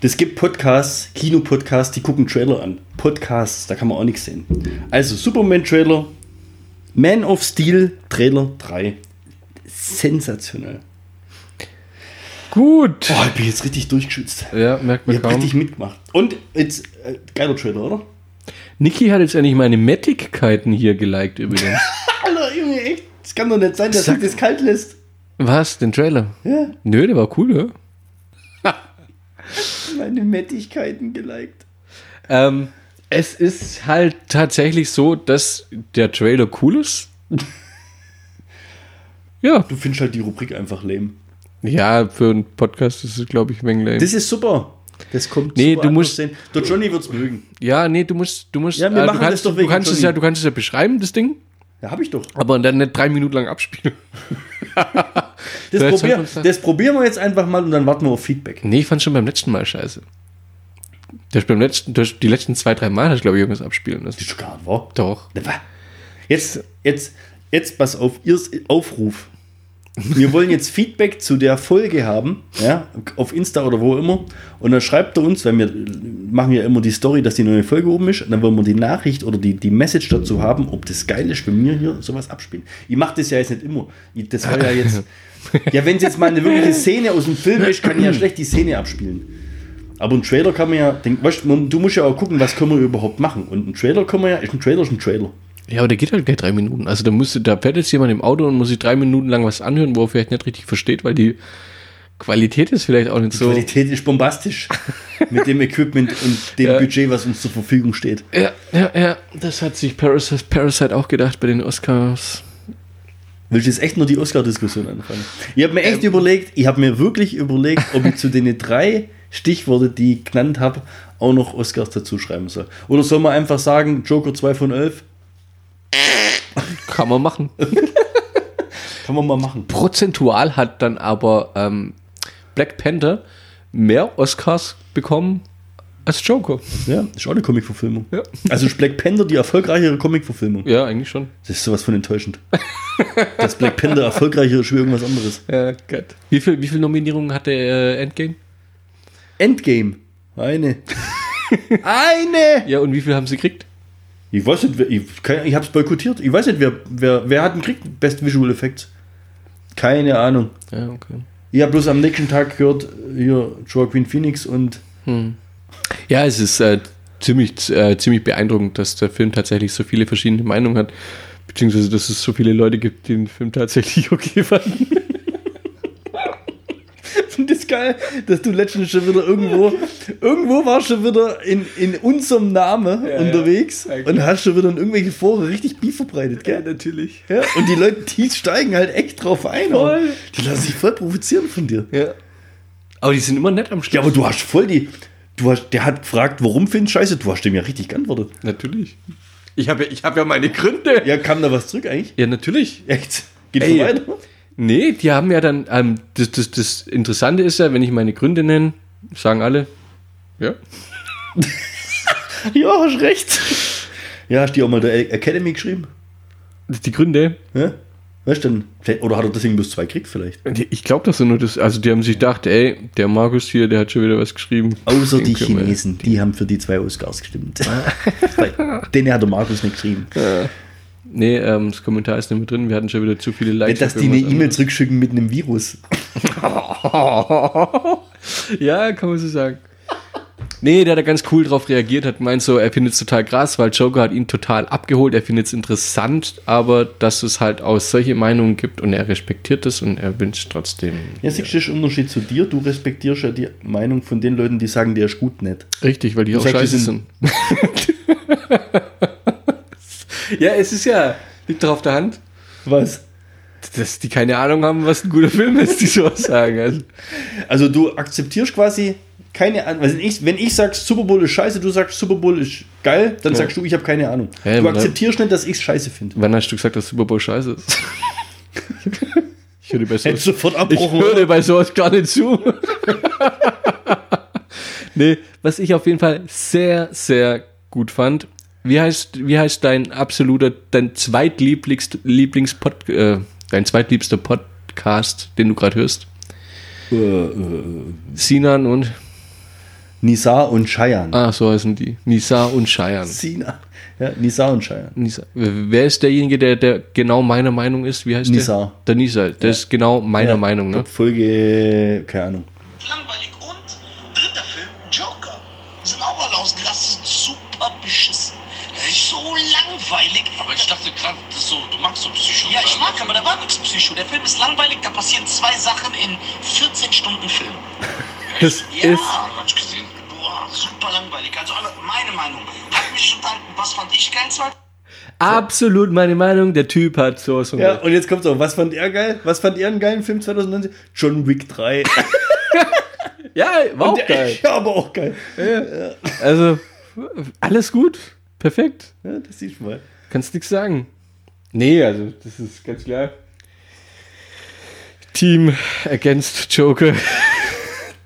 [SPEAKER 3] Das gibt Podcasts, Kinopodcasts, die gucken Trailer an. Podcasts, da kann man auch nichts sehen. Also Superman-Trailer, Man of Steel, Trailer 3. Sensationell.
[SPEAKER 1] Gut.
[SPEAKER 3] Boah, ich bin jetzt richtig durchgeschützt.
[SPEAKER 1] Ja, merkt
[SPEAKER 3] Ich
[SPEAKER 1] man
[SPEAKER 3] habe
[SPEAKER 1] kaum.
[SPEAKER 3] richtig mitgemacht. Und jetzt, äh, geiler Trailer, oder?
[SPEAKER 1] Niki hat jetzt endlich meine Mettigkeiten hier geliked übrigens.
[SPEAKER 3] Alter, Junge, echt. Das kann doch nicht sein, dass
[SPEAKER 1] Sag-
[SPEAKER 3] sich das kalt lässt.
[SPEAKER 1] Was? Den Trailer?
[SPEAKER 3] Ja,
[SPEAKER 1] Nö, der war cool, ja.
[SPEAKER 3] meine Nettigkeiten geliked.
[SPEAKER 1] Ähm, es ist halt tatsächlich so, dass der Trailer cool ist. ja.
[SPEAKER 3] Du findest halt die Rubrik einfach lame.
[SPEAKER 1] Ja, für einen Podcast ist es, glaube ich, ein wenig lame.
[SPEAKER 3] Das ist super. Das kommt
[SPEAKER 1] Nee,
[SPEAKER 3] super
[SPEAKER 1] du
[SPEAKER 3] an,
[SPEAKER 1] musst-
[SPEAKER 3] sehen. Der Johnny wird's mögen.
[SPEAKER 1] ja, nee, du musst, du musst,
[SPEAKER 3] Ja, wir
[SPEAKER 1] äh, du
[SPEAKER 3] machen das
[SPEAKER 1] kannst,
[SPEAKER 3] doch
[SPEAKER 1] du
[SPEAKER 3] wegen
[SPEAKER 1] kannst es
[SPEAKER 3] Johnny.
[SPEAKER 1] ja, du kannst es ja beschreiben, das Ding,
[SPEAKER 3] Ja, hab ich doch.
[SPEAKER 1] aber dann nicht drei Minuten lang abspielen.
[SPEAKER 3] Das,
[SPEAKER 1] Vielleicht
[SPEAKER 3] probier,
[SPEAKER 1] sollten wir uns da-
[SPEAKER 3] das probieren wir jetzt einfach mal und dann warten wir auf Feedback.
[SPEAKER 1] Nee, ich fand schon beim letzten Mal scheiße. Das beim letzten, das, die letzten zwei, drei Mal hast du, glaube ich, irgendwas abspielen lassen.
[SPEAKER 3] Das ist gar nicht wahr.
[SPEAKER 1] Doch.
[SPEAKER 3] Jetzt, jetzt, jetzt pass auf, ihr Aufruf. Wir wollen jetzt Feedback zu der Folge haben, ja, auf Insta oder wo immer. Und dann schreibt er uns, weil wir machen ja immer die Story, dass die neue Folge oben ist. Und dann wollen wir die Nachricht oder die, die Message dazu haben, ob das geil ist, wenn wir hier sowas abspielen. Ihr macht das ja jetzt nicht immer. Ich- Das war ja jetzt. Ja, wenn es jetzt mal eine wirkliche Szene aus dem Film ist, kann ich ja schlecht die Szene abspielen. Aber einen Trailer kann man ja, denk, weißt, du, du musst ja auch gucken, was können wir überhaupt machen. Und ein Trailer kann man ja, ist ein Trailer ist ein Trailer.
[SPEAKER 1] Ja, aber der geht halt gleich drei Minuten. Also da müsste, da fährt jetzt jemand im Auto und muss sich drei Minuten lang was anhören, wo er vielleicht nicht richtig versteht, weil die Qualität ist vielleicht auch nicht so.
[SPEAKER 3] Qualität ist bombastisch mit dem Equipment und dem
[SPEAKER 1] Ja.
[SPEAKER 3] Budget, was uns zur Verfügung steht.
[SPEAKER 1] Ja, ja, ja. Das hat sich Parasite, Parasite auch gedacht bei den Oscars.
[SPEAKER 3] Willst du jetzt echt nur die Oscar-Diskussion anfangen? Ich habe mir
[SPEAKER 1] Ähm.
[SPEAKER 3] echt überlegt, ich habe mir wirklich überlegt, ob ich zu den drei Stichworte, die ich genannt habe, auch noch Oscars dazu schreiben soll. Oder soll man einfach sagen, Joker 2 von 11?
[SPEAKER 1] Kann man machen.
[SPEAKER 3] Kann man mal machen.
[SPEAKER 1] Prozentual hat dann aber ähm, Black Panther mehr Oscars bekommen als Joker.
[SPEAKER 3] Ja, ist auch eine Comic-Verfilmung.
[SPEAKER 1] Ja.
[SPEAKER 3] Also ist Black Panther die erfolgreichere Comic-Verfilmung.
[SPEAKER 1] Ja, eigentlich schon.
[SPEAKER 3] Das ist sowas von enttäuschend. Dass Black Panther erfolgreicher ist wie irgendwas anderes.
[SPEAKER 1] Ja, Gott. Wie viel, wie viel Nominierungen hatte äh, Endgame?
[SPEAKER 3] Endgame. Eine. Eine!
[SPEAKER 1] Ja, und wie viel haben sie gekriegt?
[SPEAKER 3] Ich weiß nicht, wer, ich, keine- ich hab's boykottiert. Ich weiß nicht, wer, wer, wer hat den Krieg Best Visual Effects? Keine Ahnung.
[SPEAKER 1] Ja, okay.
[SPEAKER 3] Ich habe bloß am nächsten Tag gehört, hier Joaquin Phoenix und
[SPEAKER 1] Ja, es ist äh, ziemlich, äh, ziemlich beeindruckend, dass der Film tatsächlich so viele verschiedene Meinungen hat. Beziehungsweise, dass es so viele Leute gibt, die den Film tatsächlich okay fanden.
[SPEAKER 3] finde es geil, dass du letztens schon wieder irgendwo, irgendwo warst schon wieder in, in unserem Namen unterwegs und hast schon wieder in irgendwelche Foren richtig Beef verbreitet, gell? Ja, natürlich. Ja, und die Leute, die steigen halt echt drauf ein. aber Die lassen sich voll provozieren von dir.
[SPEAKER 1] Ja. Aber die sind immer nett am Schluss.
[SPEAKER 3] Ja, aber du hast voll die. Du hast, der hat gefragt, warum Finn scheiße, du hast dem ja richtig geantwortet.
[SPEAKER 1] Natürlich. Ich habe ja, ich hab ja meine Gründe.
[SPEAKER 3] Ja, kam da was zurück eigentlich?
[SPEAKER 1] ja natürlich.
[SPEAKER 3] Echt? Geht
[SPEAKER 1] Ey.
[SPEAKER 3] so weiter?
[SPEAKER 1] Nee, die haben ja dann, ähm, das, das, das Interessante ist ja, wenn ich meine Gründe nenne, sagen alle, ja.
[SPEAKER 3] Ja, hast recht. Ja, hast du die auch mal der Academy geschrieben?
[SPEAKER 1] Die Gründe,
[SPEAKER 3] Ja? Weißt du denn? vielleicht- Oder hat er deswegen bloß zwei gekriegt vielleicht?
[SPEAKER 1] die- ich glaube, dass sie nur das, also die haben sich gedacht, ey, der Markus hier, der hat schon wieder was geschrieben.
[SPEAKER 3] Außer
[SPEAKER 1] Den
[SPEAKER 3] die Ah.
[SPEAKER 1] können wir-
[SPEAKER 3] Chinesen, die haben für die zwei Oscars gestimmt. Weil Den hat der Markus nicht geschrieben.
[SPEAKER 1] Nee, ähm, das Kommentar ist nicht mehr drin, wir hatten schon wieder zu viele Likes.
[SPEAKER 3] Nicht, dass
[SPEAKER 1] auf
[SPEAKER 3] die eine
[SPEAKER 1] irgendwas
[SPEAKER 3] E-Mail zurückschicken mit einem Virus.
[SPEAKER 1] ja, kann man so sagen. Nee, der hat da ganz cool drauf reagiert, hat meint so, er findet es total krass, weil Joker hat ihn total abgeholt, er findet es interessant, aber dass es halt auch solche Meinungen gibt und er respektiert es und er wünscht trotzdem.
[SPEAKER 3] Ja, siehst du, das ist ein Unterschied zu dir. Du respektierst ja die Meinung von den Leuten, die sagen, der ist gut nicht.
[SPEAKER 1] Richtig, weil die auch
[SPEAKER 3] sagst,
[SPEAKER 1] scheiße
[SPEAKER 3] die
[SPEAKER 1] sind. ja, es ist ja, liegt drauf der Hand,
[SPEAKER 3] Was?
[SPEAKER 1] dass die keine Ahnung haben, was ein guter Film ist, die sowas sagen. Also,
[SPEAKER 3] Also du akzeptierst quasi keine Ahnung. Also ich, wenn ich sag, Super Bowl ist scheiße, du sagst, Super Bowl ist geil, dann sagst du, ich habe keine Ahnung.
[SPEAKER 1] Ja,
[SPEAKER 3] du
[SPEAKER 1] aber-
[SPEAKER 3] akzeptierst nicht, dass ich es scheiße finde.
[SPEAKER 1] wann hast du gesagt, dass Super Bowl scheiße ist? ich höre besser.
[SPEAKER 3] Hättest du sofort
[SPEAKER 1] Ich
[SPEAKER 3] abbrochen.
[SPEAKER 1] höre bei sowas gar nicht zu. nee, was ich auf jeden Fall sehr, sehr gut fand. Wie heißt, wie heißt dein absoluter, dein zweitlieblichst, Lieblingspod, äh, dein zweitliebster Podcast, den du gerade hörst?
[SPEAKER 3] Äh,
[SPEAKER 1] Sinan und,
[SPEAKER 3] Nizar und Cheyenne.
[SPEAKER 1] ah, so heißen die. Nisa und Cheyenne.
[SPEAKER 3] Sina. Ja, Nizar und Cheyenne.
[SPEAKER 1] Nisa. Wer ist derjenige, der, der genau meiner Meinung ist? Wie heißt
[SPEAKER 3] Nisa.
[SPEAKER 1] der? Der Nisa. Der ist genau meiner
[SPEAKER 3] Ja,
[SPEAKER 1] Meinung, ne?
[SPEAKER 3] Folge, keine Ahnung.
[SPEAKER 8] langweilig und dritter Film, Joker. Sind auch alle ausgerastet, super beschissen. Das ist so langweilig.
[SPEAKER 9] Aber ich dachte gerade, das ist so, du magst so Psycho.
[SPEAKER 8] Ja, ich mag, aber da war nichts Psycho. Der Film ist langweilig, da passieren zwei Sachen in 14 Stunden Film.
[SPEAKER 1] Das
[SPEAKER 8] Ja.
[SPEAKER 1] ist
[SPEAKER 9] Quatsch Ah, gesehen.
[SPEAKER 8] Boah, super langweilig. Also alle- meine Meinung. Hat mich unterhalten, was fand ich geil? zwar-
[SPEAKER 1] absolut meine Meinung. Der Typ hat sowas von
[SPEAKER 3] Ja, und jetzt kommt's auch. Was fand er geil? Was fand ihr einen geilen Film 2019? John Wick 3.
[SPEAKER 1] Ja, war auch
[SPEAKER 3] Der-
[SPEAKER 1] geil.
[SPEAKER 3] Ja, aber auch geil.
[SPEAKER 1] Also, alles gut. Perfekt.
[SPEAKER 3] Ja, das siehst du mal.
[SPEAKER 1] Kannst nichts sagen. Nee, also, das ist ganz klar. Team against Joker.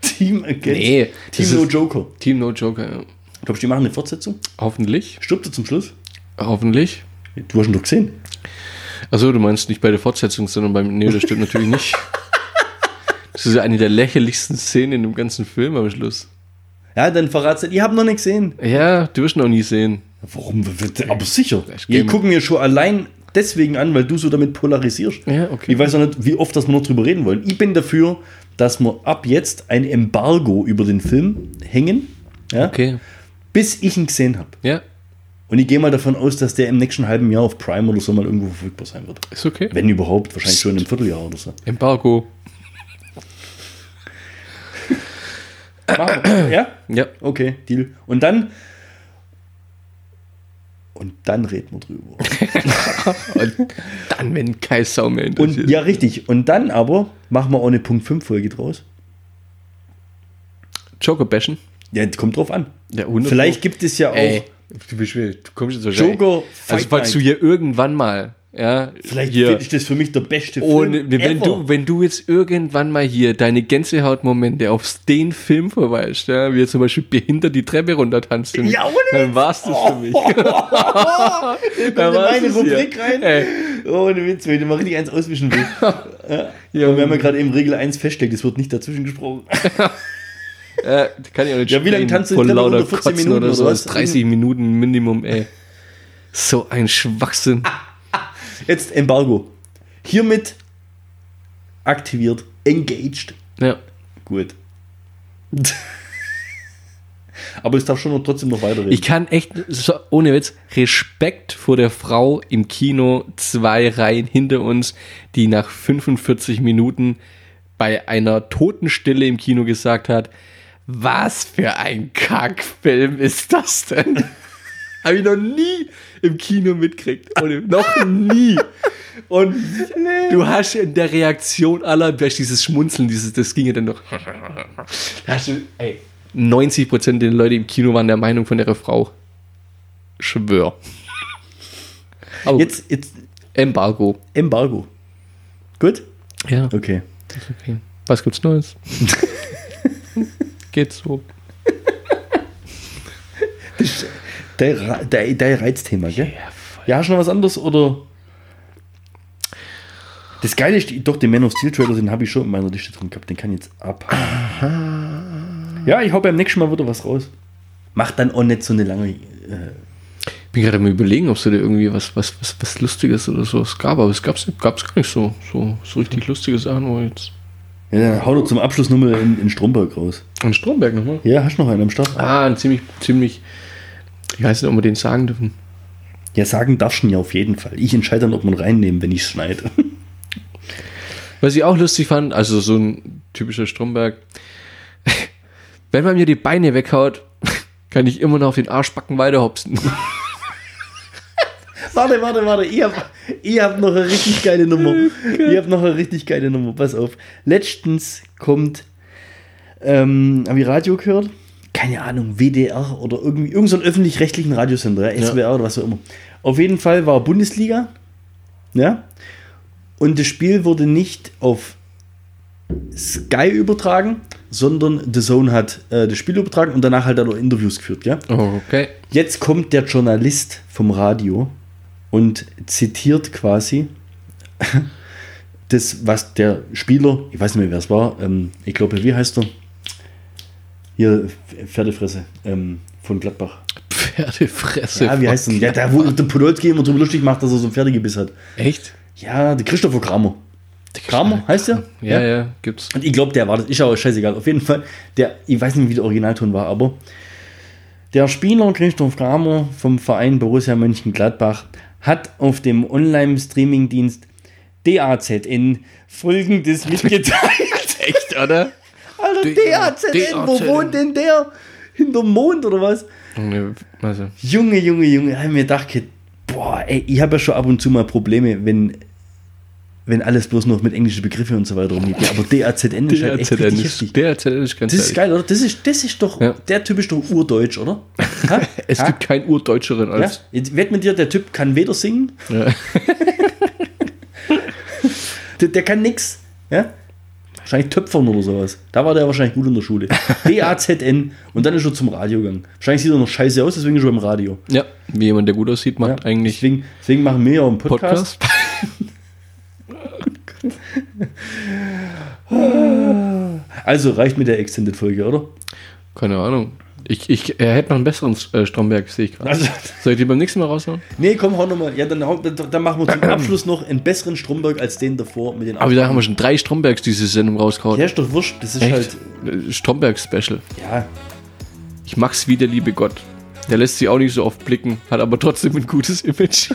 [SPEAKER 3] Team Against.
[SPEAKER 1] Nee, das
[SPEAKER 3] Team No
[SPEAKER 1] ist-
[SPEAKER 3] Joker.
[SPEAKER 1] Team No Joker. ja.
[SPEAKER 3] Glaubst du, die machen eine Fortsetzung?
[SPEAKER 1] Hoffentlich.
[SPEAKER 3] Stirbt er zum Schluss?
[SPEAKER 1] Hoffentlich.
[SPEAKER 3] Du hast ihn doch gesehen.
[SPEAKER 1] Achso, du meinst nicht bei der Fortsetzung, sondern beim. Nee, das stimmt natürlich nicht. Das ist ja eine der lächerlichsten Szenen in dem ganzen Film am Schluss.
[SPEAKER 3] Ja, dann verrat's nicht. Ihr habt noch nicht gesehen.
[SPEAKER 1] Ja, du wirst ihn auch nie sehen.
[SPEAKER 3] Warum? wird- Aber sicher.
[SPEAKER 1] Ich geh
[SPEAKER 3] Wir
[SPEAKER 1] mal-
[SPEAKER 3] gucken ja schon allein deswegen an, weil du so damit polarisierst.
[SPEAKER 1] Ja, okay.
[SPEAKER 3] Ich weiß auch nicht, wie oft, dass wir noch drüber reden wollen. Ich bin dafür, dass wir ab jetzt ein Embargo über den Film hängen, ja,
[SPEAKER 1] Okay.
[SPEAKER 3] bis ich ihn gesehen habe.
[SPEAKER 1] Ja,
[SPEAKER 3] Und ich gehe mal davon aus, dass der im nächsten halben Jahr auf Prime oder so mal irgendwo verfügbar sein wird.
[SPEAKER 1] ist okay.
[SPEAKER 3] Wenn überhaupt, wahrscheinlich schon im Vierteljahr oder so.
[SPEAKER 1] Embargo.
[SPEAKER 3] Machen wir. ja?
[SPEAKER 1] Ja.
[SPEAKER 3] Okay, Deal. Und dann. Und dann reden wir drüber.
[SPEAKER 1] Und dann, wenn Kai Sau mehr
[SPEAKER 3] Und
[SPEAKER 1] interessiert.
[SPEAKER 3] ja, richtig. Und dann aber machen wir auch eine Punkt 5 Folge draus.
[SPEAKER 1] Joker bashen.
[SPEAKER 3] Ja, kommt drauf an.
[SPEAKER 1] Ja, 100
[SPEAKER 3] Vielleicht gibt es ja auch.
[SPEAKER 1] Ey, du bist wild. Du kommst jetzt wahrscheinlich-
[SPEAKER 3] Joker,
[SPEAKER 1] Also,
[SPEAKER 3] Fight
[SPEAKER 1] falls du
[SPEAKER 3] Night.
[SPEAKER 1] hier irgendwann mal, ja,
[SPEAKER 3] Vielleicht
[SPEAKER 1] hier,
[SPEAKER 3] finde ich das für mich der beste
[SPEAKER 1] ohne, wenn,
[SPEAKER 3] ever.
[SPEAKER 1] du, wenn du jetzt irgendwann mal hier deine Gänsehautmomente auf den Film verweist, ja, wie er zum Beispiel behindert die Treppe runter tanzt, und-
[SPEAKER 3] Ja, ohne
[SPEAKER 1] dann
[SPEAKER 3] Witz.
[SPEAKER 1] war's das für mich.
[SPEAKER 3] Dann
[SPEAKER 1] war's
[SPEAKER 3] meine
[SPEAKER 1] es
[SPEAKER 3] Rubrik
[SPEAKER 1] hier.
[SPEAKER 3] rein.
[SPEAKER 1] Ey.
[SPEAKER 3] Ohne Witz, wenn du mal richtig eins auswischen willst. ja, und wir haben ja gerade eben Regel 1 festgelegt, es wird nicht dazwischen gesprochen.
[SPEAKER 1] Äh, kann ich auch nicht
[SPEAKER 3] Ja, wie lange
[SPEAKER 1] sprechen.
[SPEAKER 3] tanzt du
[SPEAKER 1] Vor
[SPEAKER 3] die Treppe
[SPEAKER 1] lauter
[SPEAKER 3] runter? 14
[SPEAKER 1] Kotzen
[SPEAKER 3] Minuten
[SPEAKER 1] oder
[SPEAKER 3] oder
[SPEAKER 1] so.
[SPEAKER 3] was?
[SPEAKER 1] 30 Minuten Minimum, ey. So ein Schwachsinn.
[SPEAKER 3] Ah. Jetzt Embargo. Hiermit aktiviert, engaged.
[SPEAKER 1] Ja.
[SPEAKER 3] Gut. Aber es darf schon noch trotzdem noch weiterreden.
[SPEAKER 1] Ich kann echt, so, ohne Witz, Respekt vor der Frau im Kino, zwei Reihen hinter uns, die nach 45 Minuten bei einer Totenstille im Kino gesagt hat, was für ein Kackfilm ist das denn? Habe ich noch nie im Kino mitkriegt. Ohne, noch nie. Und du hast in der Reaktion aller, du hast dieses Schmunzeln, dieses, das ging ja dann doch. Da hast du, ey, 90 Prozent der Leute im Kino waren der Meinung von ihrer Frau. Schwör. Aber jetzt
[SPEAKER 3] jetzt, jetzt
[SPEAKER 1] Embargo.
[SPEAKER 3] Embargo. Gut?
[SPEAKER 1] Ja.
[SPEAKER 3] Okay.
[SPEAKER 1] Okay. Was gibt's Neues? Geht so.
[SPEAKER 3] Dein, Ra- dein, dein Reizthema, gell? Ja, hast du noch was anderes oder? Das Geile ist, doch, den Man of Steel Trailer, den habe ich schon in meiner Liste drin gehabt, den kann ich jetzt ab. Ja, ich hau beim nächsten Mal wieder was raus. Macht dann auch nicht so eine lange. Äh,
[SPEAKER 1] bin gerade am überlegen, ob es da irgendwie was, was, was, was Lustiges oder sowas gab, aber es gab's, gab's gar nicht so, so, so richtig lustige Sachen, wo jetzt.
[SPEAKER 3] ja, dann hau doch zum Abschluss nochmal in, in Stromberg raus.
[SPEAKER 1] Und Stromberg nochmal.
[SPEAKER 3] Ja, hast du noch einen am Start?
[SPEAKER 1] Ah, ein ziemlich, ziemlich. Ich weiß nicht, ob wir den sagen dürfen.
[SPEAKER 3] Ja, sagen darfst du ihn ja auf jeden Fall. Ich entscheide dann, ob man reinnehmen, wenn ich schneide.
[SPEAKER 1] Was ich auch lustig fand, also so ein typischer Stromberg, wenn man mir die Beine weghaut, kann ich immer noch auf den Arschbacken weiterhopsen.
[SPEAKER 3] Warte, warte, warte. Ihr habt, ihr habt noch eine richtig geile Nummer. Ihr habt noch eine richtig geile Nummer. Pass auf. Letztens kommt, ähm, habe ich Radio gehört? Keine Ahnung, WDR oder irgendwie, irgend so einen öffentlich-rechtlichen Radiosender, ja, SWR oder was auch immer. Auf jeden Fall war Bundesliga. Ja. Und das Spiel wurde nicht auf Sky übertragen, sondern The Zone hat äh, das Spiel übertragen und danach halt auch noch Interviews geführt, ja.
[SPEAKER 1] Okay.
[SPEAKER 3] Jetzt kommt der Journalist vom Radio und zitiert quasi das, was der Spieler, ich weiß nicht mehr, wer es war, ähm, ich glaube, wie heißt er? Hier, Pferdefresse ähm, von Gladbach.
[SPEAKER 1] Pferdefresse.
[SPEAKER 3] Ja, wie heißt denn? Ja, der, wo der Podolski immer drüber lustig macht, dass er so ein Pferdegebiss hat.
[SPEAKER 1] Echt?
[SPEAKER 3] Ja, der Christopher Kramer. Kramer heißt der?
[SPEAKER 1] Ja, ja, gibt's.
[SPEAKER 3] Und ich glaube, der war das. Ist auch scheißegal. Auf jeden Fall, der, ich weiß nicht, wie der Originalton war, aber der Spieler Christoph Kramer vom Verein Borussia Mönchengladbach hat auf dem Online-Streaming-Dienst DAZN folgendes mitgeteilt.
[SPEAKER 1] Echt, oder?
[SPEAKER 3] Alter,
[SPEAKER 1] DAZN,
[SPEAKER 3] DAZN, wo wohnt denn der? Hinterm Mond oder was?
[SPEAKER 1] Also,
[SPEAKER 3] Junge, Junge, Junge, hab ich mir gedacht, boah, ey, ich habe ja schon ab und zu mal Probleme, wenn, wenn alles bloß noch mit englischen Begriffen und so weiter rumliegt. Ja, aber DAZN ist halt echt
[SPEAKER 1] DRZN
[SPEAKER 3] richtig
[SPEAKER 1] ist,
[SPEAKER 3] heftig.
[SPEAKER 1] DRZN ist ganz
[SPEAKER 3] Das ist
[SPEAKER 1] ehrlich.
[SPEAKER 3] geil, oder? Das ist, das ist doch,
[SPEAKER 1] Ja.
[SPEAKER 3] der Typ ist doch urdeutsch, oder? Ha?
[SPEAKER 1] Es
[SPEAKER 3] Ha?
[SPEAKER 1] gibt keinen Urdeutscheren
[SPEAKER 3] ja?
[SPEAKER 1] als.
[SPEAKER 3] Jetzt wett mit dir, der Typ kann weder singen,
[SPEAKER 1] Ja.
[SPEAKER 3] der, der kann nix. Ja? Wahrscheinlich töpfern oder sowas. Da war der wahrscheinlich gut in der Schule. DAZN und dann ist er zum Radio gegangen. Wahrscheinlich sieht er noch scheiße aus, deswegen ist er beim Radio.
[SPEAKER 1] ja, wie jemand, der gut aussieht, macht
[SPEAKER 3] Ja,
[SPEAKER 1] eigentlich
[SPEAKER 3] Deswegen, deswegen machen wir ja auch einen Podcast.
[SPEAKER 1] Podcast.
[SPEAKER 3] Also reicht mit der Extended-Folge, oder?
[SPEAKER 1] Keine Ahnung. Ich, ich äh, hätte noch einen besseren äh, Stromberg, sehe ich gerade.
[SPEAKER 3] Also-
[SPEAKER 1] Soll ich die beim nächsten Mal raushauen?
[SPEAKER 3] Nee, komm, hau nochmal. Ja, dann, hau- dann, dann machen wir zum Abschluss noch einen besseren Stromberg als den davor mit den
[SPEAKER 1] Aber da haben wir schon drei Strombergs diese Sendung rausgehauen.
[SPEAKER 3] Ja, ist doch wurscht. Das ist
[SPEAKER 1] Echt?
[SPEAKER 3] halt.
[SPEAKER 1] Äh, Stromberg-Special.
[SPEAKER 3] Ja,
[SPEAKER 1] Ich mag's wie der liebe Gott. Der lässt sich auch nicht so oft blicken, hat aber trotzdem ein gutes Image.